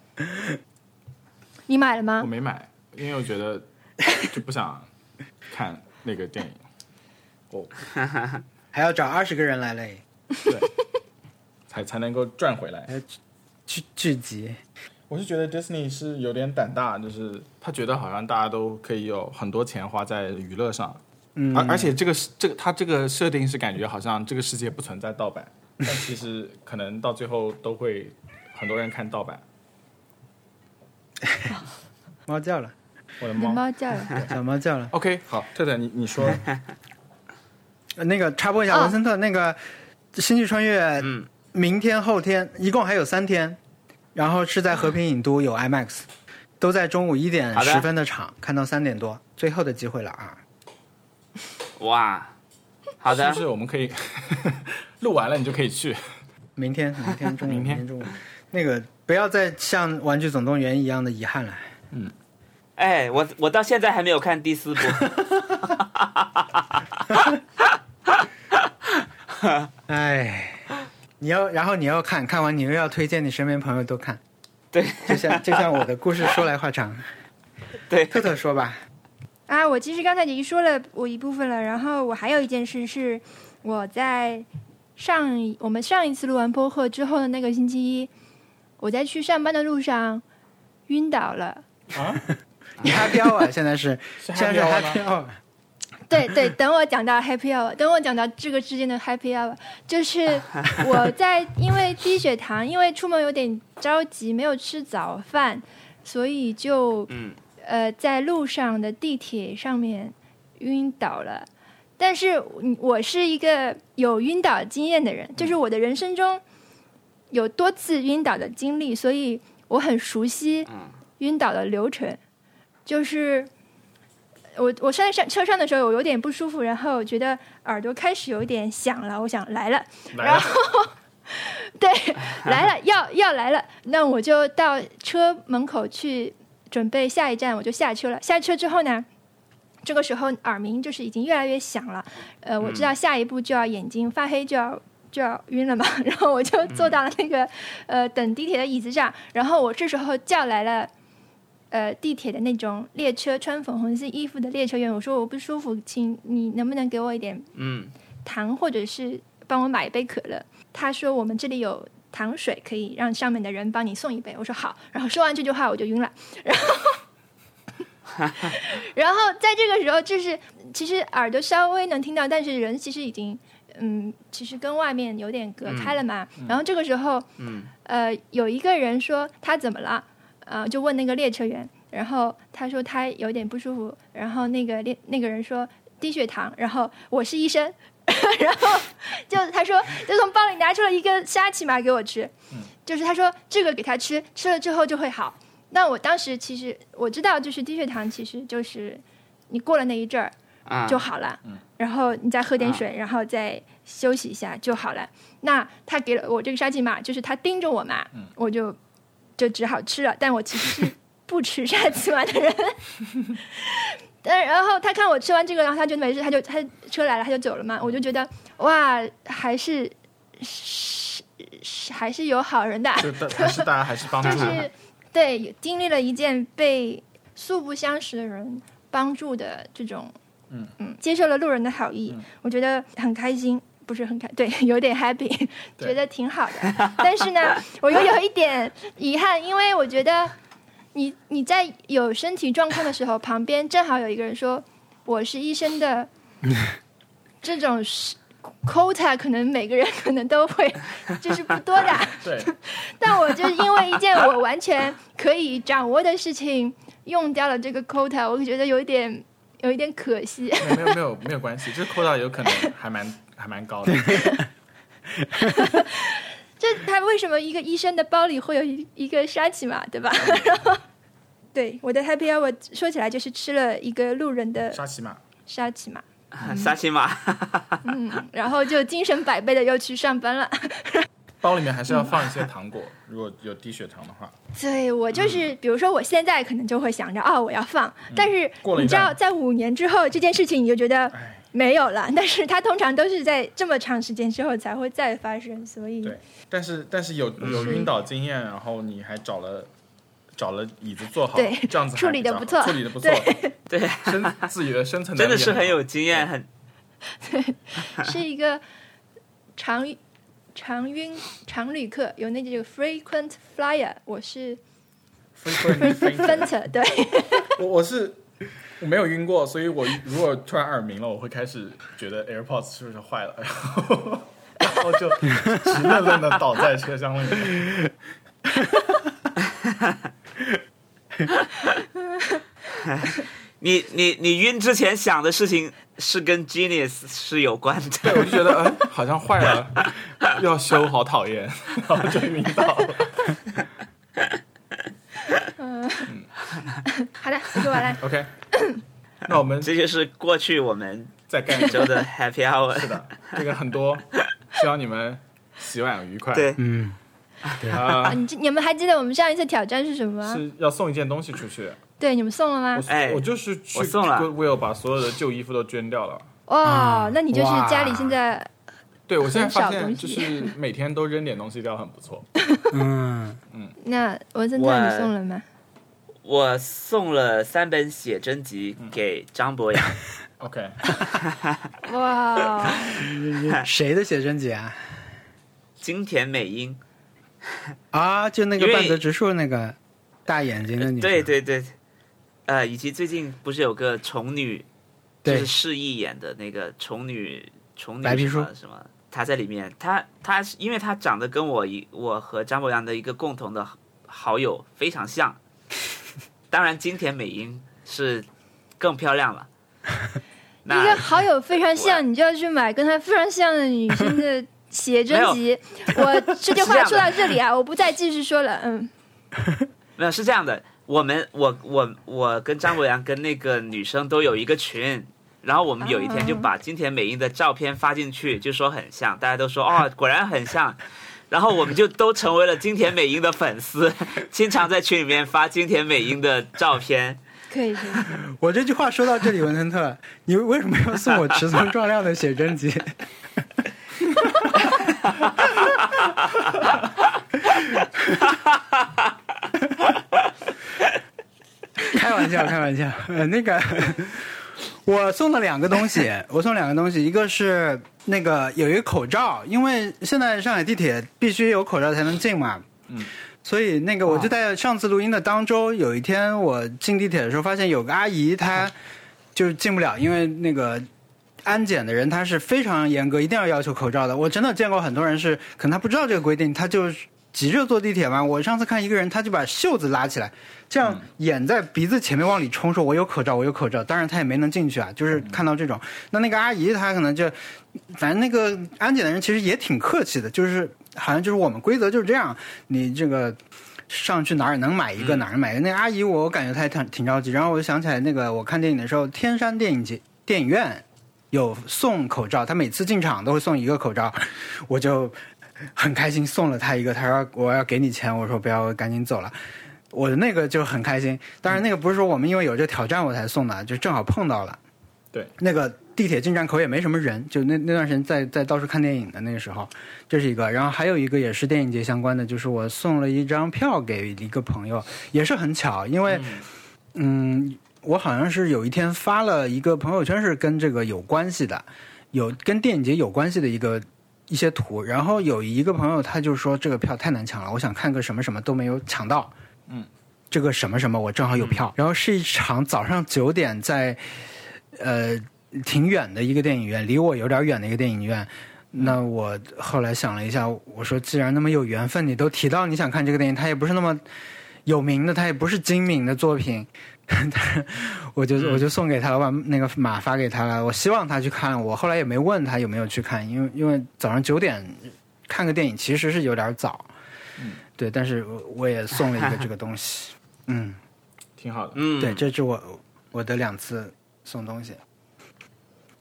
[SPEAKER 4] 你买了
[SPEAKER 1] 我
[SPEAKER 4] 吗？
[SPEAKER 1] 没买，因为我觉得就不想看那个电影。哦我
[SPEAKER 3] 还要找二十个人来嘞，
[SPEAKER 1] 对，才才能够赚回来。
[SPEAKER 3] 聚聚集。
[SPEAKER 1] 我是觉得 Disney 是有点胆大，就是他觉得好像大家都可以有很多钱花在娱乐上，
[SPEAKER 3] 嗯，
[SPEAKER 1] 而而且这个是这个他这个设定是感觉好像这个世界不存在盗版，但其实可能到最后都会很多人看盗版。
[SPEAKER 3] 猫叫了，
[SPEAKER 1] 我的
[SPEAKER 4] 你的
[SPEAKER 1] 猫。
[SPEAKER 4] 猫叫了，
[SPEAKER 3] 小猫叫了。
[SPEAKER 1] OK，好，特特，你你 说，
[SPEAKER 3] 呃那个插播一下，
[SPEAKER 4] 哦
[SPEAKER 3] 文森特那个《星际穿越》
[SPEAKER 2] 嗯，
[SPEAKER 3] 明天、后天一共还有三天，然后是在和平影都有 IMAX，都在中午一点
[SPEAKER 2] 好的
[SPEAKER 3] 十分的场，看到三点多，最后的机会了啊！
[SPEAKER 2] 哇，好的，
[SPEAKER 1] 是不是我们可以 录完了你就可以去？
[SPEAKER 3] 明天，明天中午，
[SPEAKER 1] 明
[SPEAKER 3] 明
[SPEAKER 1] 天
[SPEAKER 3] 天中午，那个不要再像《玩具总动员》一样的遗憾了。
[SPEAKER 2] 哎，我我到现在还没有看第四部，
[SPEAKER 3] 哎，你要，然后你要看看完，你又要推荐你身边朋友都看，
[SPEAKER 2] 对，
[SPEAKER 3] 就像就像我的故事说来话长，
[SPEAKER 2] 对，
[SPEAKER 3] 特特说吧，
[SPEAKER 4] 啊，我其实刚才已经说了我一部分了，然后我还有一件事是我在上一我们上一次录完播客之后的那个星期一，我在去上班的路上晕倒了。
[SPEAKER 3] 你哈标啊，现在是
[SPEAKER 1] 啊是
[SPEAKER 3] 啊现在是
[SPEAKER 1] Happy
[SPEAKER 3] 哈
[SPEAKER 1] Hour 吗
[SPEAKER 3] 标，
[SPEAKER 4] 对对，等我讲到 happy hour，等我讲到这个之间的 happy hour，就是我在因为低血糖，因为出门有点着急，没有吃早饭，所以就
[SPEAKER 2] 嗯
[SPEAKER 4] 呃在路上的地铁上面晕倒了。但是嗯我是一个有晕倒经验的人，就是我的人生中有多次晕倒的经历，所以我很熟悉
[SPEAKER 2] 嗯
[SPEAKER 4] 晕倒的流程，就是我我上上车上的时候，我有点不舒服，然后觉得耳朵开始有一点响了，我想来了，
[SPEAKER 1] 来了，
[SPEAKER 4] 对，来了，要要来了，那我就到车门口去准备下一站，我就下车了。下车之后呢，这个时候耳鸣就是已经越来越响了，呃，我知道下一步就要眼睛发黑，就要就要晕了嘛， 然后我就坐到了那个、呃等地铁的椅子上，然后我这时候叫来了。呃，地铁的那种列车穿粉红色衣服的列车员，我说我不舒服，请你能不能给我一点
[SPEAKER 2] 嗯
[SPEAKER 4] 糖或者是帮我买一杯可乐。他说我们这里有糖水，可以让上面的人帮你送一杯。我说好，然后说完这句话我就晕了， 然后然后在这个时候，就是其实耳朵稍微能听到，但是人其实已经嗯，其实跟外面有点隔开了嘛。然后这个时候，
[SPEAKER 2] 嗯，
[SPEAKER 4] 呃，有一个人说他怎么了，呃，就问那个列车员，然后他说他有点不舒服，然后那个列那个人说低血糖，然后我是医生，然后就他说就从包里拿出了一根沙琪玛给我吃，就是他说这个给他吃，吃了之后就会好。那我当时其实我知道，就是低血糖其实就是你过了那一阵儿，
[SPEAKER 2] 啊，
[SPEAKER 4] 就好了。然后你再喝点水，然后再休息一下就好了。那他给了我这个沙琪玛，就是他盯着我嘛，我就就只好吃了。但我其实是不吃沙琪玛的人。但然后他看我吃完这个，然后他就没事，他就他车来了，他就走了嘛。我就觉得哇，还是是是还是有好人的，
[SPEAKER 1] 就大还是大家还是帮助
[SPEAKER 4] 就，是对经历了一件被素不相识的人帮助的这种，
[SPEAKER 1] 嗯
[SPEAKER 4] 接受了路人的好意，我觉得很开心，不是很开，对， 有点 happy，
[SPEAKER 1] 对
[SPEAKER 4] 觉得挺好 的。但是呢，我又有一点遗憾，因为我觉得你你在有身体状况的时候，旁边正好有一个人说我是医生 的，这种是 quota 可能每个人可能都会，就是不多的。
[SPEAKER 1] 对，
[SPEAKER 4] 但我就是因为一件我完全可以掌握的事情，用掉了这个 quota，我觉得有一点有一点可惜。
[SPEAKER 1] 没有没有没有关系，这扣到有可能还蛮还蛮 高的，
[SPEAKER 4] 这他为什么一个医生的包里会有一一个沙琪玛，对吧？
[SPEAKER 1] 嗯
[SPEAKER 4] 然后，对我的 happy hour 说起来就是吃了一个路人的
[SPEAKER 1] 沙琪玛。
[SPEAKER 4] 沙琪玛，
[SPEAKER 2] 沙琪玛，
[SPEAKER 4] 嗯，然后就精神百倍的又去上班了。
[SPEAKER 1] 包里面还是要放一些糖 果，如果有低血糖的话，
[SPEAKER 4] 对我就是，
[SPEAKER 1] 嗯
[SPEAKER 4] 比如说我现在可能就会想着哦，我要放，但是
[SPEAKER 1] 过了一
[SPEAKER 4] 你知道，
[SPEAKER 1] 段
[SPEAKER 4] 在五年之后这件事情你就觉得
[SPEAKER 1] 哎，
[SPEAKER 4] 没有了，但是它通常都是在这么长时间之后才会再发生，所以
[SPEAKER 1] 对但是但是有有晕倒经验，然后你还找了找了椅子坐好，
[SPEAKER 4] 对
[SPEAKER 1] 这样子还
[SPEAKER 4] 处理
[SPEAKER 1] 比较
[SPEAKER 4] 得
[SPEAKER 1] 好
[SPEAKER 4] 不错
[SPEAKER 1] 处理的不错，
[SPEAKER 2] 对，
[SPEAKER 1] 深自己的深 层
[SPEAKER 2] 真的是
[SPEAKER 1] 能
[SPEAKER 2] 很
[SPEAKER 1] 力
[SPEAKER 2] 有经验，很
[SPEAKER 4] 是一个常常晕常旅客，有那几个 frequent flyer，我是
[SPEAKER 1] 很好 frequent
[SPEAKER 4] frequent，对，
[SPEAKER 1] 我我是我没有晕过，所以我如果突然耳鸣了，我会开始觉得 AirPods 是不是坏了，然 后然后就直愣愣的倒在车厢里面。
[SPEAKER 2] 你你你晕之前想的事情是跟 genius 是有关
[SPEAKER 1] 对，
[SPEAKER 2] 的，
[SPEAKER 1] 我就觉得嗯，好像坏了，要修，好讨厌，然后就晕倒了。
[SPEAKER 4] 好的，说完了，
[SPEAKER 1] OK，那我们
[SPEAKER 2] 这就是过去我们
[SPEAKER 1] 再干一
[SPEAKER 2] 本
[SPEAKER 1] 周
[SPEAKER 2] 周 的 happy hour。
[SPEAKER 1] 是的，这个很多，希望你们洗碗愉快。
[SPEAKER 2] 对，
[SPEAKER 3] 嗯，
[SPEAKER 1] 啊、
[SPEAKER 4] 啊，你这你们还记得我们上一次挑战是什么吗？
[SPEAKER 1] 是要送一件东西出去。
[SPEAKER 4] 对，你们送了吗
[SPEAKER 1] 我？
[SPEAKER 2] 哎
[SPEAKER 1] 我就是去
[SPEAKER 2] 我送了
[SPEAKER 1] Goodwill 把所有的旧衣服都捐掉了。
[SPEAKER 4] 哇、
[SPEAKER 3] 嗯
[SPEAKER 4] 那你就是
[SPEAKER 3] 哇
[SPEAKER 4] 家里现在
[SPEAKER 1] 对，我现在发
[SPEAKER 4] 很少
[SPEAKER 1] 现
[SPEAKER 4] 东
[SPEAKER 1] 就
[SPEAKER 4] 西
[SPEAKER 1] 是每天都扔点东西掉，很不错。
[SPEAKER 3] 嗯，
[SPEAKER 4] 那文森
[SPEAKER 2] 我
[SPEAKER 4] 特你送了吗？
[SPEAKER 2] 我送了三本写真集
[SPEAKER 1] 嗯
[SPEAKER 2] 给张博洋，
[SPEAKER 1] OK，
[SPEAKER 4] 哇，
[SPEAKER 3] 谁的写真集啊？
[SPEAKER 2] 金田美英。
[SPEAKER 3] 啊，就那个
[SPEAKER 2] 因为
[SPEAKER 3] 半泽直树那个大眼睛的女生，
[SPEAKER 2] 对对对，呃，以及最近不是有个宠女，就
[SPEAKER 3] 对
[SPEAKER 2] 是释义演的那个宠女，宠女
[SPEAKER 3] 白皮
[SPEAKER 2] 什
[SPEAKER 3] 书
[SPEAKER 2] 么什么，她在里面，她她是因为她长得跟我一我和张博洋的一个共同的好好友非常像，当然金田美英是更漂亮 了。
[SPEAKER 4] 一个
[SPEAKER 2] 那
[SPEAKER 4] 好友非常像，你就要去买跟他非常像的女生的写真集。我这句话说到这里啊，我不再继续说了。嗯，
[SPEAKER 2] 没有，是这样的，我们我我我跟张博洋跟那个女生都有一个群，然后我们有一天就把金田美英的照片发进去，就说很像，大家都说哦， 果然很像。然后我们就都成为了金田美英的粉丝， 经常在群里面发金田美英的照片。
[SPEAKER 4] 可以可以。
[SPEAKER 3] 我这句话说到这里，文森特，你为什么要送我持松壮亮的写真集？ 开玩笑，开玩笑。呃，那个，我送了两个东西，我送两个东西，一个是那个有一个口罩，因为现在上海地铁必须有口罩才能进嘛。
[SPEAKER 1] 嗯。
[SPEAKER 3] 所以那个，我就在上次录音的当周，有一天我进地铁的时候，发现有个阿姨她就是进不了，因为那个安检的人他是非常严格，一定要要求口罩的。我真的见过很多人是，可能他不知道这个规定，他就急着坐地铁嘛。我上次看一个人，他就把袖子拉起来，这样掩在鼻子前面往里冲，说我有口罩，我有口罩。当然他也没能进去啊，就是看到这种，那那个阿姨她可能就，反正那个安检的人其实也挺客气的，就是好像就是我们规则就是这样，你这个。上去哪儿能买一个哪儿能买一个？那个阿姨我感觉她也挺挺着急，然后我就想起来那个我看电影的时候，天山电影节电影院有送口罩，他每次进场都会送一个口罩， 我就很开心送了他一个。他说我要给你钱，我说不要，我赶紧走了。我的那个就很开心，当然那个不是说我们因为有这个挑战我才送的，就正好碰到了。
[SPEAKER 1] 对，
[SPEAKER 3] 那个地铁进站口也没什么人，就那那段时间在在到处看电影的那个时候，这是一个。然后还有一个也是电影节相关的，就是我送了一张票给一个朋友，也是很巧，因为嗯我好像是有一天发了一个朋友圈，是跟这个有关系的，有跟电影节有关系的一个一些图。然后有一个朋友他就说这个票太难抢了，我想看个什么什么都没有抢到。
[SPEAKER 1] 嗯，
[SPEAKER 3] 这个什么什么我正好有票。然后是一场早上九点在呃挺远的一个电影院，离我有点远的一个电影院。那我后来想了一下，我说既然那么有缘分，你都提到你想看这个电影，它也不是那么有名的，它也不是精明的作品， 我就我就送给他了，我把那个码发给他了。我希望他去看，我后来也没问他有没有去看，因为因为早上九点看个电影其实是有点早，对，但是我我也送了一个这个东 西，嗯，
[SPEAKER 1] 挺好的。
[SPEAKER 2] 嗯，
[SPEAKER 3] 对，这是我我的两次送东西，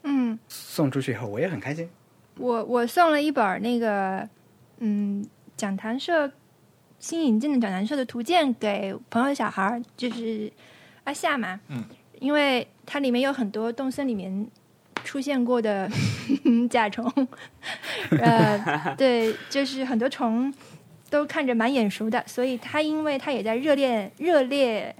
[SPEAKER 4] 嗯，
[SPEAKER 3] 送出去以后我也很开心。
[SPEAKER 4] 我我送了一本儿那个嗯讲坛社新引进的讲坛社的图鉴给朋友的小孩儿，就是阿夏嘛，
[SPEAKER 1] 嗯，
[SPEAKER 4] 因为它里面有很多动森里面出现过的 甲 虫，呃，对，就是很多虫都看着蛮眼熟的，所以他因为他也在热恋热烈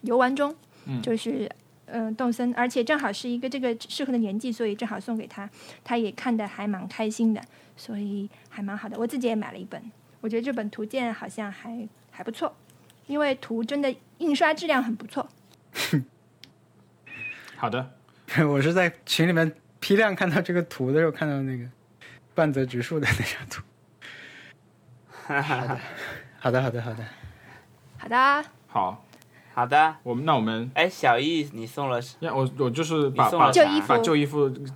[SPEAKER 4] 游玩中，
[SPEAKER 1] 嗯
[SPEAKER 4] 就是嗯、呃动森，而且正好是一个这个适合的年纪，所以正好送给他，他也看的还蛮开心的，所以还蛮好的。我自己也买了一本，我觉得这本图鉴好像还还不错，因为图真的印刷质量很不错。
[SPEAKER 1] 好的，
[SPEAKER 3] 我是在群里面批量看到这个图的时候，看到那个半泽直树的那张 图。好的，好的，好的。
[SPEAKER 4] 好的，
[SPEAKER 1] 好，
[SPEAKER 2] 好的。
[SPEAKER 1] 我们那我们
[SPEAKER 2] 哎，小易，你送了什
[SPEAKER 1] 呀，我我就是把
[SPEAKER 2] 你送了
[SPEAKER 1] 把
[SPEAKER 4] 旧衣服
[SPEAKER 1] 把旧衣服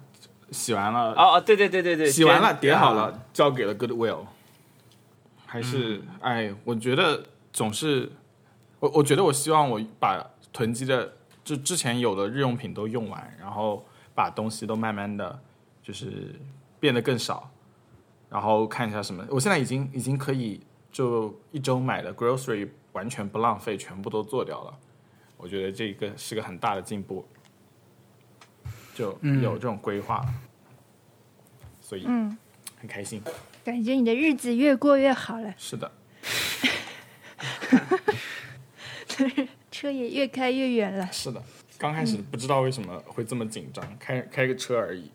[SPEAKER 1] 洗完了，
[SPEAKER 2] 哦哦，对对对对对，
[SPEAKER 1] 洗完了
[SPEAKER 2] 真
[SPEAKER 1] 叠好
[SPEAKER 2] 啊
[SPEAKER 1] 了，交给了 Goodwill。还是、哎，我觉得总是我我觉得我希望我把囤积的就之前有的日用品都用完，然后把东西都慢慢的就是变得更少，然后看一下什么。我现在已经已经可以就一周买的 grocery 完全不浪费，全部都做掉了。我觉得这个是个很大的进步，就有这种规划了，所以
[SPEAKER 4] 嗯，
[SPEAKER 1] 很开心。
[SPEAKER 4] 感觉你的日子越过越好了，
[SPEAKER 1] 是的，
[SPEAKER 4] 车也越开越远了，
[SPEAKER 1] 是的。刚开
[SPEAKER 4] 嗯
[SPEAKER 1] 始不知道为什么会这么紧张，开开个车而已。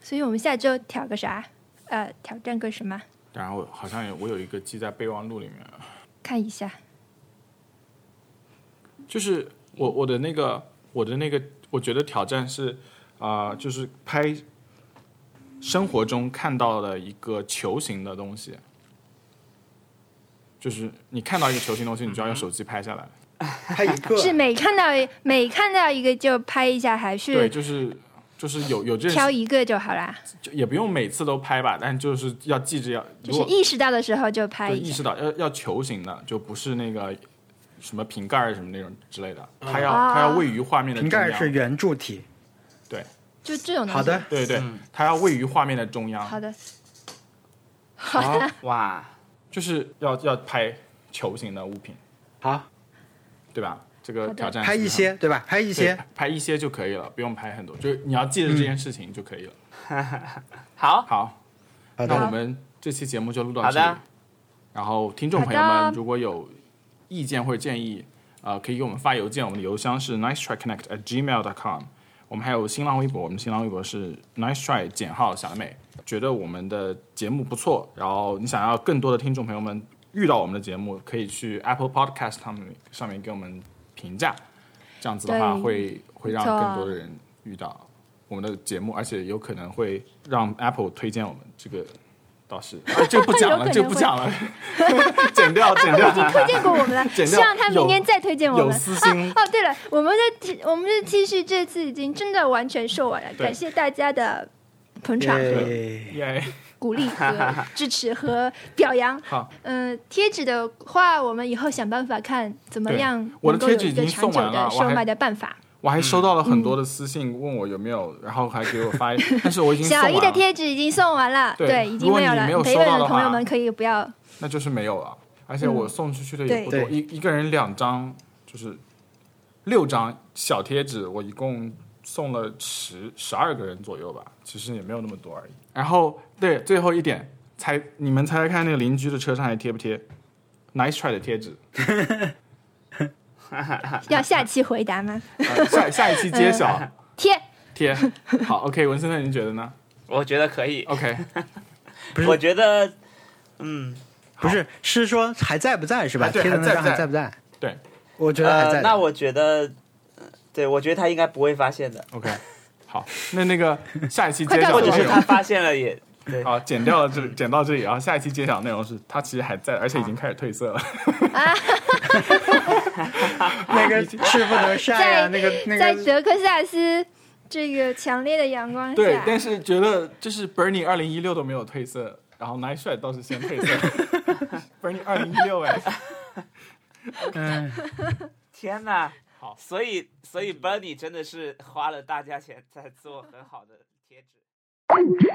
[SPEAKER 4] 所以我们下周挑个啥？呃，挑战个什么？
[SPEAKER 1] 然后好像有我有一个记在备忘录里面，
[SPEAKER 4] 看一下。
[SPEAKER 1] 就是我我的那个我的那个，我觉得挑战是啊、呃就是拍生活中看到的一个球形的东西，就是你看到一个球形东西，你就要用手机拍下
[SPEAKER 4] 嗯
[SPEAKER 1] 来。
[SPEAKER 3] 他一个
[SPEAKER 4] 是每看到每看到一个就拍一下，还
[SPEAKER 1] 对，
[SPEAKER 4] 是
[SPEAKER 1] 就是就是有有这
[SPEAKER 4] 挑一个就好啦？
[SPEAKER 1] 就也不用每次都拍吧，但就是要记着要
[SPEAKER 4] 就
[SPEAKER 1] 如
[SPEAKER 4] 是
[SPEAKER 1] 果
[SPEAKER 4] 意识到的时候就拍
[SPEAKER 1] 对
[SPEAKER 4] 一
[SPEAKER 1] 意
[SPEAKER 4] 下。
[SPEAKER 1] 识到要要球形的，就不是那个什么瓶盖儿什么那种之类的，它要
[SPEAKER 4] 啊
[SPEAKER 1] 它要位于画面的
[SPEAKER 3] 瓶
[SPEAKER 1] 中
[SPEAKER 3] 盖
[SPEAKER 1] 央。
[SPEAKER 3] 是圆柱体。
[SPEAKER 4] 就这种东西。
[SPEAKER 3] 好的，，
[SPEAKER 1] 对对，它要位于画面的中央。
[SPEAKER 4] 好的，
[SPEAKER 1] 好的，
[SPEAKER 2] 的啊哇，
[SPEAKER 1] 就是要要拍球形的物品，
[SPEAKER 3] 好，
[SPEAKER 1] 对吧？这
[SPEAKER 4] 好
[SPEAKER 1] 个
[SPEAKER 4] 的
[SPEAKER 1] 挑战
[SPEAKER 3] 拍一些，对吧？拍一
[SPEAKER 1] 一
[SPEAKER 3] 些。嗯
[SPEAKER 1] 拍一些就可以了，不用拍很多，就是你要记得这件事情就可以了。
[SPEAKER 2] 好，
[SPEAKER 1] 好，
[SPEAKER 3] 好
[SPEAKER 1] 那我
[SPEAKER 3] 的，
[SPEAKER 1] 们这期节目就录到
[SPEAKER 2] 好
[SPEAKER 1] 这
[SPEAKER 2] 的
[SPEAKER 1] 里。然后，听众朋友
[SPEAKER 4] 好
[SPEAKER 1] 们，
[SPEAKER 4] 的
[SPEAKER 1] 如果有啊意见或者建议，呃，可以给我们发邮件，我们的邮箱是 nicetrackconnect at gmail.com。我们还有新浪微博，我们新浪微博是 nice try 减号小美。觉得我们的节目不错，然后你想要更多的听众朋友们遇到我们的节目，可以去 Apple Podcast 上面上面给我们评价，这样子的话
[SPEAKER 4] 对
[SPEAKER 1] 会会让
[SPEAKER 4] 没错
[SPEAKER 1] 更多的人遇到我们的节目，而且有可能会让 Apple 推荐我们，这个倒是，啊、这个不讲
[SPEAKER 4] 有可
[SPEAKER 1] 了，
[SPEAKER 4] 能
[SPEAKER 1] 这个不讲 了，剪掉剪掉，
[SPEAKER 4] 推荐过我们了，
[SPEAKER 1] 剪掉
[SPEAKER 4] 希望他明年再推荐我
[SPEAKER 1] 有
[SPEAKER 4] 们。
[SPEAKER 1] 私心，
[SPEAKER 4] 哦，对了，我们的 T 我们的 T 恤这次已经真的完全售完了，
[SPEAKER 1] 对
[SPEAKER 4] 感谢大家的捧场、
[SPEAKER 3] 对
[SPEAKER 1] 耶，
[SPEAKER 4] 鼓励和支持和表 扬。
[SPEAKER 1] 好，
[SPEAKER 4] 嗯、贴纸的话，我们以后想办法看怎么
[SPEAKER 1] 对
[SPEAKER 4] 样
[SPEAKER 1] 我的
[SPEAKER 4] 能够
[SPEAKER 1] 贴
[SPEAKER 4] 有
[SPEAKER 1] 纸
[SPEAKER 4] 一
[SPEAKER 1] 已
[SPEAKER 4] 个
[SPEAKER 1] 经
[SPEAKER 4] 长
[SPEAKER 1] 送
[SPEAKER 4] 久
[SPEAKER 1] 完了
[SPEAKER 4] 的
[SPEAKER 1] 我
[SPEAKER 4] 售
[SPEAKER 1] 还
[SPEAKER 4] 卖的办法。
[SPEAKER 1] 我还收到了很多的私信，问我有没有，然后还给我 发，但是我已经送
[SPEAKER 4] 小
[SPEAKER 1] 完
[SPEAKER 4] 一的
[SPEAKER 1] 了，
[SPEAKER 4] 贴纸已经送完了，
[SPEAKER 1] 对
[SPEAKER 4] 已
[SPEAKER 1] 如
[SPEAKER 4] 经
[SPEAKER 1] 果
[SPEAKER 4] 没有
[SPEAKER 1] 你
[SPEAKER 4] 了
[SPEAKER 1] 没有。
[SPEAKER 4] 陪
[SPEAKER 1] 收
[SPEAKER 4] 伴
[SPEAKER 1] 到的
[SPEAKER 4] 的朋友
[SPEAKER 1] 话啊
[SPEAKER 4] 们可以不要。
[SPEAKER 1] 那就是没有了。而且
[SPEAKER 4] 嗯
[SPEAKER 1] 我送出去的也不多，
[SPEAKER 3] 对
[SPEAKER 1] 一一个人两张，就是六张小贴纸，我一共送了十十二个人左右吧，其实也没有那么多而已。然后对最后一点，猜你们猜猜看，那个邻居的车上还贴不贴？Nice try 的贴纸，
[SPEAKER 4] 要下期回答吗？
[SPEAKER 1] 啊下下一期揭 晓
[SPEAKER 4] 贴，
[SPEAKER 1] 贴。好，OK，文森特，你觉得呢
[SPEAKER 2] 我觉得可以，
[SPEAKER 1] ？OK，
[SPEAKER 3] 不是
[SPEAKER 2] 我觉得，嗯，
[SPEAKER 3] 不是是说还在不在是吧？
[SPEAKER 1] 啊对
[SPEAKER 3] 贴的那张
[SPEAKER 1] 还在
[SPEAKER 3] 还在不在？
[SPEAKER 1] 对
[SPEAKER 3] 我觉得还
[SPEAKER 2] 呃，
[SPEAKER 3] 在。
[SPEAKER 2] 那我觉得，呃对我觉得他应该不会发现的，
[SPEAKER 1] OK，好，那那个下一期揭晓
[SPEAKER 2] 或
[SPEAKER 1] 内
[SPEAKER 2] 者是
[SPEAKER 1] 容
[SPEAKER 2] 他。发现了也对。
[SPEAKER 1] 好，剪掉了这，剪到这里，然后下一期揭晓内容是，他其实还在，而且已经开始褪色了。
[SPEAKER 3] 那个是不能晒呀、
[SPEAKER 4] 在
[SPEAKER 3] 那个那
[SPEAKER 4] 在
[SPEAKER 3] 个
[SPEAKER 4] 德克萨斯这个强烈的阳光下，
[SPEAKER 1] 对，但是觉得就是 Bernie 二零一六都没有褪色，然后 Nice Shot 倒是先褪色。Bernie 二零一六哎，
[SPEAKER 3] 嗯，
[SPEAKER 2] 天呐！
[SPEAKER 1] 好
[SPEAKER 2] 所以所以 Bernie 真的是花了大价钱在做很好的贴纸。